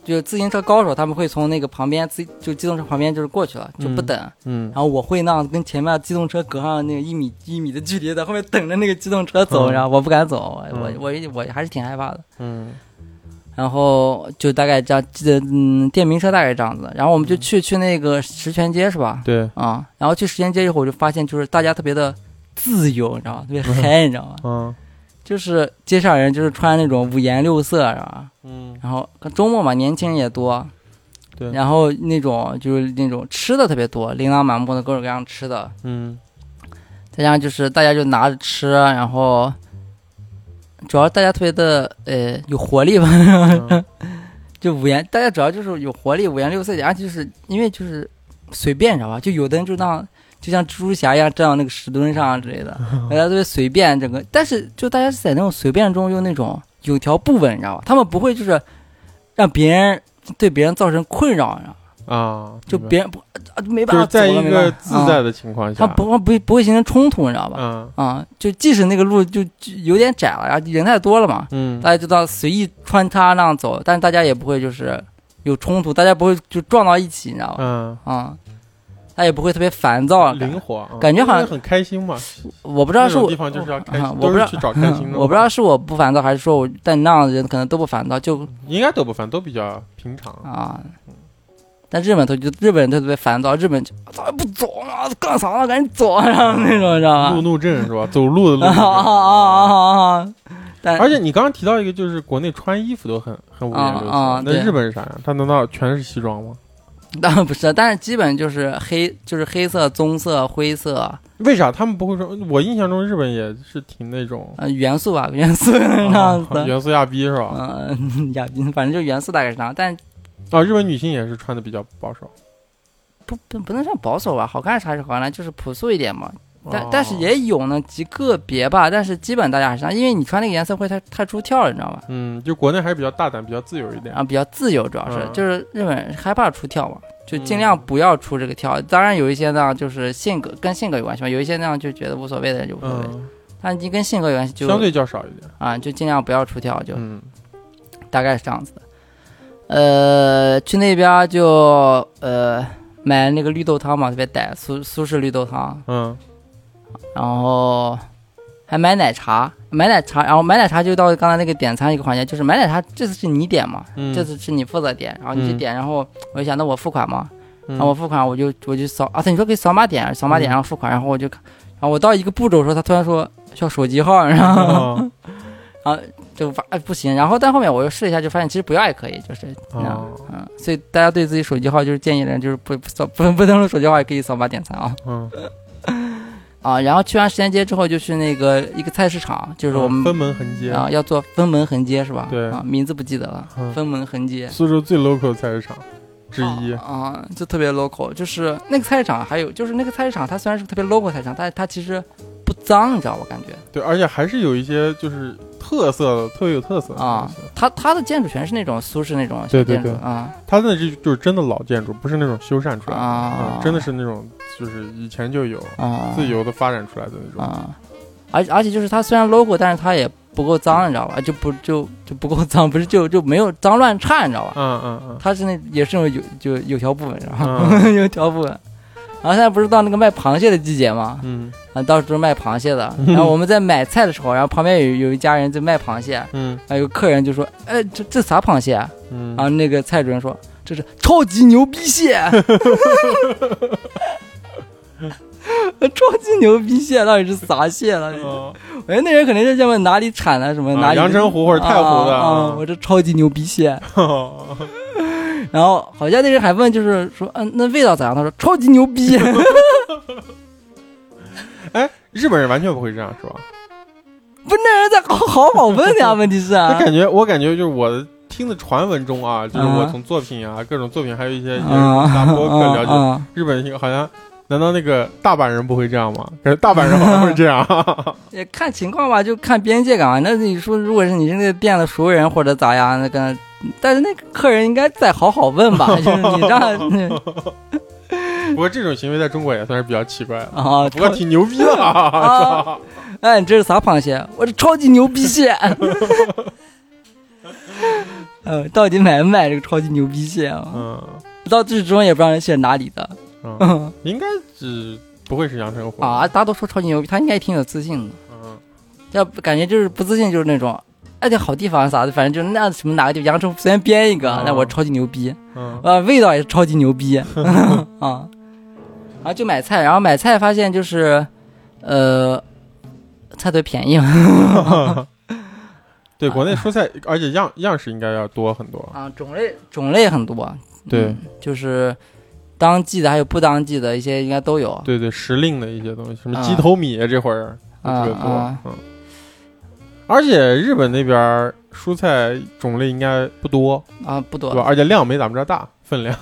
Speaker 2: 就自行车高手他们会从那个旁边自就机动车旁边就是过去了，就不
Speaker 1: 嗯
Speaker 2: 等。
Speaker 1: 嗯
Speaker 2: 然后我会那样跟前面机动车隔上那个一米一米的距离，在后面等着那个机动车走，
Speaker 1: 嗯
Speaker 2: 然后我不敢走，我
Speaker 1: 嗯
Speaker 2: 我我我还是挺害怕的。
Speaker 1: 嗯
Speaker 2: 然后就大概这样，记得嗯，电瓶车大概这样子。然后我们就
Speaker 1: 嗯
Speaker 2: 去去那个石泉街是吧
Speaker 1: 嗯，？对
Speaker 2: 啊、然后去石泉街以后，我就发现就是大家特别的自由，你知道吗？特别嗨，你知道吗？
Speaker 1: 嗯
Speaker 2: 就是街上人就是穿那种五颜六色，是吧？
Speaker 1: 嗯
Speaker 2: 然后周末嘛，年轻人也多，
Speaker 1: 对
Speaker 2: 然后那种就是那种吃的特别多，琳琅满目的各种各样吃的，
Speaker 1: 嗯，
Speaker 2: 再加上就是大家就拿着吃，啊然后主要大家特别的呃有活力吧，
Speaker 1: 嗯
Speaker 2: 就五颜，大家主要就是有活力，五颜六色的，而且就是因为就是随便，你知道吧？就有的人就当就像蜘蛛侠一样站到那个石墩上之 类的，大家都会随便整个，但是就大家是在那种随便中用那种有条不紊，你知道吧？他们不会就是让别人对别人造成困扰，你知道吧
Speaker 1: 啊，
Speaker 2: 就
Speaker 1: 明白
Speaker 2: 别人不啊没
Speaker 1: 就
Speaker 2: 办
Speaker 1: 是
Speaker 2: 法走了，
Speaker 1: 在一
Speaker 2: 没办
Speaker 1: 个
Speaker 2: 法
Speaker 1: 自在
Speaker 2: 嗯
Speaker 1: 的情况下，
Speaker 2: 他不不不会形成冲突，你知道吧？
Speaker 1: 嗯
Speaker 2: 啊、就即使那个路就就有点窄了，然后人太多了嘛，
Speaker 1: 嗯
Speaker 2: 大家就到随意穿插那样走，但是大家也不会就是有冲突，大家不会就撞到一起，你知道吧？
Speaker 1: 嗯，
Speaker 2: 啊、他也不会特别烦躁，感
Speaker 1: 灵活，嗯
Speaker 2: 感觉好像
Speaker 1: 因为很开心嘛，
Speaker 2: 我不知
Speaker 1: 那
Speaker 2: 道是
Speaker 1: 种
Speaker 2: 我
Speaker 1: 地方就是要开
Speaker 2: 啊
Speaker 1: 心，
Speaker 2: 我
Speaker 1: 都
Speaker 2: 不
Speaker 1: 是
Speaker 2: 知道嗯
Speaker 1: 去找开心的嘛，
Speaker 2: 我不知道是我不烦躁，还是说我但那样的人可能都不烦躁，就
Speaker 1: 应该都不烦，都比较平常，
Speaker 2: 啊。但日本他就日本人特别烦躁，日本就咋不走啊？干啥呢？赶紧走啊！然后那种你知道
Speaker 1: 路
Speaker 2: 吗？
Speaker 1: 怒症是吧？走路的路
Speaker 2: 啊
Speaker 1: 怒
Speaker 2: 啊啊
Speaker 1: 症。
Speaker 2: 啊啊！但
Speaker 1: 而且你刚刚提到一个，就是国内穿衣服都很很五颜六
Speaker 2: 啊啊
Speaker 1: 色，那
Speaker 2: 对
Speaker 1: 日本是啥呀？他难道全是西装吗？
Speaker 2: 当然不是，但是基本就是黑，就是黑色、棕色、灰色，
Speaker 1: 为啥他们不会说？我印象中日本也是挺那种
Speaker 2: 呃，元素吧， 元素那样子
Speaker 1: 啊。元素亚逼是吧？
Speaker 2: 嗯，亚宾，反正就元素大概是这样，但
Speaker 1: 啊，日本女性也是穿的比较保守，
Speaker 2: 不不不能算保守吧，好看是还是好看，就是朴素一点嘛。但
Speaker 1: 哦
Speaker 2: 但是也有呢，极个别吧，但是基本大家还是这样，因为你穿那个颜色会太太出跳了，你知道吧？
Speaker 1: 嗯，就国内还是比较大胆，比较自由一点
Speaker 2: 然。后比较自由，主要是、
Speaker 1: 嗯
Speaker 2: 就是日本人害怕出跳嘛，就尽
Speaker 1: 嗯
Speaker 2: 量不要出这个跳。当然有一些呢，就是性格跟性格有关系嘛，有一些那样就觉得无所谓的人就无所谓，
Speaker 1: 嗯，
Speaker 2: 但你跟性格有关系就
Speaker 1: 相对较少一点。
Speaker 2: 啊，就尽量不要出跳，就
Speaker 1: 嗯，
Speaker 2: 大概是这样子的。呃，去那边儿就呃买那个绿豆汤嘛，特别带苏苏式绿豆汤，
Speaker 1: 嗯
Speaker 2: 然后还买奶茶，买奶茶，然后买奶茶就到刚才那个点餐一个环节，就是买奶茶这次是你点嘛，
Speaker 1: 嗯，
Speaker 2: 这次是你负责点，然后你去
Speaker 1: 嗯
Speaker 2: 点，然后我就想那我付款嘛，
Speaker 1: 嗯
Speaker 2: 然后我付款我就我就扫啊，对，你说可以扫码点，扫码点
Speaker 1: 嗯
Speaker 2: 然后付款，然后我就看，然后我到一个步骤的时候，他突然说需要手机号，然后。
Speaker 1: 哦
Speaker 2: 就发、哎、不行，然后但后面我又试了一下，就发现其实不要也可以，就是那样，
Speaker 1: 哦
Speaker 2: 嗯，所以大家对自己手机号就是建议的人就是不不扫不不登录手机号也可以扫码点餐啊
Speaker 1: 嗯，
Speaker 2: 啊，然后去完石田街之后就去那个一个菜市场，就是我们
Speaker 1: 啊分门横街，
Speaker 2: 啊要做分门横街是吧？
Speaker 1: 对
Speaker 2: 啊，名字不记得了，
Speaker 1: 嗯
Speaker 2: 分门横街
Speaker 1: 苏州最 local 的菜市场之一。
Speaker 2: 啊，啊就特别 local，就是那个菜市场，还有就是那个菜市场，它虽然是个特别 local 菜市场，但是它其实不脏，你知道我感觉。
Speaker 1: 对，而且还是有一些就是特色的，特别有特色的
Speaker 2: 啊
Speaker 1: 东西
Speaker 2: 它它的建筑全是那种苏式那种小
Speaker 1: 对对
Speaker 2: 建筑
Speaker 1: 对
Speaker 2: 啊，
Speaker 1: 它那是就是真的老建筑，不是那种修缮出来的，
Speaker 2: 啊
Speaker 1: 嗯真的是那种就是以前就有
Speaker 2: 啊，
Speaker 1: 自由的发展出来的那种。
Speaker 2: 啊、而而且就是它虽然 logo，但是它也不够脏，你知道吧？就不就就不够脏，不是就就没有脏乱差，你知道吧？
Speaker 1: 嗯嗯
Speaker 2: 它是那也是那种有就有条不紊，然后、
Speaker 1: 嗯
Speaker 2: 有条不紊。然后现在不是到那个卖螃蟹的季节嘛，
Speaker 1: 嗯
Speaker 2: 啊，到处都是卖螃蟹的。然后我们在买菜的时候，然后旁边有有一家人在卖螃蟹，
Speaker 1: 嗯
Speaker 2: 然后有客人就说：“哎，这这啥螃蟹啊？”
Speaker 1: 嗯
Speaker 2: 然后那个蔡主任说：“这是超级牛逼蟹。” 超级牛逼蟹到底是啥蟹了？
Speaker 1: 嗯，
Speaker 2: 我觉哎得那人肯定是要么哪里产的，什么
Speaker 1: 啊
Speaker 2: 哪里
Speaker 1: 阳澄湖或者太湖的啊
Speaker 2: 啊啊
Speaker 1: 嗯
Speaker 2: 我这超级牛逼蟹。然后好像那人还问，就是说，嗯、那味道咋样？他说超级 牛逼。
Speaker 1: 日本人完全不会这样，是吧？
Speaker 2: 不是那人在好好好问的呀，问题是
Speaker 1: 我
Speaker 2: 啊，
Speaker 1: 感觉，我感觉就是我听的传闻中啊，就是
Speaker 2: 啊
Speaker 1: 我从作品啊，各种作品，还有一些一些
Speaker 2: 啊
Speaker 1: 大播客了解，
Speaker 2: 啊
Speaker 1: 日本性好像。难道那个大阪人不会这样吗？感觉大阪人好像会这 样。
Speaker 2: 也看情况吧，就看边界感吧。那你说，如果是你是那个店的熟人或者咋样，那个，但是那个客人应该再好好问 吧，就是你让
Speaker 1: 不过这种行为在中国也算是比较奇怪的，
Speaker 2: 啊，
Speaker 1: 不过挺牛逼 的啊！
Speaker 2: 哎，你这是啥螃蟹？我这超级牛逼蟹。 呃，到底买不买这个超级牛逼蟹啊？
Speaker 1: 嗯，
Speaker 2: 到最终也不知道人蟹哪里的
Speaker 1: 嗯
Speaker 2: 嗯
Speaker 1: 应该只不会是阳澄湖
Speaker 2: 啊！。大家都说超级牛逼，他应该挺有自信的。
Speaker 1: 嗯，
Speaker 2: 要不感觉就是不自信，就是那种，哎，这好地方啥的，反正就是那什么哪个地方，阳澄湖随便编一个
Speaker 1: 哦，
Speaker 2: 那我超级牛逼，
Speaker 1: 嗯
Speaker 2: 啊，味道也是超级牛逼啊。然后就买菜，然后买菜发现就是，呃，菜特别便宜嘛。
Speaker 1: 对，国内蔬菜，而且样样式应该要多很多。
Speaker 2: 啊，种类种类很多，
Speaker 1: 对
Speaker 2: 嗯就是当季的还有不当季的一些应该都有。
Speaker 1: 对对，时令的一些东西，什么
Speaker 2: 啊
Speaker 1: 鸡头米这会儿就特别多，
Speaker 2: 啊
Speaker 1: 嗯。而且日本那边儿蔬菜种类应该不多，
Speaker 2: 啊，不多
Speaker 1: 对吧？而且量没咱们这儿大，分量、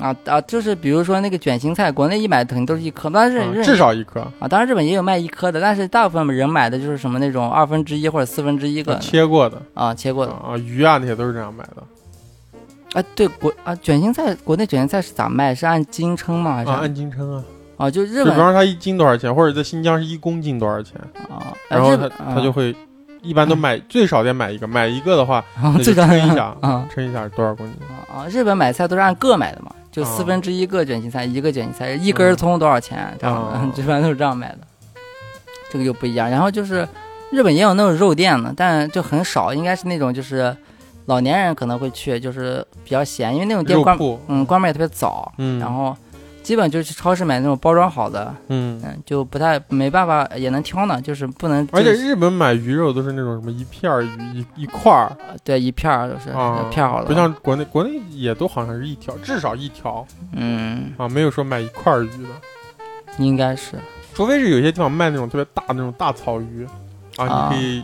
Speaker 2: 啊啊，就是比如说那个卷心菜，国内一买肯定都是一颗，但是
Speaker 1: 嗯
Speaker 2: 日
Speaker 1: 至少一颗，
Speaker 2: 啊，当然日本也有卖一颗的，但是大部分人买的就是什么那种二分之一或者四分之一个
Speaker 1: 切过的
Speaker 2: 啊切过的
Speaker 1: 啊，鱼啊那些都是这样买的
Speaker 2: 啊，对国啊卷心菜，国内卷心菜是咋卖？是按斤称吗？还是
Speaker 1: 啊，
Speaker 2: 按
Speaker 1: 按斤称啊。
Speaker 2: 啊？就
Speaker 1: 就
Speaker 2: 日
Speaker 1: 比
Speaker 2: 本
Speaker 1: 方说它一斤多少钱，或者在新疆是一公斤多少钱，
Speaker 2: 啊，
Speaker 1: 然后
Speaker 2: 日
Speaker 1: 他
Speaker 2: 本
Speaker 1: 他就会一般都买最少得买一个，买一个的话
Speaker 2: 啊
Speaker 1: 那就
Speaker 2: 最高
Speaker 1: 称一下
Speaker 2: 啊
Speaker 1: 称一下是多少公斤。
Speaker 2: 啊，日本买菜都是按个买的嘛，就
Speaker 1: 啊
Speaker 2: 四分之一个卷心菜，一个卷心菜，一
Speaker 1: 嗯
Speaker 2: 根葱多少钱？这
Speaker 1: 啊
Speaker 2: 样， 一般都是这样买的。这个就不一样。然后就是日本也有那种肉店的，但就很少，应该是那种就是老年人可能会去，就是比较闲，因为那种店
Speaker 1: 肉
Speaker 2: 关
Speaker 1: 铺，
Speaker 2: 嗯关门也特别早，
Speaker 1: 嗯，
Speaker 2: 然后基本就是去超市买那种包装好的，
Speaker 1: 嗯，
Speaker 2: 嗯，就不太没办法也能挑呢，就是不能
Speaker 1: 而
Speaker 2: 就
Speaker 1: 且
Speaker 2: 是
Speaker 1: 日本买鱼肉都是那种什么一片儿鱼一一块儿
Speaker 2: 对一片儿就是、
Speaker 1: 啊，
Speaker 2: 片儿好的，
Speaker 1: 不像国内国内也都好像是一条，至少一条
Speaker 2: 嗯
Speaker 1: 啊，没有说买一块儿鱼的，
Speaker 2: 应该是
Speaker 1: 除非是有些地方卖那种特别大的那种大草鱼啊，
Speaker 2: 啊
Speaker 1: 你可以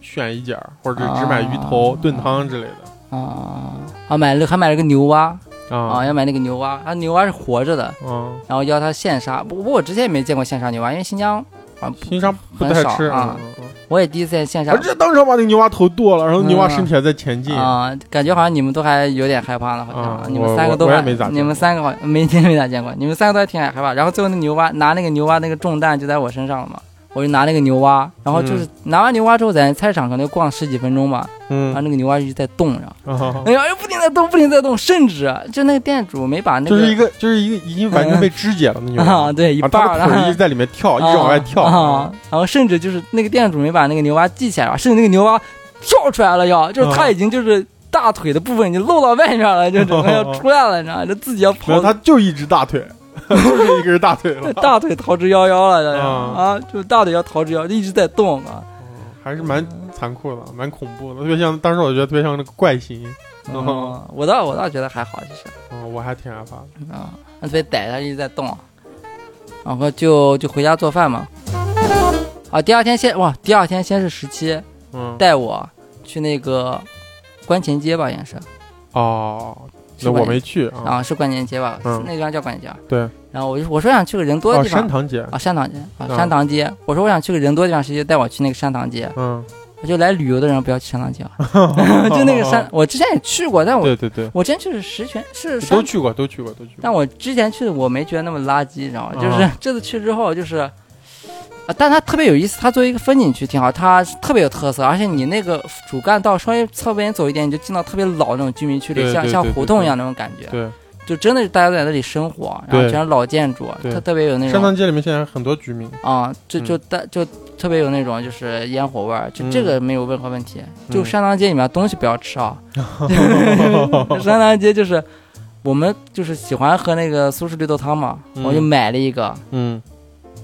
Speaker 1: 选一点儿，或者只买鱼头
Speaker 2: 啊
Speaker 1: 炖汤之类的
Speaker 2: 啊啊买了还买了个牛蛙。啊，
Speaker 1: 啊
Speaker 2: 要买那个牛蛙，啊，牛蛙是活着的，
Speaker 1: 啊，
Speaker 2: 然后要它现杀。不不过我之前也没见过现杀牛蛙，因为新疆啊，
Speaker 1: 平常不太
Speaker 2: 很少
Speaker 1: 吃
Speaker 2: 啊
Speaker 1: 嗯嗯嗯
Speaker 2: 我也第一次见现杀
Speaker 1: 我直接当场把那个牛蛙头剁了，然后牛蛙
Speaker 2: 嗯
Speaker 1: 身体还在前进。
Speaker 2: 啊，感觉好像你们都还有点害怕呢，好像、
Speaker 1: 啊
Speaker 2: 你们三个都
Speaker 1: 我我我也
Speaker 2: 还
Speaker 1: 没咋见过
Speaker 2: 你们三个好像没没咋见过，你们三个都还挺害怕。然后最后那牛蛙拿那个牛蛙那个重担就在我身上了嘛。我就拿那个牛蛙，然后
Speaker 1: 嗯
Speaker 2: 就是拿完牛蛙之后，在菜市场可能逛十几分钟吧，然后
Speaker 1: 嗯，
Speaker 2: 那个牛蛙一直在动，然后
Speaker 1: 啊
Speaker 2: 哎呀，又不停地在动，不停地在动，甚至就那个店主没把那
Speaker 1: 就
Speaker 2: 个
Speaker 1: 是一个就是一个已经完全被肢解了的牛蛙
Speaker 2: 啊，，对，一
Speaker 1: 啊
Speaker 2: 半儿
Speaker 1: 它的
Speaker 2: 然
Speaker 1: 腿
Speaker 2: 后
Speaker 1: 一直在里面哦跳，一直往外跳。
Speaker 2: 啊，然后甚至就是那个店主没把那个牛蛙系起来，甚至那个牛蛙跳出来了要，就是
Speaker 1: 啊
Speaker 2: 他已经就是大腿的部分已经露到外面了，就整个要出来了，你知道吗？就自己要
Speaker 1: 没
Speaker 2: 跑
Speaker 1: 有，，它就一只 大腿，就是一根大腿了。
Speaker 2: 大腿逃之夭夭了，这样
Speaker 1: 啊
Speaker 2: 啊，就大腿要逃之夭，就一直在动啊。
Speaker 1: 哦还是蛮残酷的，蛮恐怖的，特别像当时我觉得特别像那个怪形
Speaker 2: 嗯，我倒我倒觉得还好，其实
Speaker 1: 啊，我还挺害怕的。
Speaker 2: 啊，特别逮它一直在动，啊然后就就回家做饭嘛。啊，第二天先哇，第二天先是十七
Speaker 1: 嗯，
Speaker 2: 带我去那个关前街吧，应该是。
Speaker 1: 哦，
Speaker 2: 是
Speaker 1: 那我
Speaker 2: 关前
Speaker 1: 没去啊。
Speaker 2: 啊，是关前街吧？
Speaker 1: 嗯
Speaker 2: 那地方叫关前街吧。
Speaker 1: 对。
Speaker 2: 然后我就我说想去个人多的
Speaker 1: 哦，
Speaker 2: 地
Speaker 1: 山
Speaker 2: 方
Speaker 1: 塘姐，
Speaker 2: 啊，山塘街啊，
Speaker 1: 嗯
Speaker 2: 山塘街。我说我想去个人多的地方，谁就带我去那个山塘街。
Speaker 1: 嗯，
Speaker 2: 我就来旅游的人不要去山塘街啊， 就那个山，我之前也去过，但我
Speaker 1: 对对对，
Speaker 2: 我之前去是石泉是
Speaker 1: 都
Speaker 2: 山，
Speaker 1: 去过，都去过，都去过
Speaker 2: 但。我之前去我没觉得那么垃圾，你知道吗？就是
Speaker 1: 啊
Speaker 2: 这次去之后就是。啊，但它特别有意思，它作为一个风景区挺好，它特别有特色，而且你那个主干道稍微侧边走一点，你就进到特别老那种居民区
Speaker 1: 对
Speaker 2: 里，像
Speaker 1: 对
Speaker 2: 像
Speaker 1: 对
Speaker 2: 胡
Speaker 1: 对
Speaker 2: 同
Speaker 1: 对
Speaker 2: 一样那种感觉。
Speaker 1: 对，
Speaker 2: 就真的是大家都在那里生活，然后
Speaker 1: 对
Speaker 2: 全是老建筑，
Speaker 1: 对
Speaker 2: 特特别有那
Speaker 1: 山
Speaker 2: 种
Speaker 1: 塘街里面现在很多居民，
Speaker 2: 啊、就就
Speaker 1: 嗯
Speaker 2: 大就特别有那种就是烟火味儿，就
Speaker 1: 嗯
Speaker 2: 这个没有任何问题。就
Speaker 1: 嗯
Speaker 2: 山塘街里面东西不要 吃啊，山塘街就是我们就是喜欢喝那个苏式绿豆汤嘛，
Speaker 1: 嗯
Speaker 2: 我就买了一个，
Speaker 1: 嗯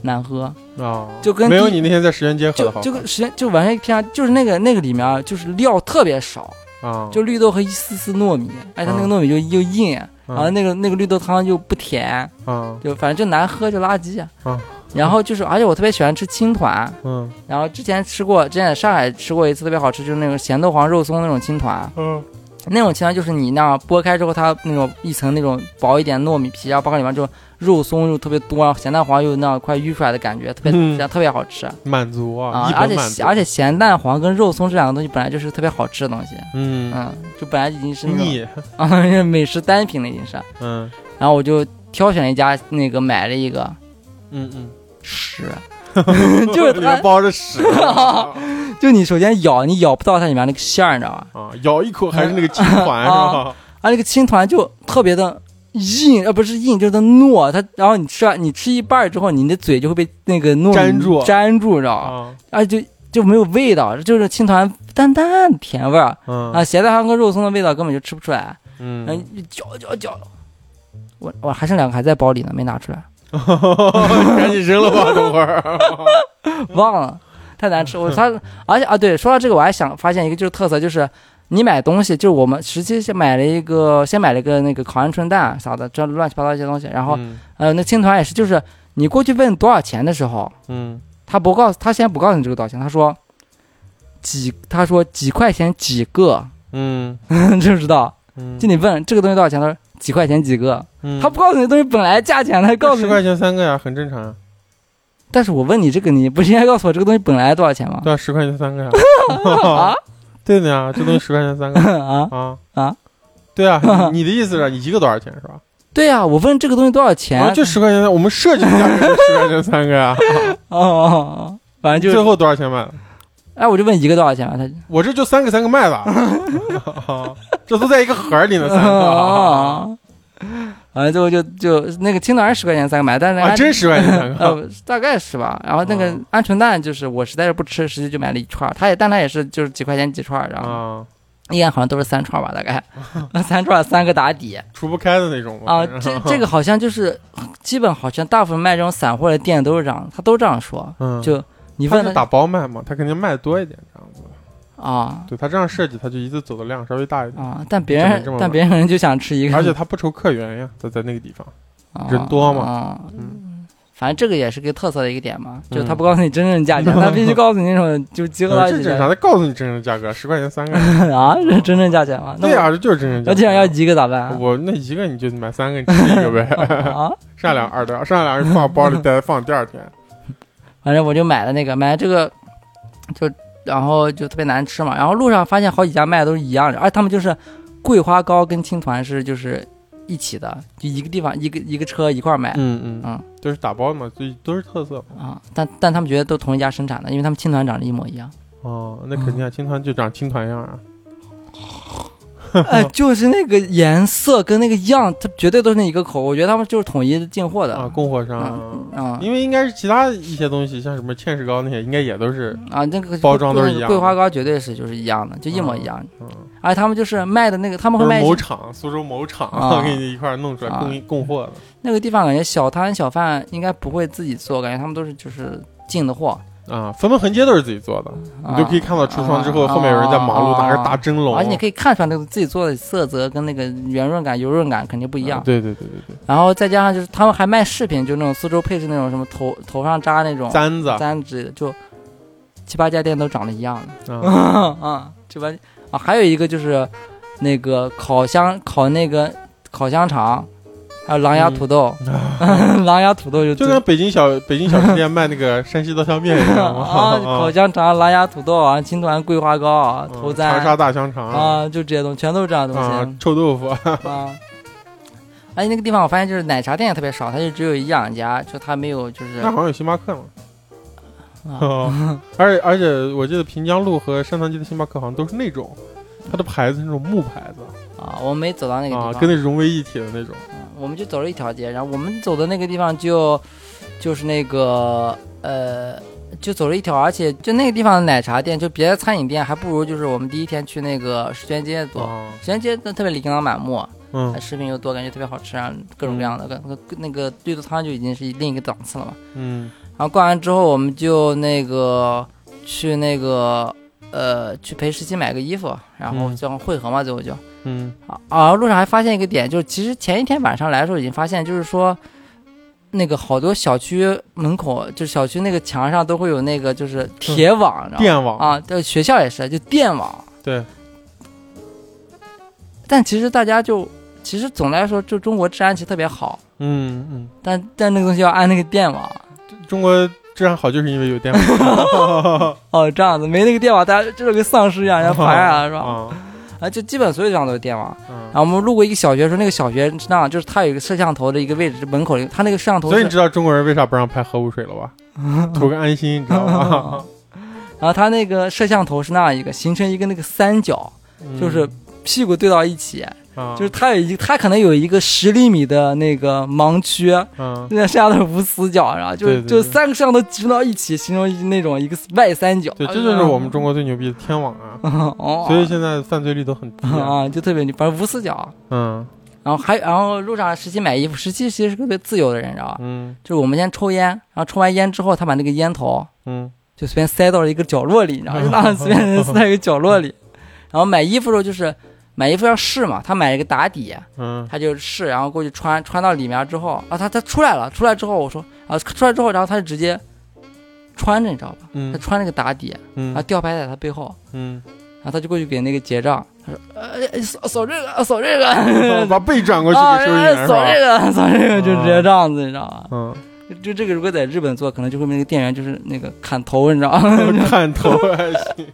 Speaker 2: 难喝，
Speaker 1: 啊，
Speaker 2: 就跟
Speaker 1: 没有
Speaker 2: 地
Speaker 1: 你那天在石原街喝
Speaker 2: 就
Speaker 1: 的好
Speaker 2: 这个时间就完全偏向，就是那个那个里面啊就是料特别少，
Speaker 1: 啊，
Speaker 2: 就绿豆和一丝丝糯米，而且它
Speaker 1: 嗯
Speaker 2: 那个糯米就又硬，然后
Speaker 1: 啊
Speaker 2: 那个那个绿豆汤又不甜，
Speaker 1: 啊
Speaker 2: 就反正就难喝就垃圾
Speaker 1: 啊。
Speaker 2: 然后就是，而且我特别喜欢吃青团，
Speaker 1: 嗯
Speaker 2: 然后之前吃过，之前在上海吃过一次特别好吃，就是那种咸豆黄肉松那种青团，
Speaker 1: 嗯
Speaker 2: 那种青团就是你那样剥开之后，它那种一层那种薄一点糯米皮，然后包括里面这种肉松又特别多，然后咸蛋黄又那样快淤出来的感觉，特别、
Speaker 1: 嗯
Speaker 2: 特别好吃啊！
Speaker 1: 满足啊，一
Speaker 2: 而
Speaker 1: 本满足
Speaker 2: 且而且咸蛋黄跟肉松这两个东西本来就是特别好吃的东西，
Speaker 1: 嗯
Speaker 2: 嗯，就本来已经是那种
Speaker 1: 腻
Speaker 2: 啊美食单品了已经是，
Speaker 1: 嗯
Speaker 2: 然后我就挑选了一家那个买了一个，
Speaker 1: 嗯嗯，
Speaker 2: 屎， 就是
Speaker 1: 里
Speaker 2: 它
Speaker 1: 面，包着屎 啊，
Speaker 2: 就你首先咬，你咬不到它里面那个馅儿，你知道吧？
Speaker 1: 啊咬一口还是那个青团是吧？
Speaker 2: 啊，那个青团就特别的硬，呃，不是硬，就是它糯。它，然后你吃完，你吃一半儿之后，你的嘴就会被那个糯米
Speaker 1: 粘住
Speaker 2: 粘住，知道吧？
Speaker 1: 啊
Speaker 2: 啊，就就没有味道，就是青团淡淡的甜味儿
Speaker 1: 嗯
Speaker 2: 啊，咸蛋黄跟肉松的味道根本就吃不出来。然后
Speaker 1: 嗯，
Speaker 2: 你嚼嚼嚼，我我还剩两个还在包里呢，没拿出来，
Speaker 1: 哦赶紧扔了 吧，等会儿。嗯
Speaker 2: 忘了，太难吃。我它，而且啊，对，说到这个，我还想发现一个就是特色，就是你买东西，就是我们实际是买了一个，先买了一个那个烤鹌鹑蛋啥的，这乱七八糟一些东西。然后、
Speaker 1: 嗯
Speaker 2: 呃，那青团也是，就是你过去问多少钱的时候，
Speaker 1: 嗯
Speaker 2: 他不告诉，他先不告诉你这个多少钱，他说几，他说几块钱几个，
Speaker 1: 嗯
Speaker 2: 你知不知道？
Speaker 1: 嗯，
Speaker 2: 就你问这个东西多少钱，他说几块钱几个，
Speaker 1: 嗯
Speaker 2: 他不告诉你东西本来价钱，他告诉
Speaker 1: 十
Speaker 2: 你。
Speaker 1: 块钱三个呀，很正常啊。
Speaker 2: 但是我问你这个，你不是应该告诉我这个东西本来多少钱吗？
Speaker 1: 对啊，十块钱三个呀。 对的呀，这东西十块钱三 个
Speaker 2: 啊，
Speaker 1: 啊
Speaker 2: 啊！
Speaker 1: 对 啊，你你的意思是你一个多少钱是吧？
Speaker 2: 对呀、我问这个东西多少钱？
Speaker 1: 啊，就十块钱三，我们设计的价格是十块钱三个 呀。
Speaker 2: 哦哦哦，反正
Speaker 1: 最
Speaker 2: 就是，
Speaker 1: 后多少钱买的？
Speaker 2: 哎，我就问一个多少钱嘛，他就
Speaker 1: 我这就三个三个卖 了，啊 这都在一个盒儿里呢，三个啊，
Speaker 2: 哦， 反正最后就就那个青岛是十块钱三个买，但是哦
Speaker 1: 啊
Speaker 2: 按
Speaker 1: 真十块钱三 个。
Speaker 2: 呃大概是吧。然后那个
Speaker 1: 嗯
Speaker 2: 鹌鹑蛋就是我实在是不吃，实际就买了一串儿，他也但他也是就是几块钱几串儿，然后
Speaker 1: 啊，
Speaker 2: 一按好像都是三串儿吧，大 概三串儿三个打底
Speaker 1: 除不开的那种嘛
Speaker 2: 啊。这这个好像就是基本好像大部分卖这种散货的店都是这样，他都这样说。
Speaker 1: 嗯，
Speaker 2: 就你
Speaker 1: 他
Speaker 2: 问
Speaker 1: 是
Speaker 2: 他
Speaker 1: 打包卖嘛，他肯定卖的多一点这样子。
Speaker 2: 啊
Speaker 1: 对他这样设计，他就一次走的量稍微大一点，
Speaker 2: 啊，但别
Speaker 1: 只能
Speaker 2: 人
Speaker 1: 这么
Speaker 2: 但
Speaker 1: 买
Speaker 2: 别人就想吃一个，
Speaker 1: 而且他不愁客源呀，在在那个地方。
Speaker 2: 啊
Speaker 1: 人多嘛
Speaker 2: 啊
Speaker 1: 嗯
Speaker 2: 反正这个也是个特色的一个点嘛，
Speaker 1: 嗯
Speaker 2: 就是他不告诉你真正的 价钱，他必须告诉你那种就饥饿
Speaker 1: 呃
Speaker 2: 到
Speaker 1: 这
Speaker 2: 几
Speaker 1: 正
Speaker 2: 钱
Speaker 1: 常，他告诉你真正的价格，十块钱三个。
Speaker 2: 啊，这是真正价钱吗？ 那
Speaker 1: 对啊呀，这就是真正价格。
Speaker 2: 我，那既然要啊一个咋办
Speaker 1: 我那一个你就买三个，你吃一个 呗。
Speaker 2: 啊？
Speaker 1: 上两二两，上两人放包里，再放第二天。
Speaker 2: 反正我就买了那个，买了这个就然后就特别难吃嘛，然后路上发现好几家卖的都是一样的，而且他们就是桂花糕跟青团是就是一起的，就一个地方一个一个车一块儿卖。
Speaker 1: 嗯
Speaker 2: 嗯，
Speaker 1: 就是打包嘛，所以都是特色嘛。
Speaker 2: 啊，但但他们觉得都同一家生产的，因为他们青团长得一模一样，
Speaker 1: 哦，那肯定啊，青团就长青团样啊。
Speaker 2: 哎，就是那个颜色跟那个样，它绝对都是那一个口，我觉得他们就是统一进货的
Speaker 1: 啊，供货商啊，
Speaker 2: 嗯啊
Speaker 1: 因为应该是其他一些东西，像什么芡实糕那些，应该也都是，
Speaker 2: 啊，那个
Speaker 1: 包装都是一样的
Speaker 2: 桂花糕绝对是就是一样的，就一模一样。
Speaker 1: 嗯，
Speaker 2: 而且他们就是卖的那个，他们会
Speaker 1: 都
Speaker 2: 卖
Speaker 1: 是
Speaker 2: 一
Speaker 1: 某
Speaker 2: 些
Speaker 1: 厂，苏州某厂、
Speaker 2: 啊
Speaker 1: 给你一块儿弄出来
Speaker 2: 啊
Speaker 1: 供应供货的。
Speaker 2: 那个地方，感觉小摊小贩应该不会自己做，感觉他们都是就是进的货。
Speaker 1: 啊，分门横街都是自己做的，
Speaker 2: 啊
Speaker 1: 你就可以看到橱窗之后，后面有人在忙碌，拿着大蒸笼，
Speaker 2: 而且你可以看出来那个自己做的色泽跟那个圆润感、油润感肯定不
Speaker 1: 不
Speaker 2: 一样。
Speaker 1: 啊对对对对对，
Speaker 2: 然后再加上就是他们还卖饰品，就那种苏州配饰那种什么头头上扎那种
Speaker 1: 簪子啊，
Speaker 2: 簪之类的，就七八家店都长得一样的。
Speaker 1: 啊
Speaker 2: 啊，这完啊，还有一个就是那个烤香烤那个烤香肠，还有狼
Speaker 1: 嗯
Speaker 2: 牙 土豆，狼牙土豆就
Speaker 1: 就
Speaker 2: 最
Speaker 1: 跟北京小北京小吃店卖那个山西刀削面一样嘛
Speaker 2: 啊烤香肠、狼牙土豆啊、青团桂花糕啊、
Speaker 1: 嗯
Speaker 2: 头
Speaker 1: 长
Speaker 2: 簪
Speaker 1: 沙大香肠
Speaker 2: 啊，就这些东西全都是这样的
Speaker 1: 啊
Speaker 2: 东，
Speaker 1: 臭豆腐，
Speaker 2: 西啊。哎，那个地方我发现就是奶茶店也特别少，它就只有一两家，就它没有就是
Speaker 1: 那好像有星巴克嘛。
Speaker 2: 啊
Speaker 1: 哦，而且而且我记得平江路和山塘街的星巴克好像都是那种，它的牌子是那种木牌子
Speaker 2: 啊，我们没走到那个地
Speaker 1: 啊
Speaker 2: 方，，
Speaker 1: 跟那融为一体的那种。
Speaker 2: 我们就走了一条街，然后我们走的那个地方就就是那个呃，就走了一条，而且就那个地方的奶茶店，就别的餐饮店还不如就是我们第一天去那个石泉街多。
Speaker 1: 啊，
Speaker 2: 石泉街那特别琳琅满目，
Speaker 1: 嗯
Speaker 2: 食品又多，感觉特别好吃啊，各种各样的。那个那个绿豆汤就已经是另一个档次了嘛。
Speaker 1: 嗯
Speaker 2: 然后逛完之后，我们就那个去那个呃去陪十七买个衣服，然后
Speaker 1: 嗯
Speaker 2: 最后汇合嘛，最后就。
Speaker 1: 嗯
Speaker 2: 啊，啊路上还发现一个点，就是其实前一天晚上来的时候已经发现，就是说，那个好多小区门口，就是小区那个墙上都会有那个就是铁网，然后
Speaker 1: 电网
Speaker 2: 啊，对，学校也是，就电网。
Speaker 1: 对。
Speaker 2: 但其实大家就，其实总的来说，就中国治安其实特别好，
Speaker 1: 嗯嗯，
Speaker 2: 但但那个东西要安那个电网。
Speaker 1: 中国治安好就是因为有电 网，
Speaker 2: 哦，这样子没那个电网，大家就是跟丧尸一 样，然后爬下来了是吧？
Speaker 1: 啊
Speaker 2: 啊，就基本所有地方都有电网。
Speaker 1: 嗯
Speaker 2: 然后我们路过一个小学的时候，那个小学是那样，就是它有一个摄像头的一个位置，门口有它那个摄像头
Speaker 1: 所以
Speaker 2: 是
Speaker 1: 你，知道中国人为啥不让拍核污水了 吧？图个安心，你知道吗？
Speaker 2: 然啊后它那个摄像头是那样一个，形成一个那个三角，
Speaker 1: 嗯
Speaker 2: 就是屁股对到一起，
Speaker 1: 啊
Speaker 2: 就是它有一它可能有一个十厘米的那个盲区，
Speaker 1: 啊
Speaker 2: 那摄像头无死角，然后就
Speaker 1: 对对对
Speaker 2: 就三个摄像头集中到一起，形成一那种一个外三角。
Speaker 1: 对，这就是我们中国最牛逼的天网啊！
Speaker 2: 哦，
Speaker 1: 所以现在犯罪率都很低啊。
Speaker 2: 啊，就特别反正无死角。
Speaker 1: 嗯
Speaker 2: 然后还然后路上十七买衣服，十七其实是个特别自由的人，你知道吧？
Speaker 1: 嗯
Speaker 2: 就是我们先抽烟，然后抽完烟之后，他把那个烟头
Speaker 1: 嗯
Speaker 2: 就随便塞到了一个角落里，你知道吗？就那样随便塞到一个角落里，然后买衣服的时候就是买衣服要试嘛，他买了一个打底，
Speaker 1: 嗯
Speaker 2: 他就试，然后过去穿，穿到里面之后啊，他他出来了，出来之后我说啊，出来之后，然后他就直接穿着，你知道吧？他
Speaker 1: 嗯
Speaker 2: 穿那个打底，然后
Speaker 1: 嗯
Speaker 2: 吊牌在他背后，
Speaker 1: 嗯，
Speaker 2: 然后他就过去给那个结账，他说
Speaker 1: 哎
Speaker 2: 呃扫扫这个扫这个，
Speaker 1: 把背转过去
Speaker 2: 啊
Speaker 1: 给收银员是
Speaker 2: 扫这
Speaker 1: 吧？
Speaker 2: 个扫这个就直接
Speaker 1: 啊
Speaker 2: 这样子，你知道吗？
Speaker 1: 嗯，
Speaker 2: 就就这个如果在日本做，可能就会被那个店员就是那个砍头，你知道吗？
Speaker 1: 看嗯 头还行。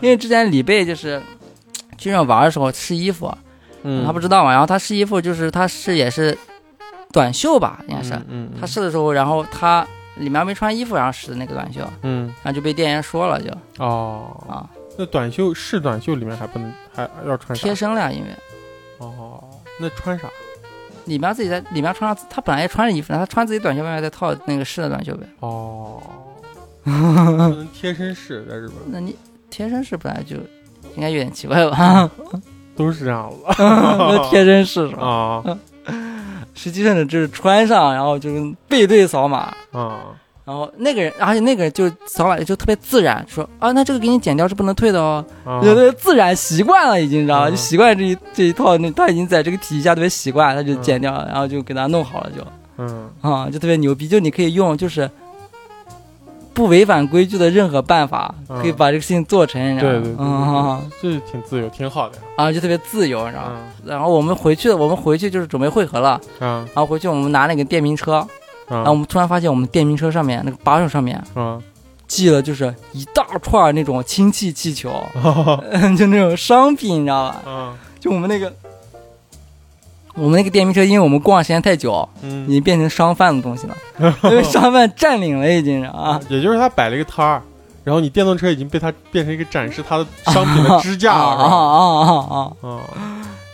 Speaker 2: 因为之前李贝就是去那玩的时候试衣服，
Speaker 1: 嗯，
Speaker 2: 他不知道嘛，然后他试衣服就是他试也是短袖吧，应该是。
Speaker 1: 嗯，嗯
Speaker 2: 他试的时候，然后他里面没穿衣服，然后试的那个短袖，然
Speaker 1: 嗯
Speaker 2: 后就被店员说了就，
Speaker 1: 哦，
Speaker 2: 啊
Speaker 1: 那短袖是短袖里面还不能还要穿啥
Speaker 2: 贴？身了呀，因为
Speaker 1: 哦，那穿啥？
Speaker 2: 里面自己在里面穿上，他本来也穿着衣服呢，他穿自己短袖，外面再套那个试的短袖呗。
Speaker 1: 哦，不能贴身式在日本
Speaker 2: 那你贴身式本来就应该有点奇怪 吧？
Speaker 1: 都是这样 了
Speaker 2: 那贴身式是吧？
Speaker 1: 啊
Speaker 2: 实际上呢，就是穿上，然后就是背对扫码。
Speaker 1: 啊
Speaker 2: 然后那个人，而且那个人就扫码就特别自然，说啊，那这个给你剪掉是不能退的哦，
Speaker 1: 啊！
Speaker 2: 觉得自然习惯了，已经知道吗？
Speaker 1: 嗯
Speaker 2: 就习惯这一这一套，那他已经在这个体系下特别习惯，他就剪掉了，然后就给他弄好了就，
Speaker 1: 嗯
Speaker 2: 啊、就特别牛逼。就你可以用就是不违反规矩的任何办法，
Speaker 1: 嗯
Speaker 2: 可以把这个事情做成，你知道
Speaker 1: 对
Speaker 2: 吗？
Speaker 1: 对对对，对
Speaker 2: 嗯，
Speaker 1: 这挺自由，挺好的。
Speaker 2: 啊，就特别自由，你知道吗？
Speaker 1: 嗯
Speaker 2: 然后我们回去，我们回去就是准备汇合了，
Speaker 1: 啊
Speaker 2: 然后回去我们拿那个电瓶车，然后我
Speaker 1: 啊
Speaker 2: 们突然发现我们电瓶车上面那个把手上面
Speaker 1: 啊！
Speaker 2: 系了就是一大串那种氢气气球，
Speaker 1: 啊
Speaker 2: 就那种商品，你知道吧？
Speaker 1: 啊
Speaker 2: 就我们那个，我们那个电瓶车，因为我们逛时间太久，已
Speaker 1: 嗯，
Speaker 2: 经变成商贩的东西了， 因为商贩占领了已经是啊。
Speaker 1: 也就是他摆了一个摊儿，然后你电动车已经被他变成一个展示他的商品的支
Speaker 2: 啊
Speaker 1: 架
Speaker 2: 啊
Speaker 1: 了。
Speaker 2: 啊啊啊！
Speaker 1: 啊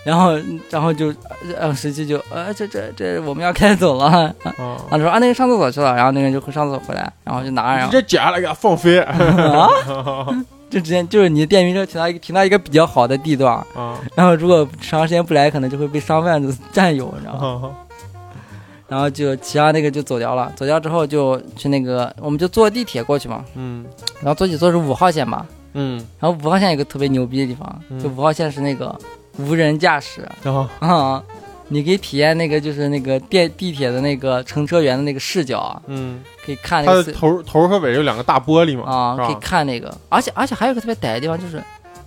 Speaker 2: 然后，然后就，呃，十七就，呃，这这这，我们要开走了。 啊，
Speaker 1: 啊！
Speaker 2: 他说啊，那个上厕所去了，然后那个人就会上厕所回来，然后就拿着，然
Speaker 1: 啊直
Speaker 2: 后
Speaker 1: 接剪下来给他放 飞。
Speaker 2: 啊， 就直接就是你的电瓶车停到一个停到一个比较好的地段，
Speaker 1: 啊
Speaker 2: 然后如果长时间不来，可能就会被商贩子占有，你知道吗？
Speaker 1: 啊！
Speaker 2: 然后就骑上那个就走掉了，走掉之后就去那个，我们就坐地铁过去嘛，
Speaker 1: 嗯
Speaker 2: 然后坐地铁坐是五号线嘛，
Speaker 1: 嗯，
Speaker 2: 然后五号线有个特别牛逼的地方，
Speaker 1: 嗯
Speaker 2: 就五号线是那个无人驾驶
Speaker 1: 然后
Speaker 2: 啊、你可以体验那个就是那个电地铁的那个乘车员的那个视角啊，
Speaker 1: 嗯。
Speaker 2: 可以看那
Speaker 1: 它
Speaker 2: 个
Speaker 1: 的
Speaker 2: 四
Speaker 1: 头头和尾有两个大玻璃嘛，
Speaker 2: 啊，可
Speaker 1: 是
Speaker 2: 以
Speaker 1: 吧？
Speaker 2: 看那个，而且而且还有一个特别歹的地方就是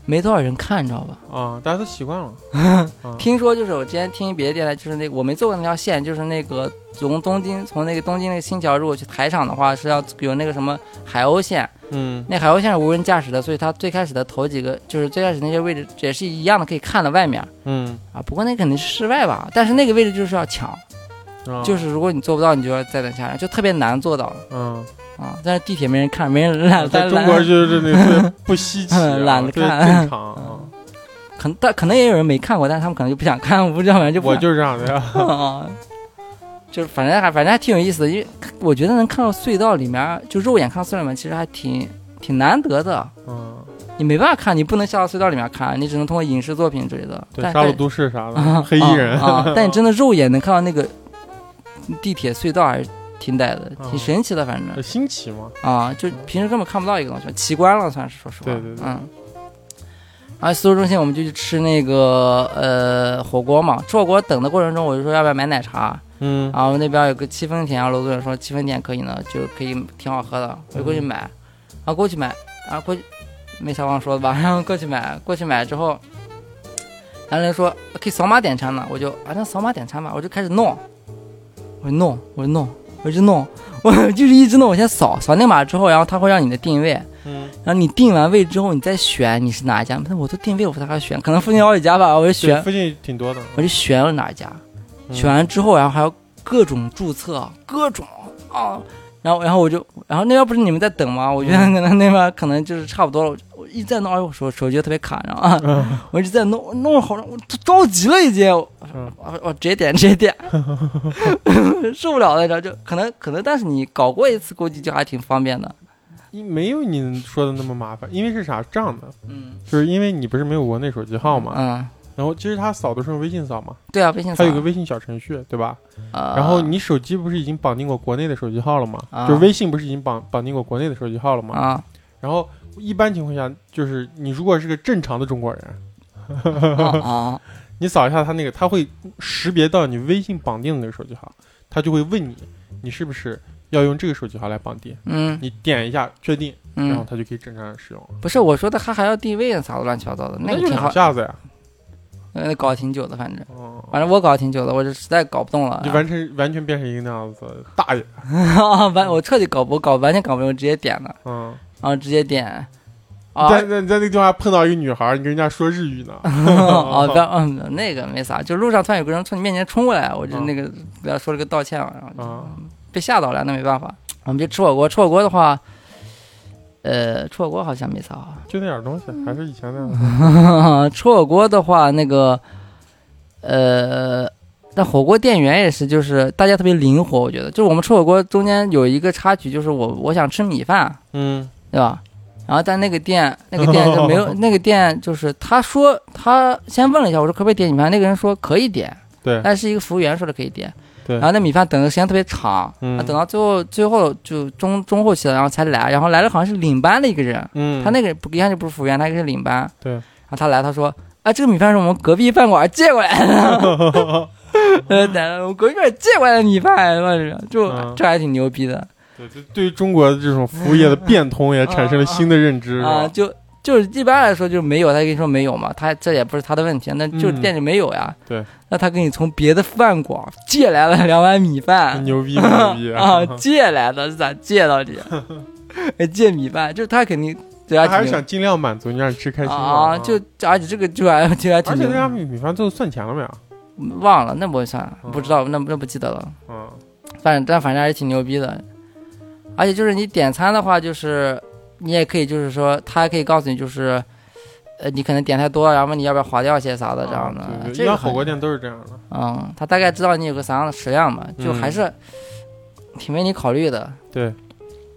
Speaker 2: 没多少人看，你知道吧？
Speaker 1: 啊，大家都习惯了。啊
Speaker 2: 听说就是我之前听别的电台，就是那个我没坐过那条线，就是那个从东京从那个东京那个新桥，如果去台场的话是要有那个什么海鸥线，
Speaker 1: 嗯
Speaker 2: 那海鸥线是无人驾驶的，所以它最开始的头几个就是最开始那些位置也是一样的，可以看到外面
Speaker 1: 嗯，
Speaker 2: 啊。不过那肯定是室外吧，但是那个位置就是要抢，
Speaker 1: 啊
Speaker 2: 就是如果你做不到，你就要再等下来，就特别难做到
Speaker 1: 嗯，
Speaker 2: 啊。但是地铁没人看，没人懒，
Speaker 1: 在
Speaker 2: 但
Speaker 1: 中
Speaker 2: 懒
Speaker 1: 国就是那特别不稀奇啊，
Speaker 2: 懒得
Speaker 1: 特别
Speaker 2: 看嗯
Speaker 1: 正常啊。
Speaker 2: 可能但可能也有人没看过，但是他们可能就不想看，我不知道，反正就不
Speaker 1: 我
Speaker 2: 想
Speaker 1: 就是这样的呀。
Speaker 2: 啊， 就是反正还反正还挺有意思的，因为我觉得能看到隧道里面，就肉眼看到隧道里面，其实还挺挺难得的。
Speaker 1: 嗯，
Speaker 2: 你没办法看，你不能下到隧道里面看，你只能通过影视作品之类的。
Speaker 1: 对，
Speaker 2: 但
Speaker 1: 杀戮
Speaker 2: 但
Speaker 1: 都市啥
Speaker 2: 啊
Speaker 1: 的，黑衣人
Speaker 2: 啊啊但你真的肉眼能看到那个地铁隧道，还是挺歹的，
Speaker 1: 嗯
Speaker 2: 挺神奇的，反正
Speaker 1: 呃新奇嘛。
Speaker 2: 啊，就平时根本看不到一个东西，奇观了算是，说实话，
Speaker 1: 对对对
Speaker 2: 嗯。然后苏州中心我们就去吃那个呃火锅嘛，吃火锅等的过程中我就说要不要买奶茶，
Speaker 1: 嗯
Speaker 2: 然后那边有个七分甜，然后楼主任说七分甜可以呢，就可以挺好喝的，我就过去买，然后过去买，然后过去没啥忘说的吧， 然后过去买，过去买之后，然后人说可以扫码点餐呢，我就啊那扫码点餐吧，我就开始弄，我就弄，我就弄，我就弄，我就是一直弄，我先扫扫那码之后，然后他会让你的定位，
Speaker 1: 嗯
Speaker 2: 然后你定完位之后，你再选你是哪一家，那我都定位，我才还选，可能附近有好几家吧，我就
Speaker 1: 对，
Speaker 2: 选，
Speaker 1: 附近挺多的。
Speaker 2: 我就选了哪一家。
Speaker 1: 嗯
Speaker 2: 选完之后，然后还要各种注册，各种啊，然后然后我就，然后那要不是你们在等吗？我觉得
Speaker 1: 嗯
Speaker 2: 可能那边可能就是差不多了。我就我一直在弄，哎呦，我手手机特别卡，然后啊，
Speaker 1: 嗯
Speaker 2: 我一直在弄，我弄了好长，我着急了已经，我
Speaker 1: 嗯
Speaker 2: 我我直接点直 接点，受不了了，然后就可能可能，但是你搞过一次，估计就还挺方便的。
Speaker 1: 你没有你说的那么麻烦，因为是啥？这样的，
Speaker 2: 嗯
Speaker 1: 就是因为你不是没有国内手机号嘛，
Speaker 2: 嗯，
Speaker 1: 然后其实他扫都是用微信扫嘛，
Speaker 2: 对啊，微信
Speaker 1: 他
Speaker 2: 扫
Speaker 1: 有个微信小程序，对吧？
Speaker 2: 呃
Speaker 1: 然后你手机不是已经绑定过国内的手机号了吗？
Speaker 2: 啊
Speaker 1: 就是微信不是已经绑绑定过国内的手机号了吗？
Speaker 2: 啊
Speaker 1: 然后一般情况下，就是你如果是个正常的中国人，
Speaker 2: 啊
Speaker 1: 你扫一下他那个，他会识别到你微信绑定的那个手机号，他就会问你，你是不是要用这个手机号来绑定？
Speaker 2: 嗯
Speaker 1: 你点一下确定，然后
Speaker 2: 嗯，
Speaker 1: 他就可以正常使用了。
Speaker 2: 不是我说的，他还要定位啊，啥的乱七八糟的，那
Speaker 1: 那
Speaker 2: 个
Speaker 1: 就
Speaker 2: 挺好
Speaker 1: 两，下子呀，
Speaker 2: 呃，搞挺久的，反正
Speaker 1: 哦，
Speaker 2: 反正我搞挺久的，我就实在搞不动了，
Speaker 1: 你完成完全变成一个那样子的大爷，
Speaker 2: 啊，完我彻底搞不搞完全搞不懂，直接点了，
Speaker 1: 嗯，
Speaker 2: 然后直接点。
Speaker 1: 你
Speaker 2: 啊
Speaker 1: 在在你在那个地方还碰到一个女孩，你跟人家说日语呢，
Speaker 2: 哦，不要，嗯，那个没啥，就路上突然有个人从你面前冲过来，我就
Speaker 1: 嗯
Speaker 2: 那个给他说了个道歉嘛，然后就
Speaker 1: 啊，
Speaker 2: 被吓到了，那没办法。我们就吃火锅，吃火锅的话，呃，吃火锅好像没啥啊。
Speaker 1: 就那点东西，还是以前那样子，
Speaker 2: 吃火锅的话，那个，呃，那火锅店员也是，就是大家特别灵活，我觉得，就是我们吃火锅中间有一个插曲，就是我我想吃米饭，
Speaker 1: 嗯，
Speaker 2: 对吧？然后但那个店，那个店就没 有，那个店就是他说他先问了一下，我说可不可以点米饭？那个人说可以点，
Speaker 1: 对
Speaker 2: 但是一个服务员说的可以点。
Speaker 1: 对
Speaker 2: 然后那米饭等的时间特别长，
Speaker 1: 嗯
Speaker 2: 啊等到最后最后就中中后期了，然后才来，然后来了好像是领班的一个人，
Speaker 1: 嗯，
Speaker 2: 他那个人不一看就不是服务员，他一个是领班。
Speaker 1: 对
Speaker 2: 然后他来，他说啊，这个米饭是我们隔壁饭馆借过来的，呃，我们隔壁饭馆借过来的米饭，就
Speaker 1: 嗯
Speaker 2: 这还挺牛逼的。
Speaker 1: 对，就对于中国的这种服务业的变通也产生了新的认知，是吧
Speaker 2: 啊，就就是一般来说就是没有，他跟你说没有嘛，他这也不是他的问题，啊那就是
Speaker 1: 嗯
Speaker 2: 店里没有呀。
Speaker 1: 对，
Speaker 2: 那他给你从别的饭馆借来了两碗米饭，
Speaker 1: 牛逼嗯牛逼
Speaker 2: 啊， 借来的是咋借到的？借米饭，就是他肯定对
Speaker 1: 他
Speaker 2: 啊，
Speaker 1: 还是
Speaker 2: 挺
Speaker 1: 想尽量满足你，让你吃开心嘛
Speaker 2: 啊，就而且这个就还就还挺
Speaker 1: 而且那家米米饭最后算钱了没有？
Speaker 2: 忘了，那不算了
Speaker 1: 嗯，
Speaker 2: 不知道，那那不记得了。
Speaker 1: 嗯
Speaker 2: 反正但反正还是挺牛逼的，而且就是你点餐的话，就是你也可以就是说，他还可以告诉你就是，呃，你可能点太多，然后问你要不要划掉些啥的这样的。
Speaker 1: 啊哦对对
Speaker 2: 这
Speaker 1: 一
Speaker 2: 个
Speaker 1: 般
Speaker 2: 很
Speaker 1: 火锅店都是这样的。
Speaker 2: 嗯，他大概知道你有个啥样的食量嘛，
Speaker 1: 嗯
Speaker 2: 就还是挺为你考虑的，
Speaker 1: 对，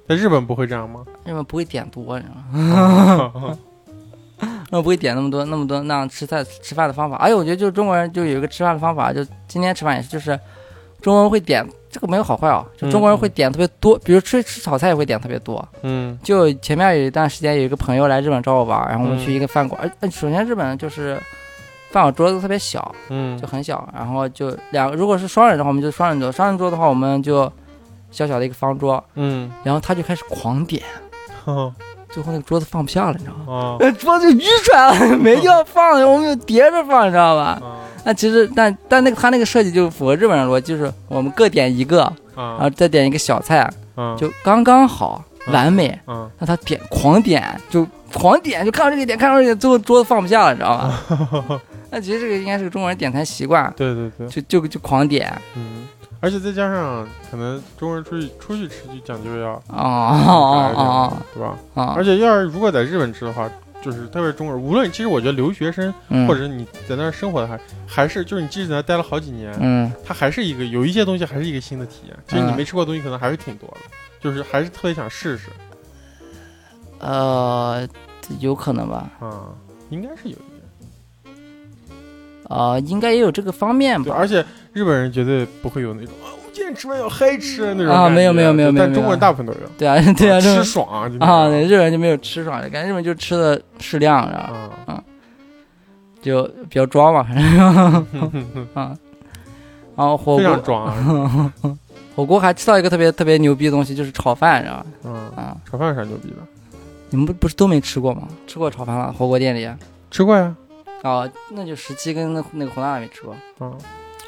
Speaker 1: 在日本不会这样吗？
Speaker 2: 因为不会点多，你知道吗？那不会点那么多那么多那样吃菜吃饭的方法。而且我觉得就是中国人就有一个吃饭的方法，就今天吃饭也是，就是中国人会点这个没有好坏啊，就中国人会点特别多，比如吃吃炒菜也会点特别多。
Speaker 1: 嗯
Speaker 2: 就前面有一段时间有一个朋友来日本找我玩儿，然后我们
Speaker 1: 嗯
Speaker 2: 去一个饭馆，呃、首先日本就是饭馆桌子特别小，
Speaker 1: 嗯
Speaker 2: 就很小，然后就两如果是双人的话，我们就双人桌，双人桌的话我们就小小的一个方桌，
Speaker 1: 嗯，
Speaker 2: 然后他就开始狂点，
Speaker 1: 哦
Speaker 2: 最后那个桌子放不下了，你知道吗？
Speaker 1: 哦
Speaker 2: 那 桌子就淤出来 了，没地方放了，我们就叠着放，你知道吧？
Speaker 1: 啊
Speaker 2: 那其实，但但那个他那个设计就符合日本人的逻辑，就是我们各点一个，然后
Speaker 1: 啊
Speaker 2: 再点一个小菜，
Speaker 1: 啊
Speaker 2: 就刚刚好，
Speaker 1: 嗯
Speaker 2: 完美。
Speaker 1: 啊！
Speaker 2: 让他点狂点，就狂点，就看到这个点，看到这个点，最后桌子放不下了，你知道吧？ 那其实这个应该是个中国人点餐习惯，
Speaker 1: 对对对，
Speaker 2: 就就就狂点
Speaker 1: 嗯，而且再加上可能中国人出去出去吃就讲究要
Speaker 2: 哦哦
Speaker 1: 对吧？
Speaker 2: 哦哦
Speaker 1: 而，且要是如果在日本吃的话，就是特别是中国人，无论其实我觉得留学生
Speaker 2: 嗯
Speaker 1: 或者你在那儿生活的还还是就是你即使在那儿待了好几年，
Speaker 2: 嗯
Speaker 1: 它还是一个有一些东西还是一个新的体验，其实你
Speaker 2: 嗯
Speaker 1: 没吃过的东西可能还是挺多的，就是还是特别想试试
Speaker 2: 呃，有可能吧，
Speaker 1: 啊、应该是有一点。
Speaker 2: 呃，应该也有这个方面
Speaker 1: 对，
Speaker 2: 吧。
Speaker 1: 而且日本人绝对不会有那种啊，我们今天吃饭要嗨吃那种
Speaker 2: 啊
Speaker 1: 感觉
Speaker 2: 没有没有没有
Speaker 1: 对
Speaker 2: 没有
Speaker 1: 但中国人大部分都有，
Speaker 2: 对啊， 对啊，这
Speaker 1: 吃
Speaker 2: 种
Speaker 1: 爽啊，今天
Speaker 2: 啊，对日本人就没有吃爽，感觉日本就吃的适量，然后
Speaker 1: 啊，
Speaker 2: 就比较装嘛，反正 啊，然后火
Speaker 1: 非常
Speaker 2: 锅
Speaker 1: 装啊，
Speaker 2: 火锅还吃到一个特别特别牛逼的东西，就是炒饭，你知道吧？
Speaker 1: 嗯，
Speaker 2: 啊，
Speaker 1: 炒饭有啥牛逼的？
Speaker 2: 你们不不是都没吃过吗？吃过炒饭了，火锅店里。啊
Speaker 1: 吃过呀，
Speaker 2: 哦，那就十七跟那那个红辣辣没吃过。
Speaker 1: 啊，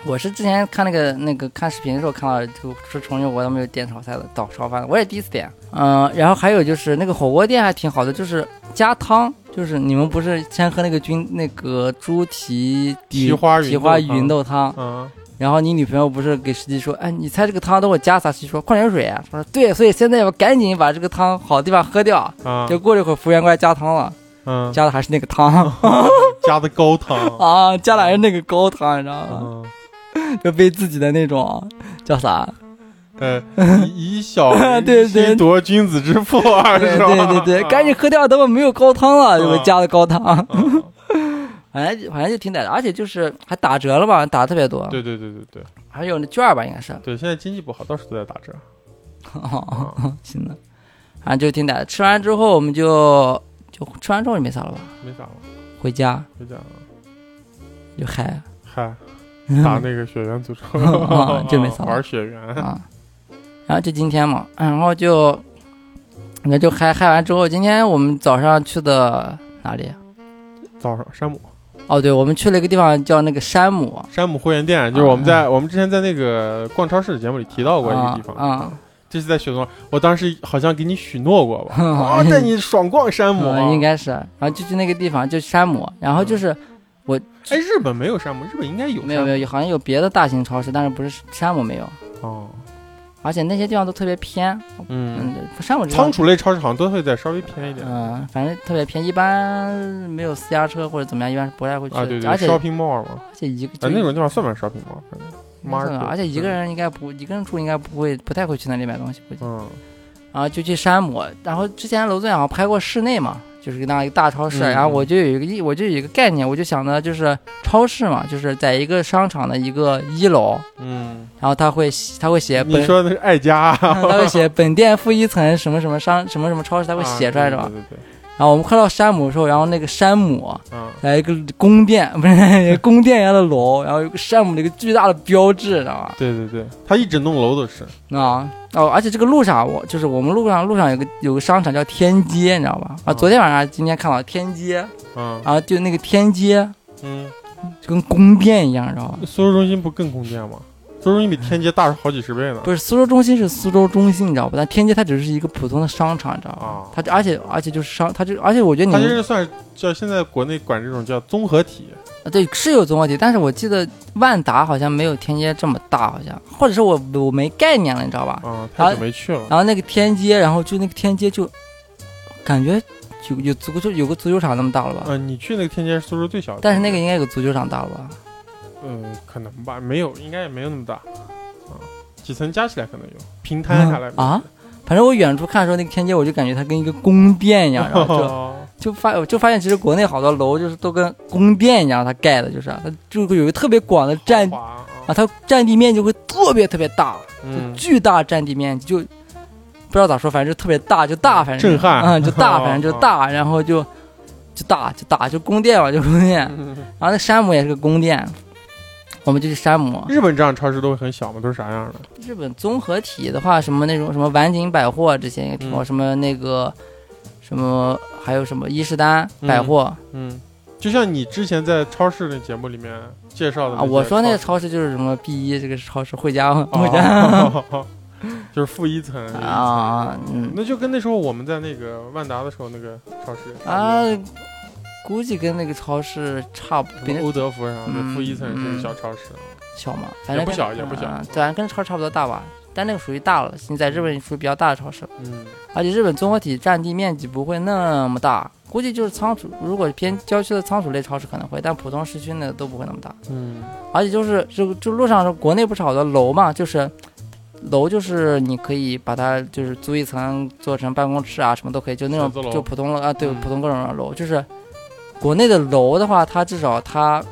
Speaker 2: 我是之前看那个那个看视频的时候看到，就吃重庆火锅他们有点炒菜的，炒炒饭的，我也第一次点。嗯、然后还有就是那个火锅店还啊挺好的，就是加汤，就是你们不是先喝那个菌那个猪蹄
Speaker 1: 蹄
Speaker 2: 蹄
Speaker 1: 花
Speaker 2: 蹄花
Speaker 1: 芸
Speaker 2: 芸豆汤，
Speaker 1: 啊，
Speaker 2: 然后你女朋友不是给司机说，哎，你猜这个汤都我加啥？司机说矿泉水啊。我说对，所以现在我赶紧把这个汤好地方喝掉。
Speaker 1: 啊，
Speaker 2: 就过了一会儿，服务员过来加汤了，
Speaker 1: 嗯，
Speaker 2: 加的还是那个汤
Speaker 1: 加的高汤，
Speaker 2: 啊，加的还是那个高汤，你知道吗？
Speaker 1: 嗯，
Speaker 2: 就被自己的那种叫啥？
Speaker 1: 呃，以以小
Speaker 2: 对对
Speaker 1: 心夺君子之腹，啊
Speaker 2: 对
Speaker 1: 是吧？嗯
Speaker 2: 对对对，赶紧喝掉，等会儿没有高汤了，就被加的高汤。
Speaker 1: 啊。啊
Speaker 2: 反正反正就挺歹的，而且就是还打折了吧，打的特别多，
Speaker 1: 对对对对对
Speaker 2: 还有那券儿吧，应该是。 哦
Speaker 1: 啊对，现在经济不好，到处都在打折。
Speaker 2: 哦，行的。反正就挺歹的。吃完之后我们就就吃完之后就没啥了吧，
Speaker 1: 没啥了，
Speaker 2: 回家
Speaker 1: 就这样了。
Speaker 2: 就嗨
Speaker 1: 嗨， 打那个血缘诅咒
Speaker 2: 啊 就没啥了
Speaker 1: 玩血缘。
Speaker 2: 啊，然后就今天嘛，然后就那就嗨嗨完之后，今天我们早上去的哪里？啊
Speaker 1: 早上山姆
Speaker 2: 哦，对，我们去了一个地方叫那个山姆，
Speaker 1: 山姆会员店，就是我们在我们之前在那个逛超市的节目里提到过一个地方
Speaker 2: 啊啊啊。
Speaker 1: 这是在雪松，我当时好像给你许诺过吧，
Speaker 2: 啊
Speaker 1: 啊，带你爽逛山姆。啊
Speaker 2: 嗯，应该是，然后就去那个地方，就山姆，然后就是
Speaker 1: 哎，日本没有山姆，日本应嗯该有山姆。
Speaker 2: 没有没有，好像有别的大型超市，但是不是山姆没有，
Speaker 1: 哦，
Speaker 2: 而且那些地方都特别偏，
Speaker 1: 嗯，
Speaker 2: 嗯，山姆这
Speaker 1: 仓
Speaker 2: 方
Speaker 1: 储类超市好像都会再稍微偏一点
Speaker 2: 嗯、反正特别偏，一般没有私家车或者怎么样，一般是不太会去的，
Speaker 1: 啊。对对
Speaker 2: 而且而
Speaker 1: ，shopping mall 嘛，
Speaker 2: 且一个
Speaker 1: 啊，
Speaker 2: 就
Speaker 1: 那种地方算不上 shopping mall，反正
Speaker 2: 没错
Speaker 1: market，
Speaker 2: 而且一个人应该不一个人住应该不会不太会去那里买东西，估计，
Speaker 1: 嗯，
Speaker 2: 然后就去山姆，然后之前楼总好像拍过室内嘛。就是那样一个大超市，
Speaker 1: 嗯
Speaker 2: 然后
Speaker 1: 嗯
Speaker 2: 我就有一个意，我就有一个概念，我就想呢，就是超市嘛，就是在一个商场的一个一楼，
Speaker 1: 嗯，
Speaker 2: 然后他会他会写
Speaker 1: 你
Speaker 2: 本，
Speaker 1: 说的是爱家，啊
Speaker 2: 他会写本店负一层什么什么商什么什么超市，他会写出来是吧？
Speaker 1: 啊对对对
Speaker 2: 然后我们快到山姆的时候，然后那个山姆
Speaker 1: 对，嗯，
Speaker 2: 在一个宫殿，不是宫殿一样的楼，然后有个山姆的一个巨大的标志，知道
Speaker 1: 对对对，他一整栋楼都是，
Speaker 2: 吧？啊哦，而且这个路上我就是我们路上路上有个有个商场叫天街，你知道吧？啊，
Speaker 1: 嗯
Speaker 2: 昨天晚上今天看到天街，
Speaker 1: 嗯
Speaker 2: 然后就那个天街
Speaker 1: 嗯，
Speaker 2: 就跟宫殿一样，你知道吧？
Speaker 1: 苏州中心不更宫殿吗？苏州中心比天街大好几十倍呢。
Speaker 2: 不是苏州中心是苏州中心，你知道吧？但天街它只是一个普通的商场，你知道吧
Speaker 1: 啊？
Speaker 2: 它而且而且就是商，它就而且我觉得你
Speaker 1: 它
Speaker 2: 们
Speaker 1: 这是算是叫现在国内管这种叫综合体，
Speaker 2: 啊，对，是有综合体，但是我记得万达好像没有天街这么大，好像，或者是我我没概念了，你知道吧？
Speaker 1: 啊，太久没去了。
Speaker 2: 然后那个天街，然后就那个天街就感觉有有足球有个足球场那么大了吧？
Speaker 1: 嗯，你去那个天街是苏州最小的，
Speaker 2: 但是那个应该有个足球场大了吧？
Speaker 1: 嗯，可能吧，没有，应该也没有那么大，啊，几层加起来可能有，平摊下来
Speaker 2: 嗯啊，反正我远处看的时候，那个天街我就感觉它跟一个宫殿一 样，然后就
Speaker 1: 哦
Speaker 2: 就发呃我就发现其实国内好多楼就是都跟宫殿一样，它盖的就是啊它就会有一个特别广的占
Speaker 1: 华
Speaker 2: 啊，
Speaker 1: 啊，
Speaker 2: 它占地面积会特别特别大，就
Speaker 1: 嗯，
Speaker 2: 巨大占地面积，就不知道咋说，反正就特别大，就大，反正
Speaker 1: 震撼
Speaker 2: 嗯，就大，
Speaker 1: 哦
Speaker 2: 反正就 大，然后就就大就大，就宫殿嘛，就 宫殿。
Speaker 1: 嗯
Speaker 2: 然后那山姆也是个宫殿，我们就去山姆。
Speaker 1: 日本这样超市都会很小嘛，都是啥样的？
Speaker 2: 日本综合体的话，什么那种什么晚景百货这些也挺好，
Speaker 1: 嗯
Speaker 2: 什么那个什么还有什么伊势丹百货、
Speaker 1: 嗯，就像你之前在超市那节目里面介绍的
Speaker 2: 啊，我说那个
Speaker 1: 超
Speaker 2: 超市就是什么 B 一这个超市，惠家惠家、
Speaker 1: 哦就是负一层
Speaker 2: 啊，嗯
Speaker 1: 那就跟那时候我们在那个万达的时候那个超市
Speaker 2: 啊，，估计跟那个超市差不比
Speaker 1: 什
Speaker 2: 那
Speaker 1: 么欧德福啥
Speaker 2: 嗯
Speaker 1: 的，负一层是个小超市，
Speaker 2: 小嘛，反正
Speaker 1: 也不
Speaker 2: 跟
Speaker 1: 小也不小
Speaker 2: 嗯对，反正跟超市差不多大吧。但那个属于大了，你在日本属于比较大的超市了，
Speaker 1: 嗯，
Speaker 2: 而且日本综合体占地面积不会那么大，估计就是仓储，如果偏郊区的仓储类超市可能会，但普通市区呢都不会那么大。
Speaker 1: 嗯，
Speaker 2: 而且就是就就路上国内不是好多楼嘛，就是楼就是你可以把它就是租一层做成办公室啊，什么都可以，就那
Speaker 1: 写字
Speaker 2: 种
Speaker 1: 楼
Speaker 2: 就普通楼啊，对，
Speaker 1: 嗯
Speaker 2: 普通各种楼。就是国内的楼的话，它至少它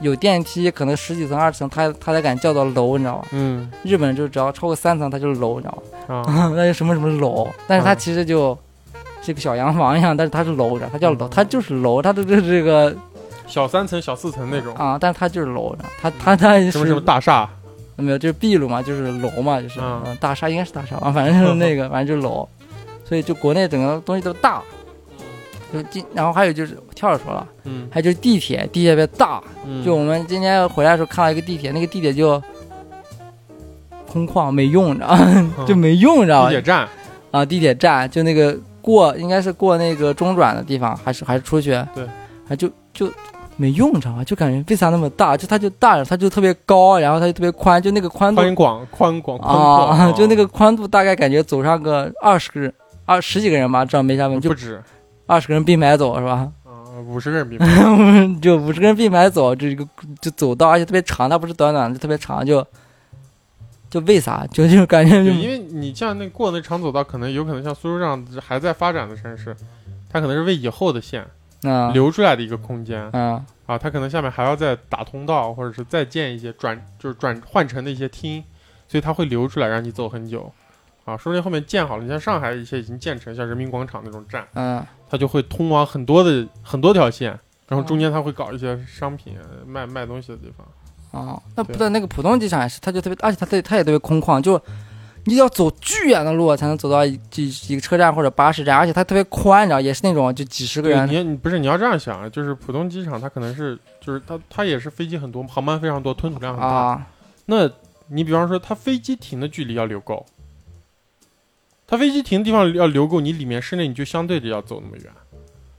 Speaker 2: 有电梯，可能十几层、二十层，它它才敢叫到楼，你知道吗？
Speaker 1: 嗯
Speaker 2: 日本就只要超过三层，它就是楼，你知道吗？
Speaker 1: 啊，
Speaker 2: 那就什么什么楼，但是它
Speaker 1: 嗯
Speaker 2: 其实就。这个小洋房一样，但是它是楼，你知道它叫楼，
Speaker 1: 嗯
Speaker 2: 它就是楼，它的这这个
Speaker 1: 小三层、小四层那种，
Speaker 2: 啊，但是它就是楼，你知道它它它是
Speaker 1: 什么什么大厦，
Speaker 2: 没有，就是壁炉嘛，就是楼嘛，就是、
Speaker 1: 嗯
Speaker 2: 嗯、大厦，应该是大厦吧，反正就是那个， 反正就是楼，所以就国内整个东西都大，就今，然后还有就是我跳着说了，
Speaker 1: 嗯
Speaker 2: 还有就是地铁，地铁特别大，
Speaker 1: 嗯，
Speaker 2: 就我们今天回来的时候看到一个地铁，那个地铁就空旷没用，你知道吗？ 就没用，你知道
Speaker 1: 嗯地
Speaker 2: 吧
Speaker 1: 铁？站，
Speaker 2: 啊，地铁站就那个过，应该是过那个中转的地方，还是还是出去？
Speaker 1: 对，
Speaker 2: 还就就没用，你知道吗？就感觉为啥那么大？就它就大，它就特别高，然后它就特别宽，就那个宽度
Speaker 1: 宽广、宽广、哦宽
Speaker 2: 啊，
Speaker 1: 阔，
Speaker 2: 就那个宽度大概感觉走上个二十个人、二十几个人吧，这样没啥问题，
Speaker 1: 不
Speaker 2: 就
Speaker 1: 止
Speaker 2: 二十个人并排走是吧？
Speaker 1: 啊，五十个人比
Speaker 2: 就五十个人并排走，这一个就走道，而且特别长，它不是短短的，就特别长，就就为啥？就就感觉就
Speaker 1: 对因为你像那过那长走道，可能有可能像苏州这样子还在发展的城市，它可能是为以后的线
Speaker 2: 嗯
Speaker 1: 留出来的一个空间
Speaker 2: 嗯
Speaker 1: 啊，它可能下面还要再打通道，或者是再建一些转就是转换成的一些厅，所以它会留出来让你走很久。啊，说不定后面建好了，你像上海一些已经建成像人民广场那种站，
Speaker 2: 嗯，
Speaker 1: 它就会通往很多的很多条线，然后中间它会搞一些商品卖卖东西的地方。
Speaker 2: 哦，那
Speaker 1: 对
Speaker 2: 不在那个浦东机场也是，它就特别，而且它特它也特别空旷，就你要走巨远的路才能走到一几几个车站或者巴士站，而且它特别宽，你知道，也是那种就几十个
Speaker 1: 对，
Speaker 2: 人，
Speaker 1: 你你不是你要这样想，啊，就是浦东机场它可能是就是它它也是飞机很多，航班非常多，吞吐量很大。
Speaker 2: 啊，
Speaker 1: 那你比方说它飞机停的距离要留够，它飞机停的地方要留够，你里面室内你就相对的要走那么远。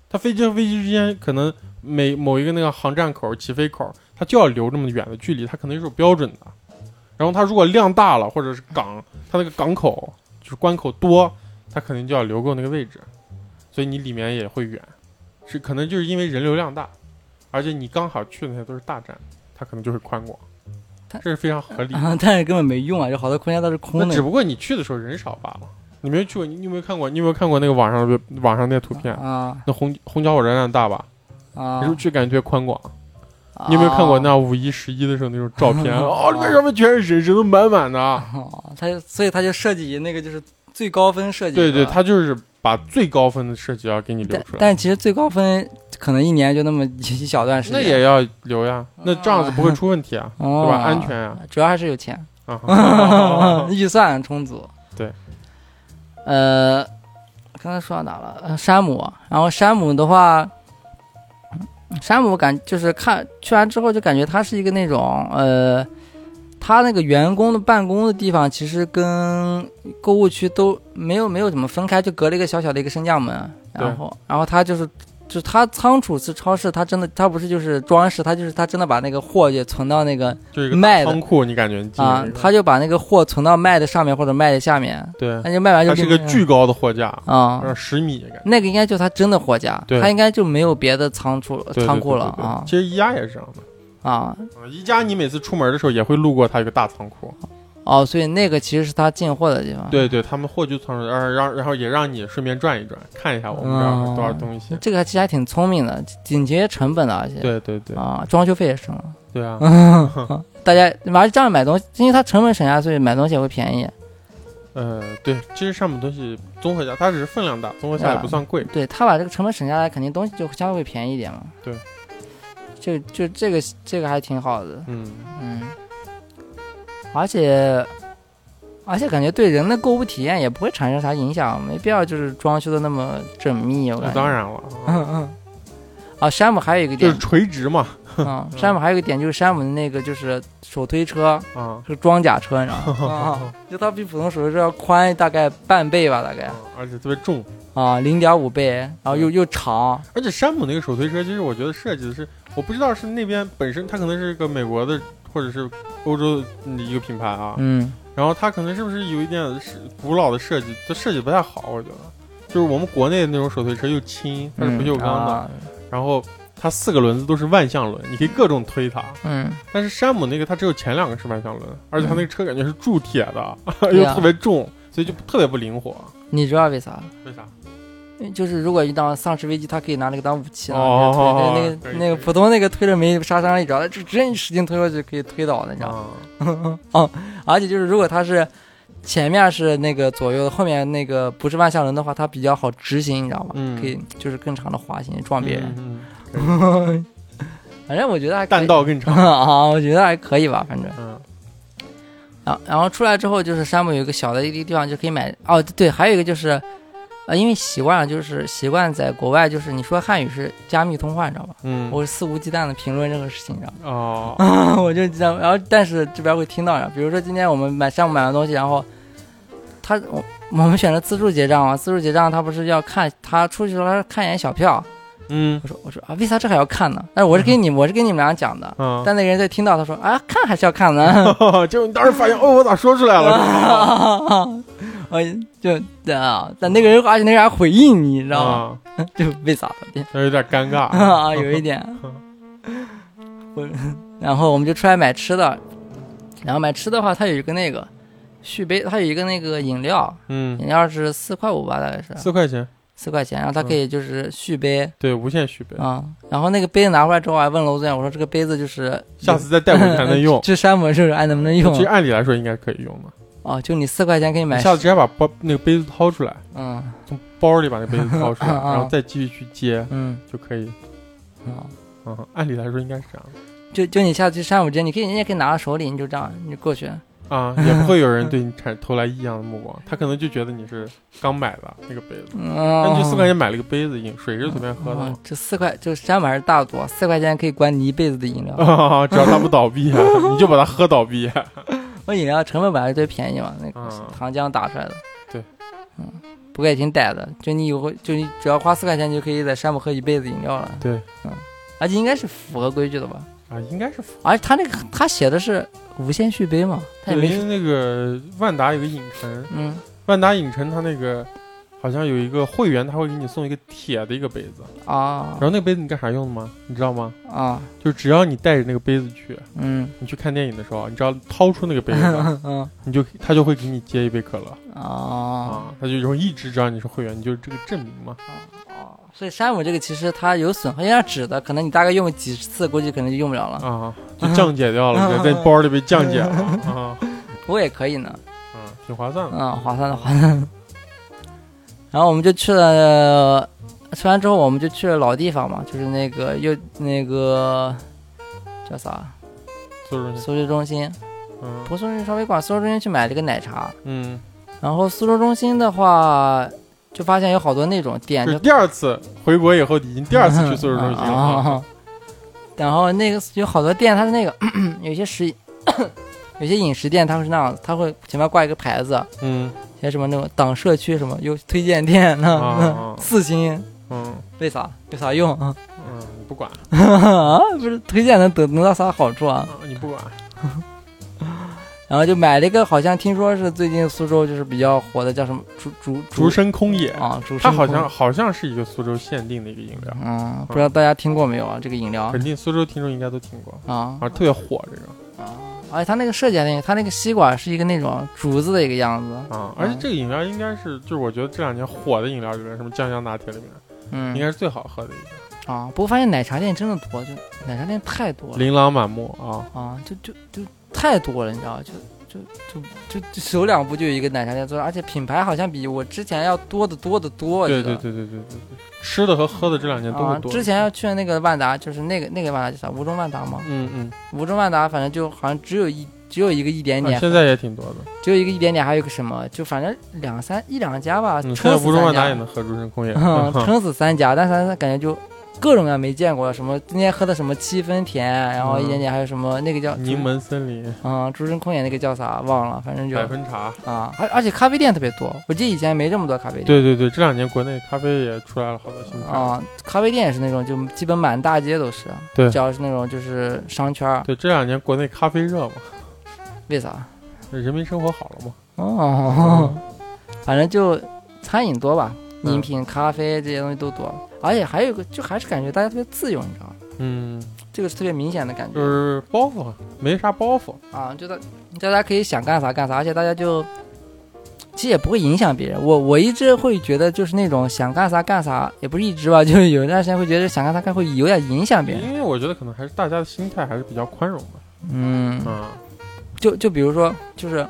Speaker 1: 它飞机和飞机之间可能每某一个那个航站口、起飞口，它就要留这么远的距离，它可能是有标准的。然后它如果量大了，或者是港，它那个港口就是关口多，它肯定就要留够那个位置，所以你里面也会远，是可能就是因为人流量大，而且你刚好去的那些都是大站，它可能就会宽广
Speaker 2: 它，
Speaker 1: 这是非常合理的。
Speaker 2: 啊 但是根本没用啊，有好多空间都是空
Speaker 1: 那只
Speaker 2: 的
Speaker 1: 不过你去的时候人少罢了。你没去过，你你有没有看过？你有没有看过那个网上的网上那图片？
Speaker 2: 啊
Speaker 1: 那虹虹桥火车站大吧？
Speaker 2: 啊
Speaker 1: 你，是不是去感觉特别宽广？你有没有看过
Speaker 2: 啊？
Speaker 1: 那五一、十一的时候那种照 片？
Speaker 2: 啊
Speaker 1: 哦，里面上面全是人，人都满满的。
Speaker 2: 哦，它就所以它就设计那个就是最高分设计，
Speaker 1: 对对，
Speaker 2: 是吧
Speaker 1: 他就是把最高分的设计要给你留
Speaker 2: 但
Speaker 1: 出来。
Speaker 2: 但其实最高分可能一年就那么一一小段时
Speaker 1: 那
Speaker 2: 间，
Speaker 1: 也要留呀，那这样子不会出问题 啊，
Speaker 2: 啊哦
Speaker 1: 对吧？安全 呀，
Speaker 2: 主要还是有钱，
Speaker 1: 啊，好
Speaker 2: 预算充足。
Speaker 1: 嗯对，
Speaker 2: 呃，刚才说到哪了？呃山姆，然后山姆的话，山姆感就是看去完之后就感觉他是一个那种呃，他那个员工的办公的地方其实跟购物区都没有没有怎么分开，就隔了一个小小的一个升降门，
Speaker 1: 对
Speaker 2: 然后然后他就是。就是他仓储是超市，他真的他不是就是装饰，他就是他真的把那个货也存到那个
Speaker 1: 就是一个大
Speaker 2: 卖的
Speaker 1: 仓库，你感觉你进
Speaker 2: 啊
Speaker 1: 去一，个
Speaker 2: 他就把那个货存到卖的上面或者卖的下面，
Speaker 1: 对，
Speaker 2: 那就卖完就
Speaker 1: 它是一个
Speaker 2: 变成
Speaker 1: 巨高的货架，
Speaker 2: 啊、
Speaker 1: 十米感觉。
Speaker 2: 那个应该就是他真的货架，
Speaker 1: 对
Speaker 2: 他应该就没有别的仓储
Speaker 1: 对对
Speaker 2: 仓库
Speaker 1: 对
Speaker 2: 了
Speaker 1: 对对
Speaker 2: 啊
Speaker 1: 其实宜家也是这样的，
Speaker 2: 啊
Speaker 1: 啊宜家你每次出门的时候也会路过它有个大仓库，
Speaker 2: 哦，所以那个其实是他进货的地方。，
Speaker 1: 对对，他们货就仓储，然后然后也让你顺便转一转，看一下我们这儿有多少东西。
Speaker 2: 这个还其实还挺聪明的，紧节成本的，而且
Speaker 1: 对对对
Speaker 2: 啊，装修费也省了。
Speaker 1: 对啊，
Speaker 2: 大家而且这样买东西，因为它成本省下，所以买东西也会便宜。
Speaker 1: 呃，对，其实上面东西综合下，它只是分量大，综合下也不算贵。
Speaker 2: 对他把这个成本省下来，肯定东西就相对会便宜一点嘛。
Speaker 1: 对，
Speaker 2: 就就这个这个还挺好的。
Speaker 1: 嗯，
Speaker 2: 嗯，而且而且感觉对人的购物体验也不会产生啥影响，没必要就是装修的那么缜密。我
Speaker 1: 那
Speaker 2: 感觉
Speaker 1: 当，然了，啊
Speaker 2: 嗯嗯。啊，山姆还有一个
Speaker 1: 就
Speaker 2: 点
Speaker 1: 是，垂直嘛，
Speaker 2: 嗯，山姆还有一个点就是山姆的那个就是手推车
Speaker 1: 啊，
Speaker 2: 是装甲车，你知 道吗？啊，就它比普通手推车要宽大概半倍吧，大概
Speaker 1: 啊而且特别重。
Speaker 2: 啊零点五倍，然后
Speaker 1: 嗯
Speaker 2: 又又长，
Speaker 1: 而且山姆那个手推车，其实我觉得设计的是，我不知道是那边本身它可能是个美国的或者是欧洲的一个品牌啊，
Speaker 2: 嗯
Speaker 1: 然后它可能是不是有一点是古老的设计，它设计不太好，我觉得。就是我们国内的那种手推车又轻，它是不
Speaker 2: 嗯
Speaker 1: 锈钢的，
Speaker 2: 的，
Speaker 1: 然后它四个轮子都是万向轮，你可以各种推它。
Speaker 2: 嗯
Speaker 1: 但是山姆那个它只有前两个是万向轮，而且它那个车感觉是铸铁的，
Speaker 2: 对
Speaker 1: 又
Speaker 2: 啊
Speaker 1: 特别重，所以就特别不灵活。
Speaker 2: 你知道为啥？
Speaker 1: 为啥？
Speaker 2: 就是如果遇到丧尸危机，他可以拿那个当武器了。啊
Speaker 1: 哦
Speaker 2: 那个
Speaker 1: 哦可
Speaker 2: 推
Speaker 1: 以
Speaker 2: 那个那个
Speaker 1: 可以
Speaker 2: 普通那个推着没杀伤力，主要就真一使劲推过去可以推倒的，你知道吗？
Speaker 1: 啊，
Speaker 2: 而且就是如果他是前面是那个左右，后面那个不是万向轮的话，它比较好直行，你知道吗？
Speaker 1: 嗯
Speaker 2: 啊可以就是更长的滑行撞别人。
Speaker 1: 嗯，嗯
Speaker 2: 反正我觉得还可
Speaker 1: 弹
Speaker 2: 以
Speaker 1: 道更长。
Speaker 2: 啊，我觉得还可以吧，反正。
Speaker 1: 嗯，
Speaker 2: 然后然后出来之后，就是山姆有一个小的一个地方就可以买哦，对，还有一个就是，呃，因为习惯了，就是习惯在国外，就是你说汉语是加密通话，你知道吧？
Speaker 1: 嗯，
Speaker 2: 我肆无忌惮的评论任何事情，你知道吗？
Speaker 1: 哦，
Speaker 2: 我就这样，然后但是这边会听到，然后比如说今天我们买山姆买完东西，然后他我我们选择自助结账嘛，啊自助结账他不是要看他出去的时候他看一眼小票，
Speaker 1: 嗯
Speaker 2: 我说我说啊，为啥这还要看呢？但是我是给你我是给你们俩讲的，
Speaker 1: 嗯，
Speaker 2: 但那个人在听到他说啊看还是要看呢。
Speaker 1: 结果你当时发现，哦，我咋说出来了？
Speaker 2: 我哎就对啊，但那个人而且那个人还回应你， 你知道吗？
Speaker 1: 啊，
Speaker 2: 就为啥的
Speaker 1: 那有点尴尬
Speaker 2: 啊，有一点。我然后我们就出来买吃的，然后买吃的话，它有一个那个续杯，它有一个那个饮料，
Speaker 1: 嗯，
Speaker 2: 饮料是四块五吧，大概是
Speaker 1: 四嗯块钱，
Speaker 2: 四块钱，然后它可以就是续杯
Speaker 1: 对，无限续杯，
Speaker 2: 啊、然后那个杯子拿回来之后，我还问楼总，我说这个杯子就是
Speaker 1: 下次再带回去还能用
Speaker 2: 。去山姆是不是还能不能用啊
Speaker 1: 其实按理来说应该可以用的，
Speaker 2: 哦，就你四块钱可以
Speaker 1: 一
Speaker 2: 买，
Speaker 1: 下子直接把包那个杯子掏出来，
Speaker 2: 嗯
Speaker 1: 从包里把那杯子掏出来，
Speaker 2: 啊
Speaker 1: 然后再继续去接
Speaker 2: 嗯
Speaker 1: 就可以。
Speaker 2: 嗯，
Speaker 1: 嗯，按理来说应该是这样的
Speaker 2: 就就你下次去山姆街，你可以人家可以拿到手里，你就这样你就过去，
Speaker 1: 啊，也不会有人对你产投来异样的目光，他可能就觉得你是刚买的那个杯子，
Speaker 2: 嗯，
Speaker 1: 那
Speaker 2: 那
Speaker 1: 你就四块钱买了个杯子饮水是随便喝的
Speaker 2: 哦
Speaker 1: 嘛，
Speaker 2: 这四块就山姆还是大多，四块钱可以管你一辈子的饮料。
Speaker 1: 啊，只要他不倒闭啊， 你就把它喝倒闭啊。
Speaker 2: 我饮料成本本来就最便宜嘛，那个
Speaker 1: 嗯
Speaker 2: 糖浆打出来的。
Speaker 1: 对，
Speaker 2: 嗯，不过也挺歹的，就你以后就你只要花四块钱就可以在山姆喝一辈子饮料了，嗯
Speaker 1: 对
Speaker 2: 而且应该是符合规矩的吧？
Speaker 1: 啊，应该是符
Speaker 2: 而且他那个他写的是无限续杯嘛，他
Speaker 1: 合
Speaker 2: 也
Speaker 1: 的，
Speaker 2: 没
Speaker 1: 因
Speaker 2: 说
Speaker 1: 为那个万达有个影城，
Speaker 2: 嗯
Speaker 1: 万达影城它那个好像有一个会员，他会给你送一个铁的一个杯子，
Speaker 2: 啊
Speaker 1: 然后那个杯子你干啥用的吗？你知道吗？
Speaker 2: 啊
Speaker 1: 就只要你带着那个杯子去，
Speaker 2: 嗯
Speaker 1: 你去看电影的时候，啊你只要掏出那个杯子，
Speaker 2: 嗯
Speaker 1: 你就他就会给你接一杯可乐
Speaker 2: 啊
Speaker 1: 啊，他就容易一直知道你是会员，你就是这个证明嘛。
Speaker 2: 哦，所以山姆这个其实它有损耗，因为它纸的，可能你大概用几次，估计可能就用不了了。
Speaker 1: 啊，就降解掉 了，
Speaker 2: 嗯
Speaker 1: 在包里被降解了啊，
Speaker 2: 不过也可以呢，
Speaker 1: 啊，挺划算的。
Speaker 2: 嗯，划算的划算的。 然后我们就去了，呃吃完之后我们就去了老地方嘛，就是那个又那个叫啥
Speaker 1: 做中心，
Speaker 2: 苏州中心，
Speaker 1: 嗯
Speaker 2: 不过苏州中心稍微逛，苏州中心去买了一个奶茶，
Speaker 1: 嗯，
Speaker 2: 然后苏州中心的话，就发现有好多那种店，
Speaker 1: 这
Speaker 2: 就是
Speaker 1: 嗯第二次回国以后，已经第二次去苏州 中心了啊。
Speaker 2: 啊然后那个有好多店，它是那个 有些食，有些饮食店，它会是那样，它会前面挂一个牌子，
Speaker 1: 嗯
Speaker 2: 写什么那种党社区什么有推荐店，那、
Speaker 1: 啊
Speaker 2: 四星，
Speaker 1: 嗯
Speaker 2: 为啥有啥用 啊？
Speaker 1: 嗯，你不管，
Speaker 2: 不是推荐能得能到啥好处啊？
Speaker 1: 啊你不管，
Speaker 2: 然后就买了一个，好像听说是最近苏州就是比较火的，叫什么竹竹
Speaker 1: 竹升空野，
Speaker 2: 啊，竹
Speaker 1: 它
Speaker 2: 升
Speaker 1: 好
Speaker 2: 空
Speaker 1: 像啊好像是一个苏州限定的一个饮料，
Speaker 2: 嗯，不知道大家听过没有啊？这个饮料
Speaker 1: 肯定苏州听众应该都听过，
Speaker 2: 啊
Speaker 1: 啊，特别火这个
Speaker 2: 啊！而且它那个设计还挺，它那个吸管是一个那种竹子的一个样子，
Speaker 1: 啊，而且这个饮料应该是，就是我觉得这两年火的饮料里面，什么酱香拿铁里面，应
Speaker 2: 嗯
Speaker 1: 该是最好喝的一个，
Speaker 2: 啊。不过发现奶茶店真的多，就奶茶店太多了
Speaker 1: 琳琅满目啊，
Speaker 2: 啊，就就就太多了，你知道吧？就就就就就走两步就有一个奶茶店做，而且品牌好像比我之前要多得多得多。我觉
Speaker 1: 对
Speaker 2: 得
Speaker 1: 对对对对对对，吃的和喝的这两年都
Speaker 2: 啊
Speaker 1: 会，多，
Speaker 2: 之前要去的那个万达，就是那个那个万达叫啥？吴中万达吗？
Speaker 1: 嗯嗯，
Speaker 2: 吴中万达，反正就好像只有一只有一个一点
Speaker 1: 啊
Speaker 2: 点，
Speaker 1: 现在也挺多的，
Speaker 2: 只有一个一点点，还有一个什么，就反正两三一两家吧，
Speaker 1: 嗯，现
Speaker 2: 撑
Speaker 1: 在
Speaker 2: 死
Speaker 1: 吴中
Speaker 2: 三
Speaker 1: 万达
Speaker 2: 家
Speaker 1: 也，能喝竹升 空野，
Speaker 2: 嗯，
Speaker 1: 哈
Speaker 2: 撑死三家，但三家感觉就各种各样没见过，什么今天喝的什么七分甜，然后一点点还有什么那个叫
Speaker 1: 嗯柠，檬森林、
Speaker 2: 嗯，竹升空眼那个叫啥忘了，反正就
Speaker 1: 百分茶，
Speaker 2: 啊，而而且咖啡店特别多，我记得以前没这么多咖啡店。
Speaker 1: 对对对，这两年国内咖啡也出来了好多新牌子，
Speaker 2: 啊、咖啡店也是那种，就基本满大街都是。
Speaker 1: 对
Speaker 2: 只要是那种就是商圈儿，
Speaker 1: 对，这两年国内咖啡热嘛，
Speaker 2: 为啥？
Speaker 1: 人民生活好了嘛。
Speaker 2: 哦， 反正就餐饮多吧，
Speaker 1: 嗯
Speaker 2: 饮品、咖啡这些东西都多，而且还有一个，就还是感觉大家特别自由，你知道吗？
Speaker 1: 嗯，
Speaker 2: 这个是特别明显的感觉、
Speaker 1: 就是包袱没啥包袱，
Speaker 2: 啊，就大大家可以想干啥干啥，而且大家就其实也不会影响别人。我我一直会觉得，就是那种想干啥干啥，也不是一直吧，就是有一段时间会觉得想干啥干会有点影响别人。
Speaker 1: 因为我觉得可能还是大家的心态还是比较宽容的。
Speaker 2: 嗯，
Speaker 1: 啊，
Speaker 2: 就就比如说，就是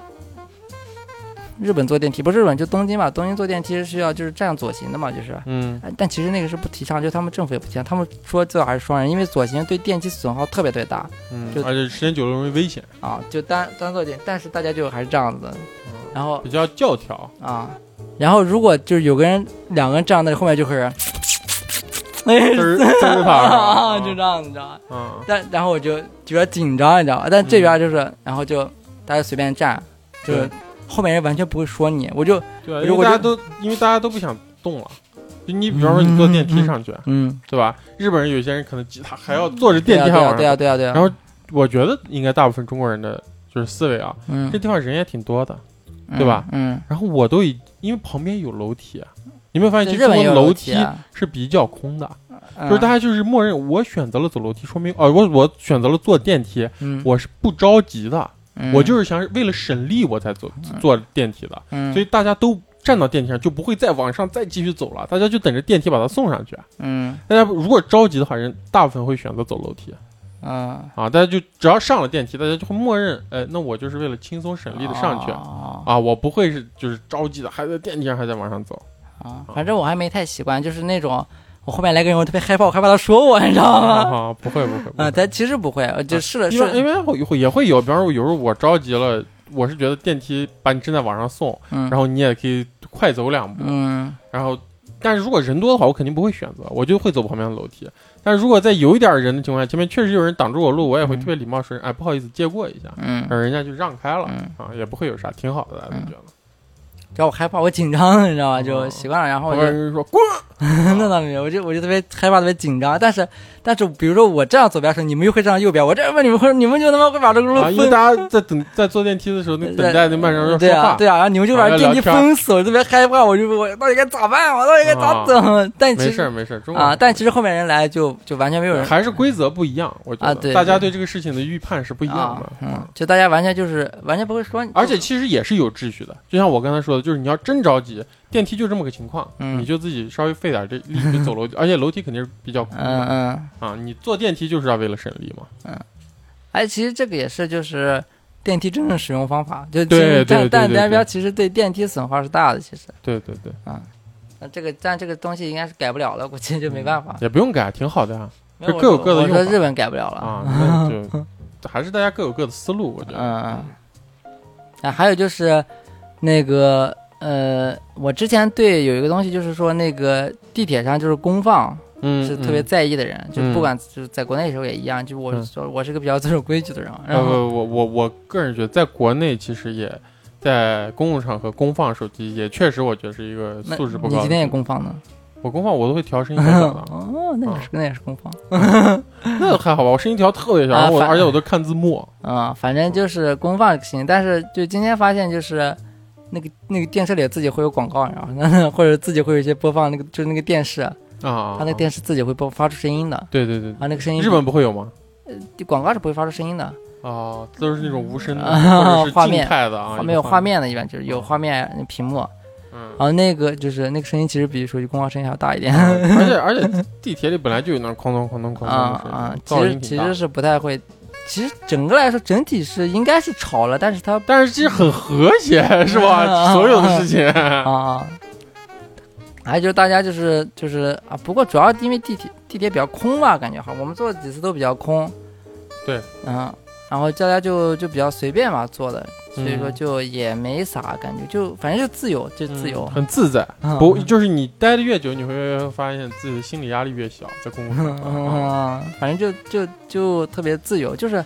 Speaker 2: 日本坐电梯，不是日本就东京吧，东京坐电梯是需要就是这样左行的嘛，就是。
Speaker 1: 嗯，
Speaker 2: 哎但其实那个是不提倡，就他们政府也不提倡，他们说最好还是双人，因为左行对电梯损耗特别特别大
Speaker 1: 嗯
Speaker 2: 就，
Speaker 1: 而且时间久了容易危险，
Speaker 2: 啊，就单单坐电，但是大家就还是这样子，
Speaker 1: 嗯、
Speaker 2: 然后
Speaker 1: 比较教 条。
Speaker 2: 啊，然后如果就是有个人两个人站在那后面就会有人
Speaker 1: 这是这是
Speaker 2: 啊，
Speaker 1: 他，
Speaker 2: 就这样子，你知道吧？
Speaker 1: 啊，
Speaker 2: 但然后我就觉得紧张，你知道吧？但这边就是，然后就大家随便站，就是
Speaker 1: 嗯对
Speaker 2: 后面人完全不会说你，我就
Speaker 1: 对啊，
Speaker 2: 如
Speaker 1: 因为
Speaker 2: 果
Speaker 1: 大家
Speaker 2: 就
Speaker 1: 都因为大家都不想动了。就你比方说你坐电梯上去，
Speaker 2: 嗯，
Speaker 1: 对吧？日本人有些人可能吉他还要坐着
Speaker 2: 对
Speaker 1: 电
Speaker 2: 呀
Speaker 1: 梯
Speaker 2: 对
Speaker 1: 还
Speaker 2: 呀
Speaker 1: 往
Speaker 2: 对啊呀
Speaker 1: 上。
Speaker 2: 对呀对呀，
Speaker 1: 然后我觉得应该大部分中国人的就是思维啊，
Speaker 2: 嗯
Speaker 1: 这，地方人也挺多的。
Speaker 2: 嗯
Speaker 1: 对吧？
Speaker 2: 嗯，
Speaker 1: 然后我都已因为旁边有楼梯啊，你有没有发现
Speaker 2: 对
Speaker 1: 其
Speaker 2: 日
Speaker 1: 实
Speaker 2: 本
Speaker 1: 中
Speaker 2: 也
Speaker 1: 国
Speaker 2: 有
Speaker 1: 楼
Speaker 2: 梯
Speaker 1: 梯
Speaker 2: 啊，
Speaker 1: 是比较空的？
Speaker 2: 嗯
Speaker 1: 就是大家就是默认我选择了走楼梯，说明哦、我我选择了坐电梯，
Speaker 2: 嗯，
Speaker 1: 我是不着急的，
Speaker 2: 嗯
Speaker 1: 我就是想为了省力我才走坐电梯的，
Speaker 2: 嗯
Speaker 1: 所以大家都站到电梯上就不会再往上再继续走了，大家就等着电梯把它送上去。
Speaker 2: 嗯
Speaker 1: 大家如果着急的话，人大部分会选择走楼梯，
Speaker 2: 嗯，
Speaker 1: 啊，大家就只要上了电梯，大家就会默认，哎，那我就是为了轻松省力的上去、
Speaker 2: 哦
Speaker 1: 啊，我不会是就是着急的还在电梯上还在往上走。
Speaker 2: 啊，反正我还没太习惯，就是那种我后面来个人，我特别害怕，我害怕他说我，你知道吗？
Speaker 1: 啊，不会不会，不会
Speaker 2: 啊，但其实不会，呃就
Speaker 1: 啊
Speaker 2: 试了
Speaker 1: 因
Speaker 2: 试
Speaker 1: 为，因为会会也会有，比方说有时候我着急了，我是觉得电梯把你正在往上送，
Speaker 2: 嗯，
Speaker 1: 然后你也可以快走两步，
Speaker 2: 嗯，
Speaker 1: 然后。但是如果人多的话，我肯定不会选择，我就会走旁边的楼梯。但是如果在有一点人的情况下，前面确实有人挡住我路，我也会
Speaker 2: 嗯
Speaker 1: 特别礼貌说：“哎，不好意思，借过一下。”
Speaker 2: 嗯，
Speaker 1: 然后人家就让开了
Speaker 2: 嗯
Speaker 1: 啊，也不会有啥，挺好的，大家都觉得。
Speaker 2: 只要我害怕，我紧张，你知道吗？就
Speaker 1: 哦
Speaker 2: 习惯了，然后
Speaker 1: 旁
Speaker 2: 我
Speaker 1: 边
Speaker 2: 就
Speaker 1: 人说：“滚
Speaker 2: 那倒没有，我就我就特别害怕，特别紧张。但是但是，比如说我这样左边的时候，你们又会这样右边，我这样问你们会，你们就他妈会把这个路
Speaker 1: 啊！”因为
Speaker 2: 分
Speaker 1: 大
Speaker 2: 呃
Speaker 1: 家在等在坐电梯的时候，那等待那慢人要
Speaker 2: 对
Speaker 1: 说
Speaker 2: 啊
Speaker 1: 话，
Speaker 2: 对啊，然后你们就把电梯封死，我就特别害怕，我就我到底该咋办？啊我到底该咋整？但
Speaker 1: 啊没
Speaker 2: 其
Speaker 1: 事儿
Speaker 2: 实
Speaker 1: 没事儿，中国
Speaker 2: 啊，
Speaker 1: 人
Speaker 2: 但其实后面人来就就完全没有人
Speaker 1: 还是规则不一样，我觉
Speaker 2: 啊
Speaker 1: 得
Speaker 2: 对
Speaker 1: 大家
Speaker 2: 对
Speaker 1: 对这个事情的预判是不
Speaker 2: 不
Speaker 1: 一样的。
Speaker 2: 嗯，就大家完全就是完全不会说你，
Speaker 1: 而且其实也是有秩序的，就像我刚才说的，就是你要真着急，电梯就这么个情况，
Speaker 2: 嗯
Speaker 1: 你就自己稍微费点这力就走楼梯，而且楼梯肯定是比较空
Speaker 2: 嗯啊
Speaker 1: 的、
Speaker 2: 嗯，
Speaker 1: 啊。你坐电梯就是要为了省力嘛。
Speaker 2: 哎，其实这个也是就是电梯真正使用方法，就
Speaker 1: 对
Speaker 2: 其实
Speaker 1: 对
Speaker 2: 但
Speaker 1: 对
Speaker 2: 但
Speaker 1: 对
Speaker 2: 单边
Speaker 1: 对
Speaker 2: 其实对电梯损耗是大的，其实
Speaker 1: 对对对，
Speaker 2: 那这个但这个东西应该是改不了了，估计就没办法。
Speaker 1: 也不用改，挺好的呀
Speaker 2: 没有
Speaker 1: 嗯各有各的
Speaker 2: 我说
Speaker 1: 用
Speaker 2: 我说
Speaker 1: 法
Speaker 2: 日本改不了了
Speaker 1: 啊。那 就还是大家各有各的思路，我觉得。
Speaker 2: 嗯，啊，还有就是那个呃，我之前对有一个东西，就是说那个地铁上就是公放
Speaker 1: 嗯，
Speaker 2: 是特别
Speaker 1: 嗯。
Speaker 2: 在意的人，就不
Speaker 1: 嗯
Speaker 2: 管就是在国内的时候也一样，就我
Speaker 1: 嗯
Speaker 2: 说我是个比较遵守规矩的人嘛，然
Speaker 1: 呃，
Speaker 2: 后
Speaker 1: 我我我个人觉得，在国内其实也在公共场合公放手机，也确实我觉得是一个
Speaker 2: 那
Speaker 1: 素质不
Speaker 2: 你
Speaker 1: 高。嗯
Speaker 2: 今天也公放呢？
Speaker 1: 我公放我都会调声音小小的，啊
Speaker 2: 哦，那也是那也是公放
Speaker 1: 那还好吧，我声音调特别小，
Speaker 2: 啊
Speaker 1: 然后我
Speaker 2: 反
Speaker 1: 而且我都看字幕。
Speaker 2: 啊、反正就是公放行，但是就今天发现就是。那个那个电视里自己会有广告，然后 呢，或者自己会有一些播放那个，就是那个电视，
Speaker 1: 啊，
Speaker 2: 它那个电视自己会播发出声音的，
Speaker 1: 对对对，
Speaker 2: 啊，那个声音
Speaker 1: 日本不会有吗？
Speaker 2: 广告是不会发出声音的，
Speaker 1: 啊，都是那种无声的，
Speaker 2: 啊
Speaker 1: 或者
Speaker 2: 画
Speaker 1: 是
Speaker 2: 面
Speaker 1: 静态的啊，
Speaker 2: 没
Speaker 1: 一
Speaker 2: 有
Speaker 1: 个
Speaker 2: 画
Speaker 1: 画，
Speaker 2: 面啊的，一般就是有画面屏幕，
Speaker 1: 嗯
Speaker 2: 然，后那个就是那个声音其实比手机公告声音还要大一 点，啊
Speaker 1: 而且而且地铁里本来就有那种哐咚哐咚哐咚的
Speaker 2: 啊，其
Speaker 1: 声哦音，噪
Speaker 2: 实
Speaker 1: 音
Speaker 2: 其
Speaker 1: 挺大
Speaker 2: 实
Speaker 1: 的。
Speaker 2: 是不太会，其实整个来说整体是应该是吵了，但是它
Speaker 1: 但是其实很和谐，是吧？
Speaker 2: 啊
Speaker 1: 所有的事情，
Speaker 2: 啊，还有哎就是大家就是就是啊，不过主要因为地铁地铁比较空吧，感觉哈，我们坐的几次都比较空，
Speaker 1: 对，
Speaker 2: 嗯，然后大家就就比较随便嘛坐的，所以说
Speaker 1: 嗯
Speaker 2: 就也没啥感觉，就反正就自由，就自由
Speaker 1: 嗯。很自在。
Speaker 2: 嗯
Speaker 1: 不，就是你待的越久，你会发现自己的心理压力越小，在公共场合啊。
Speaker 2: 嗯，反正就就就特别自由，就是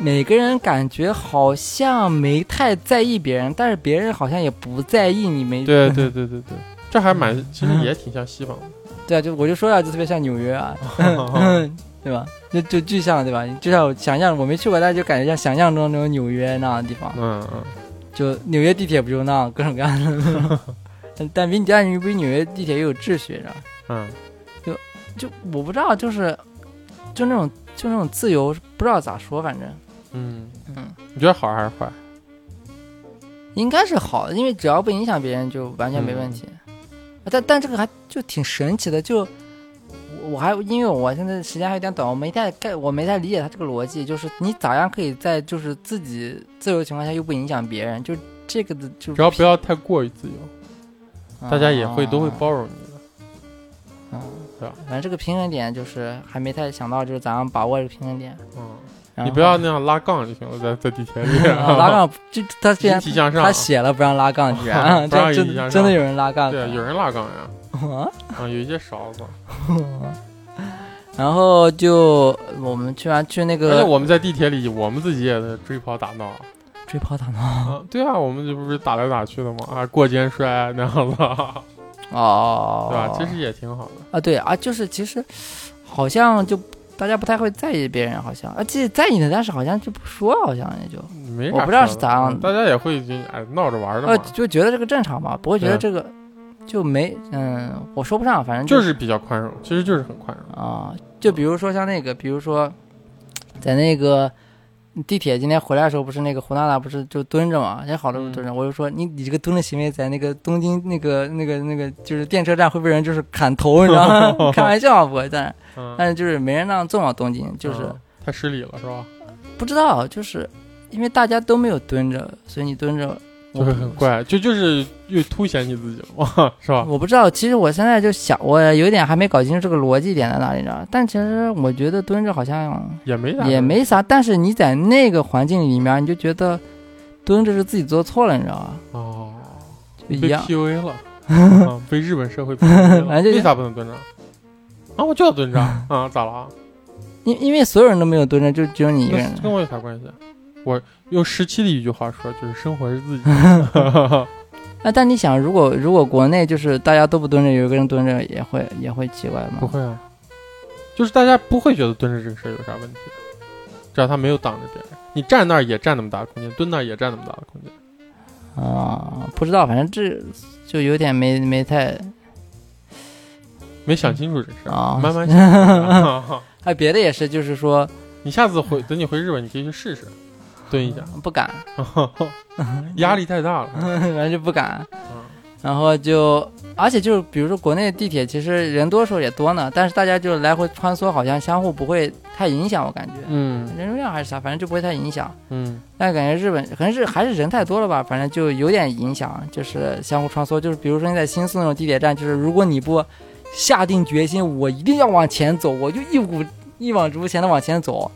Speaker 2: 每个人感觉好像没太在意别人，但是别人好像也不在意你没
Speaker 1: 对对对对对，这还蛮，
Speaker 2: 嗯
Speaker 1: 其实也挺像西方
Speaker 2: 对啊，就我就说呀，就特别像纽约啊，
Speaker 1: 的。
Speaker 2: 对吧？就就具象对吧？就像我想象我没去过，但是就感觉像想象中那种纽约那样的地方，
Speaker 1: 嗯嗯，
Speaker 2: 就纽约地铁不就那样各种各样的， 但但比你但是比纽约地铁也有秩序，是吧？
Speaker 1: 嗯，
Speaker 2: 就我不知道，就是就那种就那种自由，不知道咋说，反正
Speaker 1: 嗯
Speaker 2: 嗯，
Speaker 1: 你觉得好还是坏？
Speaker 2: 应该是好的，因为只要不影响别人，就完全没问题。
Speaker 1: 嗯
Speaker 2: 但但这个还就挺神奇的，就我我还因为我现在时间还有点短，我没太干，我没太理解他这个逻辑，就是你咋样可以在就是自己自由情况下又不影响别人，就这个的就
Speaker 1: 只要不要太过于自由，
Speaker 2: 嗯
Speaker 1: 大家也会都会包容你的。
Speaker 2: 嗯，
Speaker 1: 是吧
Speaker 2: 反正这个平衡点就是还没太想到，就是咋样把握这个平衡点。
Speaker 1: 嗯，
Speaker 2: 然
Speaker 1: 你
Speaker 2: 后
Speaker 1: 不要那样拉杠就行了，在在地铁里
Speaker 2: 啊拉，杠，这他之
Speaker 1: 引
Speaker 2: 前
Speaker 1: 体向上
Speaker 2: 他。写了不让拉杠，居然
Speaker 1: 不让
Speaker 2: 这
Speaker 1: 引
Speaker 2: 真
Speaker 1: 体向
Speaker 2: 真的
Speaker 1: 上
Speaker 2: 有人拉 杠，
Speaker 1: 对，有人拉杠呀，
Speaker 2: 啊
Speaker 1: 啊，有一些勺子。
Speaker 2: 然后就我们去完去那
Speaker 1: 而且
Speaker 2: 个
Speaker 1: 我们在地铁里，我们自己也在追跑打
Speaker 2: 啊
Speaker 1: 闹
Speaker 2: 追跑打闹
Speaker 1: 啊。对啊，我们这不是打来打去的吗？啊，过肩摔那 样子，对
Speaker 2: 哦，
Speaker 1: 吧？其实也挺好的。
Speaker 2: 啊对啊，就是其实好像就大家不太会在意别人，好像啊自己在意的，但是好像就不说，好像也就
Speaker 1: 没啥说的，
Speaker 2: 我不知道是咋样
Speaker 1: 嗯
Speaker 2: 的
Speaker 1: 大家也会就哎闹着玩儿的
Speaker 2: 呃
Speaker 1: 嘛，
Speaker 2: 就觉得这个正常吧，不会觉得
Speaker 1: 对
Speaker 2: 这个就没嗯，我说不上，反正
Speaker 1: 就是是比较宽容，其实就是很宽容。
Speaker 2: 啊，就比如说像那个，比如说在那个。地铁今天回来的时候，不是那个胡娜娜不是就蹲着嘛？人家好多
Speaker 1: 嗯
Speaker 2: 蹲着，我就说你你这个蹲的行为，在那个东京那个那个那个就是电车站会被 人就是砍头，你知道吗？开玩笑嘛不会，但
Speaker 1: 嗯，
Speaker 2: 但是就是没人那样做嘛。东京就是
Speaker 1: 嗯太失礼了是吧？
Speaker 2: 不知道，就是因为大家都没有蹲着，所以你蹲着
Speaker 1: 就会很。怪，就就是又凸显你自己了嘛， 是
Speaker 2: 我
Speaker 1: 吧？
Speaker 2: 我不知道，其实我现在就想，我有点还没搞清楚这个逻辑点在哪里，你知道？但其实我觉得蹲着好像
Speaker 1: 也没啥，
Speaker 2: 也没啥，但是你在那个环境里面，你就觉得蹲着是自己做错了，你知道吧？
Speaker 1: 哦，
Speaker 2: 就一
Speaker 1: 被
Speaker 2: 样，
Speaker 1: PUA 了，啊被日本社会 PUA 了，
Speaker 2: 反正就
Speaker 1: 为啥不能蹲着？啊，我就要蹲着 啊，咋了啊？
Speaker 2: 因因为所有人都没有蹲着，就只有你一个人
Speaker 1: 那。跟我有啥关系？啊我用十七的一句话说，就是生活是自己
Speaker 2: 那但你想，如果如果国内就是大家都不蹲着，有一个人蹲着，也会也会奇怪
Speaker 1: 不
Speaker 2: 吗？
Speaker 1: 会啊，就是大家不会觉得蹲着这个事儿有啥问题，只要他没有挡着别人。你站那儿也占那么大的空间，蹲那儿也占那么大的空间。
Speaker 2: 啊、不知道，反正这就有点没没太
Speaker 1: 没想清楚这事儿，
Speaker 2: 啊
Speaker 1: 慢慢 想啊。
Speaker 2: 啊，别的也是，就是说
Speaker 1: 你下次回等你回日本，你可以去试试，蹲一下，
Speaker 2: 不敢， 哦
Speaker 1: 压力太大了。
Speaker 2: 反正就不敢
Speaker 1: 嗯。
Speaker 2: 然后就，而且就是，比如说国内地铁，其实人多时候也多呢，但是大家就来回穿梭，好像相互不会太影响，我感觉
Speaker 1: 嗯
Speaker 2: 人流量还是啥，反正就不会太影响。
Speaker 1: 嗯，
Speaker 2: 但感觉日本可能是还是人太多了吧，反正就有点影响，就是相互穿梭。就是比如说你在新宿那种地铁站，就是如果你不下定决心，我一定要往前走，我就一股一往直前的往前走，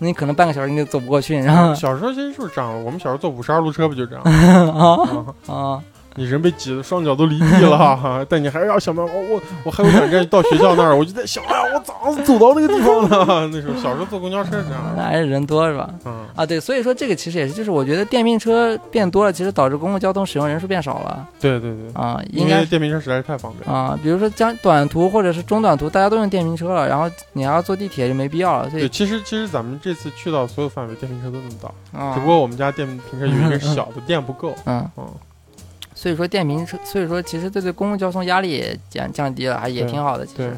Speaker 2: 那你可能半个小时你就走不过去，然后
Speaker 1: 小时候其实就是这样的，我们小时候坐五十二路车不就 这样？
Speaker 2: 啊
Speaker 1: 啊
Speaker 2: 啊，
Speaker 1: 你人被挤得双脚都离地 了，但你还是要想办法。我我我还有两站到学校那儿，我就在想，哎呀，我咋走到那个地方了？那时候小时候坐公交车是这样的，
Speaker 2: 那还是人多是吧？
Speaker 1: 嗯。
Speaker 2: 啊，对，所以说这个其实也是，就是我觉得电瓶车变多了，其实导致公共交通使用人数变少了
Speaker 1: 对对对，
Speaker 2: 啊，应
Speaker 1: 因
Speaker 2: 该
Speaker 1: 为电瓶车实在是太方便了。
Speaker 2: 啊，比如说将短途或者是中短途，大家都用电瓶车了，然后你还要坐地铁就没必要了，所
Speaker 1: 对，
Speaker 2: 以
Speaker 1: 其实其实咱们这次去到所有范围，电瓶车都能到，
Speaker 2: 啊，
Speaker 1: 只不过我们家电瓶车有一个小的电不 够。
Speaker 2: 嗯
Speaker 1: 嗯，
Speaker 2: 所以说电瓶车，所以说其实对对公共交通压力也降降低了，还也
Speaker 1: 对
Speaker 2: 挺好的。其实
Speaker 1: 对，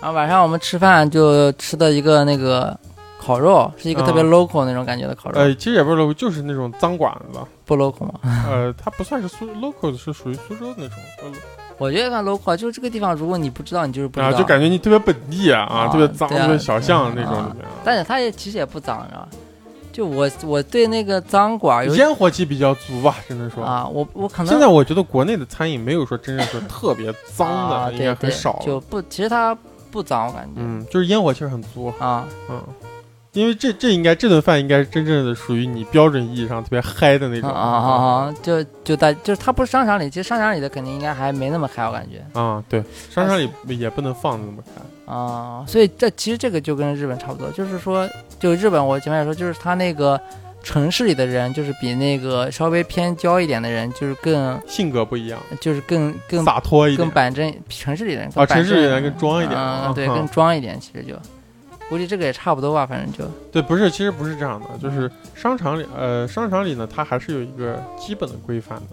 Speaker 2: 然后晚上我们吃饭就吃的一个那个烤肉，是一个
Speaker 1: 啊
Speaker 2: 特别 local 那种感觉的烤肉，
Speaker 1: 呃，其实也不是 local，就是那种脏馆子，
Speaker 2: 不 local 吗？
Speaker 1: 呃，它不算是苏 local，是属于苏州那种，呃
Speaker 2: 我觉得算 local，就是这啊个地方，如果你不知道，你就是不知道。
Speaker 1: 啊，就感觉你特别本地啊，
Speaker 2: 啊
Speaker 1: 特别脏，
Speaker 2: 对啊
Speaker 1: 特别小巷那
Speaker 2: 啊
Speaker 1: 种里面啊。
Speaker 2: 但是它也其实也不脏，你知道吧？就我我对那个脏馆啊儿有
Speaker 1: 烟火气比较足吧，只能说。
Speaker 2: 啊，我我可能
Speaker 1: 现在我觉得国内的餐饮没有说真正说特别脏
Speaker 2: 啊
Speaker 1: 的，应该
Speaker 2: 对
Speaker 1: 很
Speaker 2: 对
Speaker 1: 少了。
Speaker 2: 就不，其实它不脏，我感觉。
Speaker 1: 嗯，就是烟火气儿很足，
Speaker 2: 啊，
Speaker 1: 嗯，因为这这应该这顿饭应该是真正的属于你标准意义上特别嗨的那
Speaker 2: 啊
Speaker 1: 种
Speaker 2: 啊啊！啊就就在就是它不是商场里，其实商场里的肯定应该还没那么嗨，我感觉。
Speaker 1: 啊！对，商场里也不能放的那么开，
Speaker 2: 啊、所以这其实这个就跟日本差不多，就是说，就日本我前面也说，就是他那个城市里的人，就是比那个稍微偏郊一点的人，就是更
Speaker 1: 性格不一样，
Speaker 2: 就是更更
Speaker 1: 洒脱一
Speaker 2: 更
Speaker 1: 点
Speaker 2: 板正，城市里的人
Speaker 1: 啊，
Speaker 2: 更板
Speaker 1: 城市里
Speaker 2: 正
Speaker 1: 人更装一点
Speaker 2: 嗯、
Speaker 1: 啊，
Speaker 2: 对，
Speaker 1: 啊
Speaker 2: 更装一点，其实就估计这个也差不多吧，反正就
Speaker 1: 对，不是，其实不是这样的，就是
Speaker 2: 嗯
Speaker 1: 商场里，呃，商场里呢，它还是有一个基本的规范的，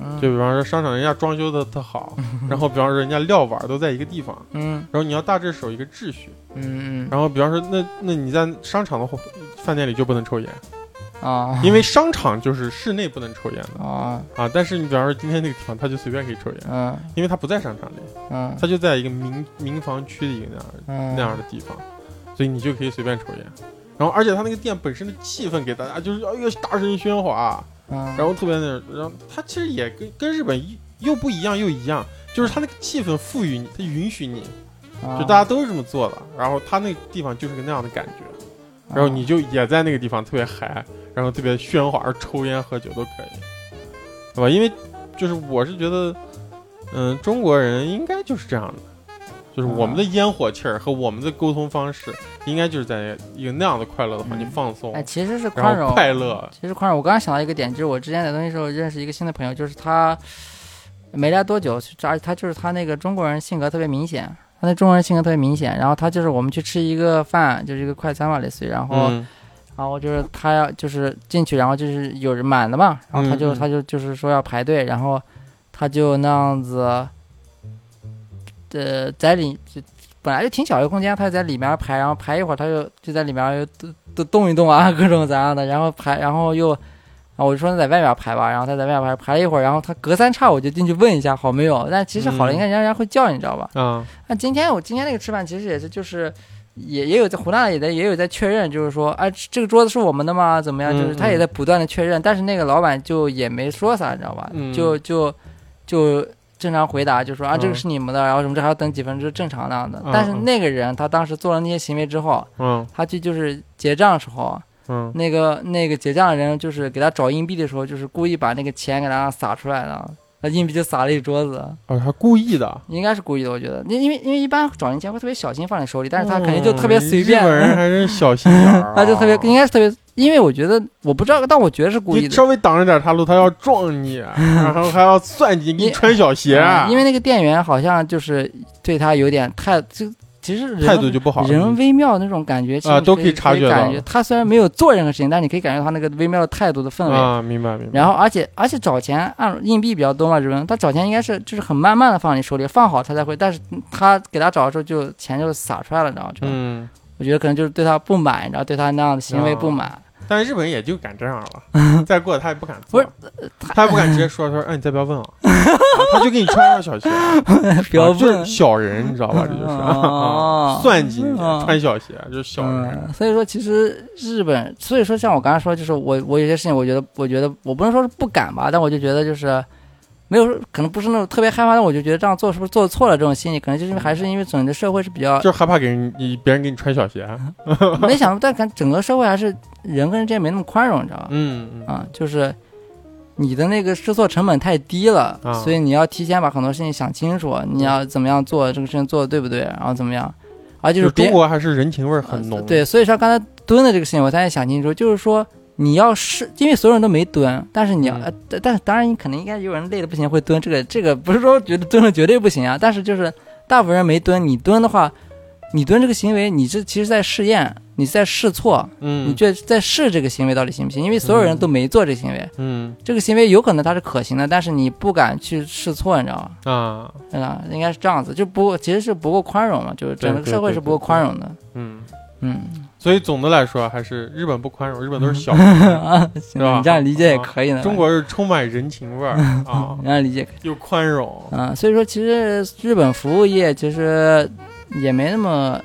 Speaker 2: 嗯
Speaker 1: 就比方说商场人家装修的特 好，然后比方说人家料碗都在一个地方，
Speaker 2: 嗯
Speaker 1: 然后你要大致守一个秩序，
Speaker 2: 嗯嗯
Speaker 1: 然后比方说那那你在商场的话饭店里就不能抽烟，
Speaker 2: 啊
Speaker 1: 因为商场就是室内不能抽烟的。
Speaker 2: 啊
Speaker 1: 啊，但是你比方说今天那个地方，他就随便可以抽烟，
Speaker 2: 嗯
Speaker 1: 因为他不在商场里，
Speaker 2: 嗯
Speaker 1: 他就在一个民民房区的一个那样
Speaker 2: 嗯
Speaker 1: 那样的地方，所以你就可以随便抽烟。然后，而且他那个店本身的气氛给大家就是哎呀大声喧哗，啊
Speaker 2: 嗯，
Speaker 1: 然后特别那种，然后他其实也跟跟日本一又不一样又一样，就是他那个气氛赋予你，他允许你，就大家
Speaker 2: 家，
Speaker 1: 都是这么做的。然后他那个地方就是个那样的感觉，
Speaker 2: 啊
Speaker 1: 然后你就也在那个地方特别嗨，然后特别喧哗，抽烟喝酒都可以，对吧？因为就是我是觉得，嗯，中国人应该就是这样的，就是我们的烟火气儿和我们的沟通方式，应该就是在一个那样的快乐的环境
Speaker 2: 嗯
Speaker 1: 放松，
Speaker 2: 哎，其实是宽
Speaker 1: 然
Speaker 2: 容
Speaker 1: 后快乐，
Speaker 2: 其实宽容，我刚刚想到一个点，就是我之前在东京时候认识一个新的朋友，就是他没来多久，而且他就是他那个中国人性格特别明显，他那中国人性格特别明显。然后他就是我们去吃一个饭，就是一个快餐嘛，类似于，然后、
Speaker 1: 嗯
Speaker 2: 然后就是他要就是进去，然后就是有人满的嘛，然后他就、
Speaker 1: 嗯嗯
Speaker 2: 他就就是说要排队，然后他就那样子，呃，在里就本来就挺小一个空间，他就在里面排，然后排一会儿，他就就在里面又动动动一动啊， 各种咋样的，然后排，然后又。啊，我就说在外面排吧，然后他在外面排排了一会儿，然后他隔三差五就进去问一下好没有，但其实好
Speaker 1: 嗯
Speaker 2: 了，应该人家人家会叫你知道吧？
Speaker 1: 啊，
Speaker 2: 那今天我今天那个吃饭其实也是就是也也有在湖南也在也有在确认，就是说，哎、这个桌子是我们的吗？怎么样？
Speaker 1: 嗯
Speaker 2: 就是他也在不断的确认，但是那个老板就也没说啥，你知道吧？
Speaker 1: 嗯
Speaker 2: 就就就正常回答，就说啊，
Speaker 1: 嗯
Speaker 2: 这个是你们的，然后什么这还要等几分钟，正常那样的
Speaker 1: 嗯。
Speaker 2: 但是
Speaker 1: 嗯
Speaker 2: 那个人他当时做了那些行为之后，
Speaker 1: 嗯
Speaker 2: 他去就是结账的时候，
Speaker 1: 嗯
Speaker 2: 那个那个结账的人就是给他找硬币的时候，就是故意把那个钱给他撒出来了，那硬币就撒了一桌子。
Speaker 1: 哦，他故意的，
Speaker 2: 应该是故意的，我觉得，因因为因为一般找人钱会特别小心放在手里，但是他肯定就特别随便，
Speaker 1: 嗯日，本人还是小心眼儿啊
Speaker 2: 他就特别应该是特别，因为我觉得我不知道，但我觉得是故意
Speaker 1: 你
Speaker 2: 的，
Speaker 1: 稍微挡着点他路，他要撞 你，然后还要算计你
Speaker 2: 因
Speaker 1: 穿小鞋啊，
Speaker 2: 嗯因为那个店员好像就是对他有点态，就其实人
Speaker 1: 态度就不好。
Speaker 2: 人微妙那种感觉其实
Speaker 1: 啊
Speaker 2: 你
Speaker 1: 都
Speaker 2: 可
Speaker 1: 可以察
Speaker 2: 可
Speaker 1: 觉
Speaker 2: 感
Speaker 1: 到
Speaker 2: 觉他虽然没有做任何事情，但是你可以感觉到他那个微妙的态度的氛围。
Speaker 1: 啊，明白明白。
Speaker 2: 然后，而且而且找钱按硬币比较多嘛，日本人他找钱应该是就是很慢慢的放你手里，放好他才会，但是他给他找的时候就钱就撒出来了，你知道吗？就
Speaker 1: 嗯，
Speaker 2: 我觉得可能就是对他不满，然后对他那样的行
Speaker 1: 啊
Speaker 2: 为不满。
Speaker 1: 但是日本人也就敢这样了，再过他也不敢做，
Speaker 2: 呃
Speaker 1: 他也不敢直接说， 他说，哎，你再不要问 了，他就给你穿上小鞋，
Speaker 2: 不要
Speaker 1: 啊就
Speaker 2: 问
Speaker 1: 是，小人，你知道吧？这就是
Speaker 2: 哦
Speaker 1: 啊算计你
Speaker 2: 哦
Speaker 1: 穿小鞋，就是小人。
Speaker 2: 嗯，所以说其实日本，所以说像我刚才说，就是我我有些事情，我觉得我觉得我不能说是不敢吧，但我就觉得就是没有，可能不是那种特别害怕，但我就觉得这样做是不是做错了这种心理，可能就是因为还是因为整个社会是比较
Speaker 1: 就是害怕给人你别人给你穿小鞋，啊
Speaker 2: 没想到，但感整个社会还是人跟人之间没那么宽容，你知道吧？
Speaker 1: 嗯，嗯
Speaker 2: 啊，就是你的那个试错成本太低了，
Speaker 1: 啊
Speaker 2: 所以你要提前把很多事情想清楚，你要怎么样做这个事情做的对不对，然后怎么样，而就
Speaker 1: 就是是
Speaker 2: 别
Speaker 1: 中国还是人情味儿很浓，
Speaker 2: 呃对，所以说刚才蹲的这个事情，我才想清楚，就是说你要是因为所有人都没蹲，但是你要，
Speaker 1: 嗯
Speaker 2: 呃但但是当然你肯定应该有人累的不行会蹲，这个这个不是说觉得蹲了绝对不行啊，但是就是大部分人没蹲，你蹲的话。你蹲这个行为，你这其实在试验，你在试错，你
Speaker 1: 嗯
Speaker 2: 觉得在试这个行为到底行不行？因为所有人都没做这行为，
Speaker 1: 嗯
Speaker 2: 这个行为有可能它是可行的，但是你不敢去试错，你知道吗？
Speaker 1: 啊
Speaker 2: 对吧？应该是这样子，就不够其实是不够宽容嘛，就是整
Speaker 1: 对
Speaker 2: 个
Speaker 1: 对
Speaker 2: 社会
Speaker 1: 对
Speaker 2: 是不够
Speaker 1: 对
Speaker 2: 宽容的。
Speaker 1: 嗯，
Speaker 2: 嗯，
Speaker 1: 所以总的来说啊还是日本不宽容，日本都是小人，
Speaker 2: 行，
Speaker 1: 是吧
Speaker 2: 你这样理解也
Speaker 1: 啊
Speaker 2: 可以的。
Speaker 1: 中国是充满人情 味儿啊
Speaker 2: 你，这样理解可以，
Speaker 1: 又宽容，
Speaker 2: 嗯，所以说其实日本服务业其实也没那么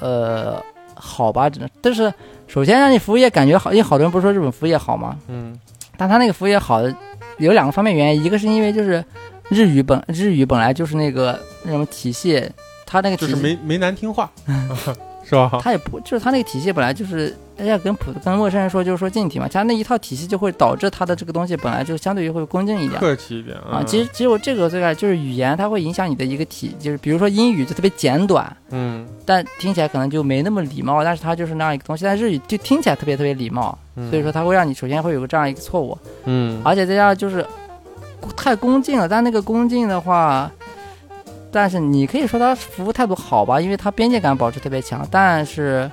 Speaker 2: 呃好吧，只能但是首先让你服务业感觉好，因为好多人不是说日本服务业好吗？
Speaker 1: 嗯
Speaker 2: 但他那个服务业好的有两个方面原因，一个是因为就是日语本日语本来就是那个那什么体系，它那个
Speaker 1: 就
Speaker 2: 体
Speaker 1: 是
Speaker 2: 系
Speaker 1: 没没难听话，
Speaker 2: 嗯
Speaker 1: 是吧？
Speaker 2: 它也不就是它那个体系本来就是哎呀跟普跟陌生人说就是说敬体嘛，它那一套体系就会导致它的这个东西本来就相对于会恭敬一点。
Speaker 1: 客气一点
Speaker 2: 啊，其实只有这个最大就是语言，它会影响你的一个体，就是比如说英语就特别简短，
Speaker 1: 嗯，
Speaker 2: 但听起来可能就没那么礼貌，但是它就是那样一个东西。但日语就听起来特别特别礼貌，
Speaker 1: 嗯
Speaker 2: 所以说啊它会让你首先会有个这样一个错误，
Speaker 1: 嗯
Speaker 2: 而且再加上就是太恭敬了，但那个恭敬的话，但是你可以说他服务态度好吧，因为他边界感保持特别强，但是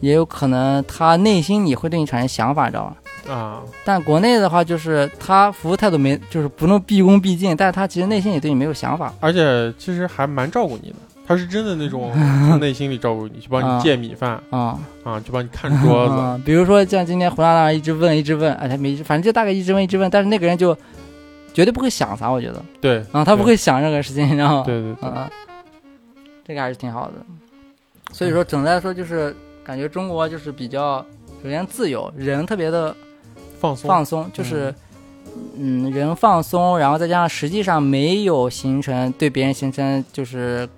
Speaker 2: 也有可能他内心你会对你产生想法，你知道吧？
Speaker 1: 啊
Speaker 2: 但国内的话，就是他服务态度没，就是不能毕恭毕敬，但是他其实内心也对你没有想法。
Speaker 1: 而且其实还蛮照顾你的，他是真的那 种从内心里照顾你，去帮
Speaker 2: 啊
Speaker 1: 你借米饭
Speaker 2: 啊、
Speaker 1: 啊，去帮你看桌子，
Speaker 2: 嗯，比如说像今天湖南那儿一直问一直问，哎，他没一直，反正就大概一直问一直问，但是那个人就绝对不会想啥，我觉得，
Speaker 1: 对，
Speaker 2: 啊，他不
Speaker 1: 对
Speaker 2: 会想任何事情，然后，
Speaker 1: 对对对，
Speaker 2: 嗯，这个还是挺好的。所以说，总的来说就是感觉中国就是比较首先自由，人特别的
Speaker 1: 放松，
Speaker 2: 放松，就是嗯，人放松，然后再加上实际上没有形成对别人形成就是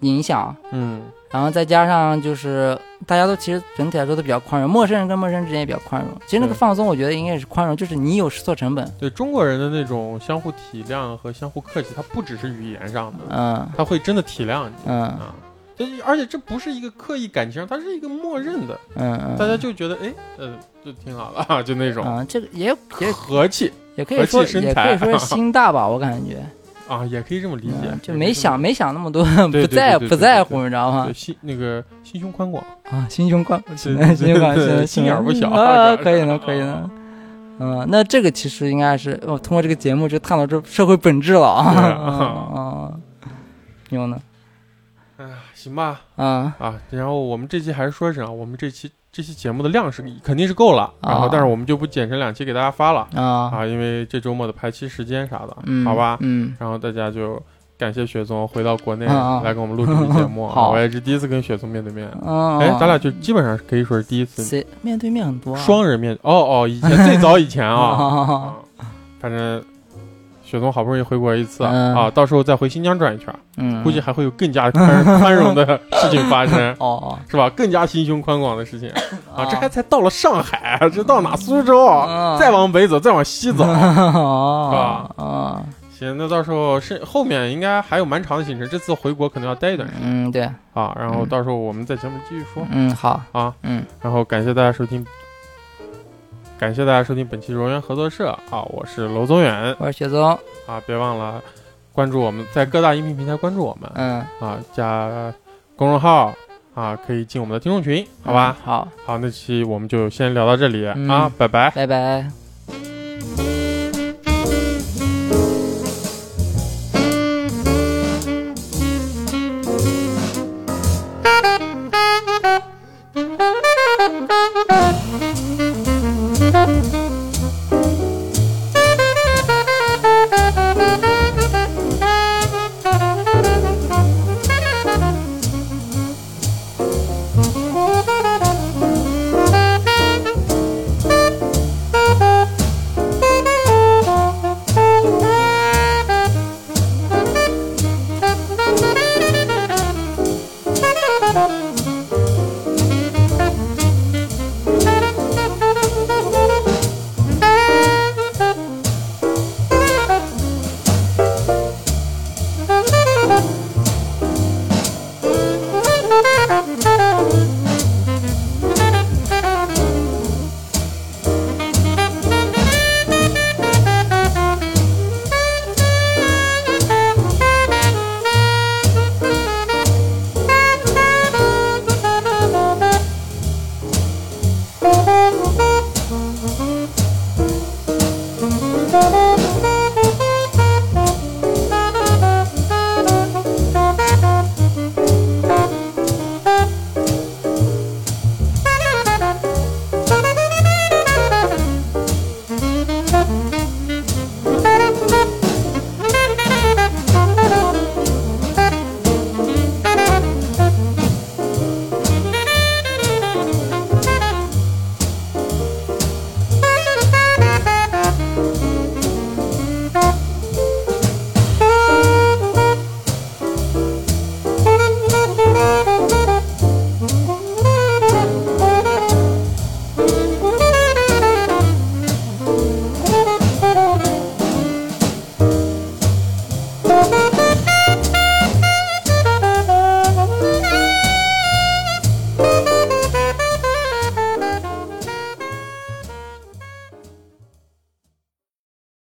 Speaker 2: 影响，
Speaker 1: 嗯
Speaker 2: 然后再加上就是大家都其实整体来说都比较宽容，陌生人跟陌生人之间也比较宽容。其实那个
Speaker 1: 对
Speaker 2: 放松，我觉得应该也是宽容，就是你有试错成本，
Speaker 1: 对中国人的那种相互体谅和相互客气，他不只是语言上的，
Speaker 2: 嗯
Speaker 1: 他会真的体谅你
Speaker 2: 嗯
Speaker 1: 啊。就是而且这不是一个刻意感情上，它是一个默认的，
Speaker 2: 嗯
Speaker 1: 大家
Speaker 2: 嗯，
Speaker 1: 就觉得哎，呃，就挺好的啊，就那种
Speaker 2: 嗯，这个也也
Speaker 1: 和气
Speaker 2: 也可以说
Speaker 1: 和气生
Speaker 2: 也可
Speaker 1: 财
Speaker 2: 以说是心大吧，我感觉。
Speaker 1: 啊，也可以这么理解
Speaker 2: 嗯，就
Speaker 1: 也可以
Speaker 2: 没
Speaker 1: 这么
Speaker 2: 想没想那么多，
Speaker 1: 对
Speaker 2: 不在
Speaker 1: 对对对
Speaker 2: 不在
Speaker 1: 对
Speaker 2: 乎，你知道吗
Speaker 1: 对？心那个心胸宽广，
Speaker 2: 啊，心 胸宽，
Speaker 1: 对
Speaker 2: 心
Speaker 1: 对对
Speaker 2: 胸宽，
Speaker 1: 对对
Speaker 2: 心
Speaker 1: 心眼儿不小
Speaker 2: 啊，
Speaker 1: 是吧
Speaker 2: 可以呢，可以 呢。嗯，那这个其实应该是哦，通过这个节目就探讨这社会本质了
Speaker 1: 对
Speaker 2: 啊
Speaker 1: 啊。
Speaker 2: 嗯，牛呢？
Speaker 1: 哎行吧，
Speaker 2: 啊，
Speaker 1: 啊，然后我们这期还是说一声啊，我们这期这期节目的量是肯定是够了，然后但是我们就不剪成两期给大家发了
Speaker 2: 啊，
Speaker 1: 啊，因为这周末的排期时间啥的，
Speaker 2: 嗯，
Speaker 1: 好吧，
Speaker 2: 嗯，
Speaker 1: 然后大家就感谢雪松回到国内
Speaker 2: 嗯嗯
Speaker 1: 来给我们录这期节目啊，
Speaker 2: 好
Speaker 1: 我也是第一次跟雪松面对面。
Speaker 2: 嗯，
Speaker 1: 哎，咱俩就基本上是可以说是第一次
Speaker 2: 谁面对面很多啊
Speaker 1: 双人面哦哦，以前最早以前啊，
Speaker 2: 啊，
Speaker 1: 啊反正雪松好不容易回国一次
Speaker 2: 嗯
Speaker 1: 啊，到时候再回新疆转一圈，
Speaker 2: 嗯，
Speaker 1: 估计还会有更加宽宽容的事情发 生，
Speaker 2: 哦
Speaker 1: 是吧？更加心胸宽广的事情
Speaker 2: 哦
Speaker 1: 啊，这还才到了上海，这到哪苏州啊？
Speaker 2: 啊
Speaker 1: 再往北走，再往西 走，
Speaker 2: 哦啊
Speaker 1: 行，那到时候是后面应该还有蛮长的行程，这次回国可能要待一段时间
Speaker 2: 嗯对
Speaker 1: 啊。然后
Speaker 2: 嗯
Speaker 1: 到时候我们在节目继续说。
Speaker 2: 嗯好
Speaker 1: 啊
Speaker 2: 嗯
Speaker 1: 然后感谢大家收听，感谢大家收听本期荣源合作社啊，我是娄宗远
Speaker 2: 我是雪宗
Speaker 1: 啊，别忘了关注我们，在各大音频平台关注我们
Speaker 2: 嗯
Speaker 1: 啊，加公众号啊，可以进我们的听众群，好吧？
Speaker 2: 好
Speaker 1: 好，那期我们就先聊到这里
Speaker 2: 嗯
Speaker 1: 啊，拜拜。
Speaker 2: 拜拜。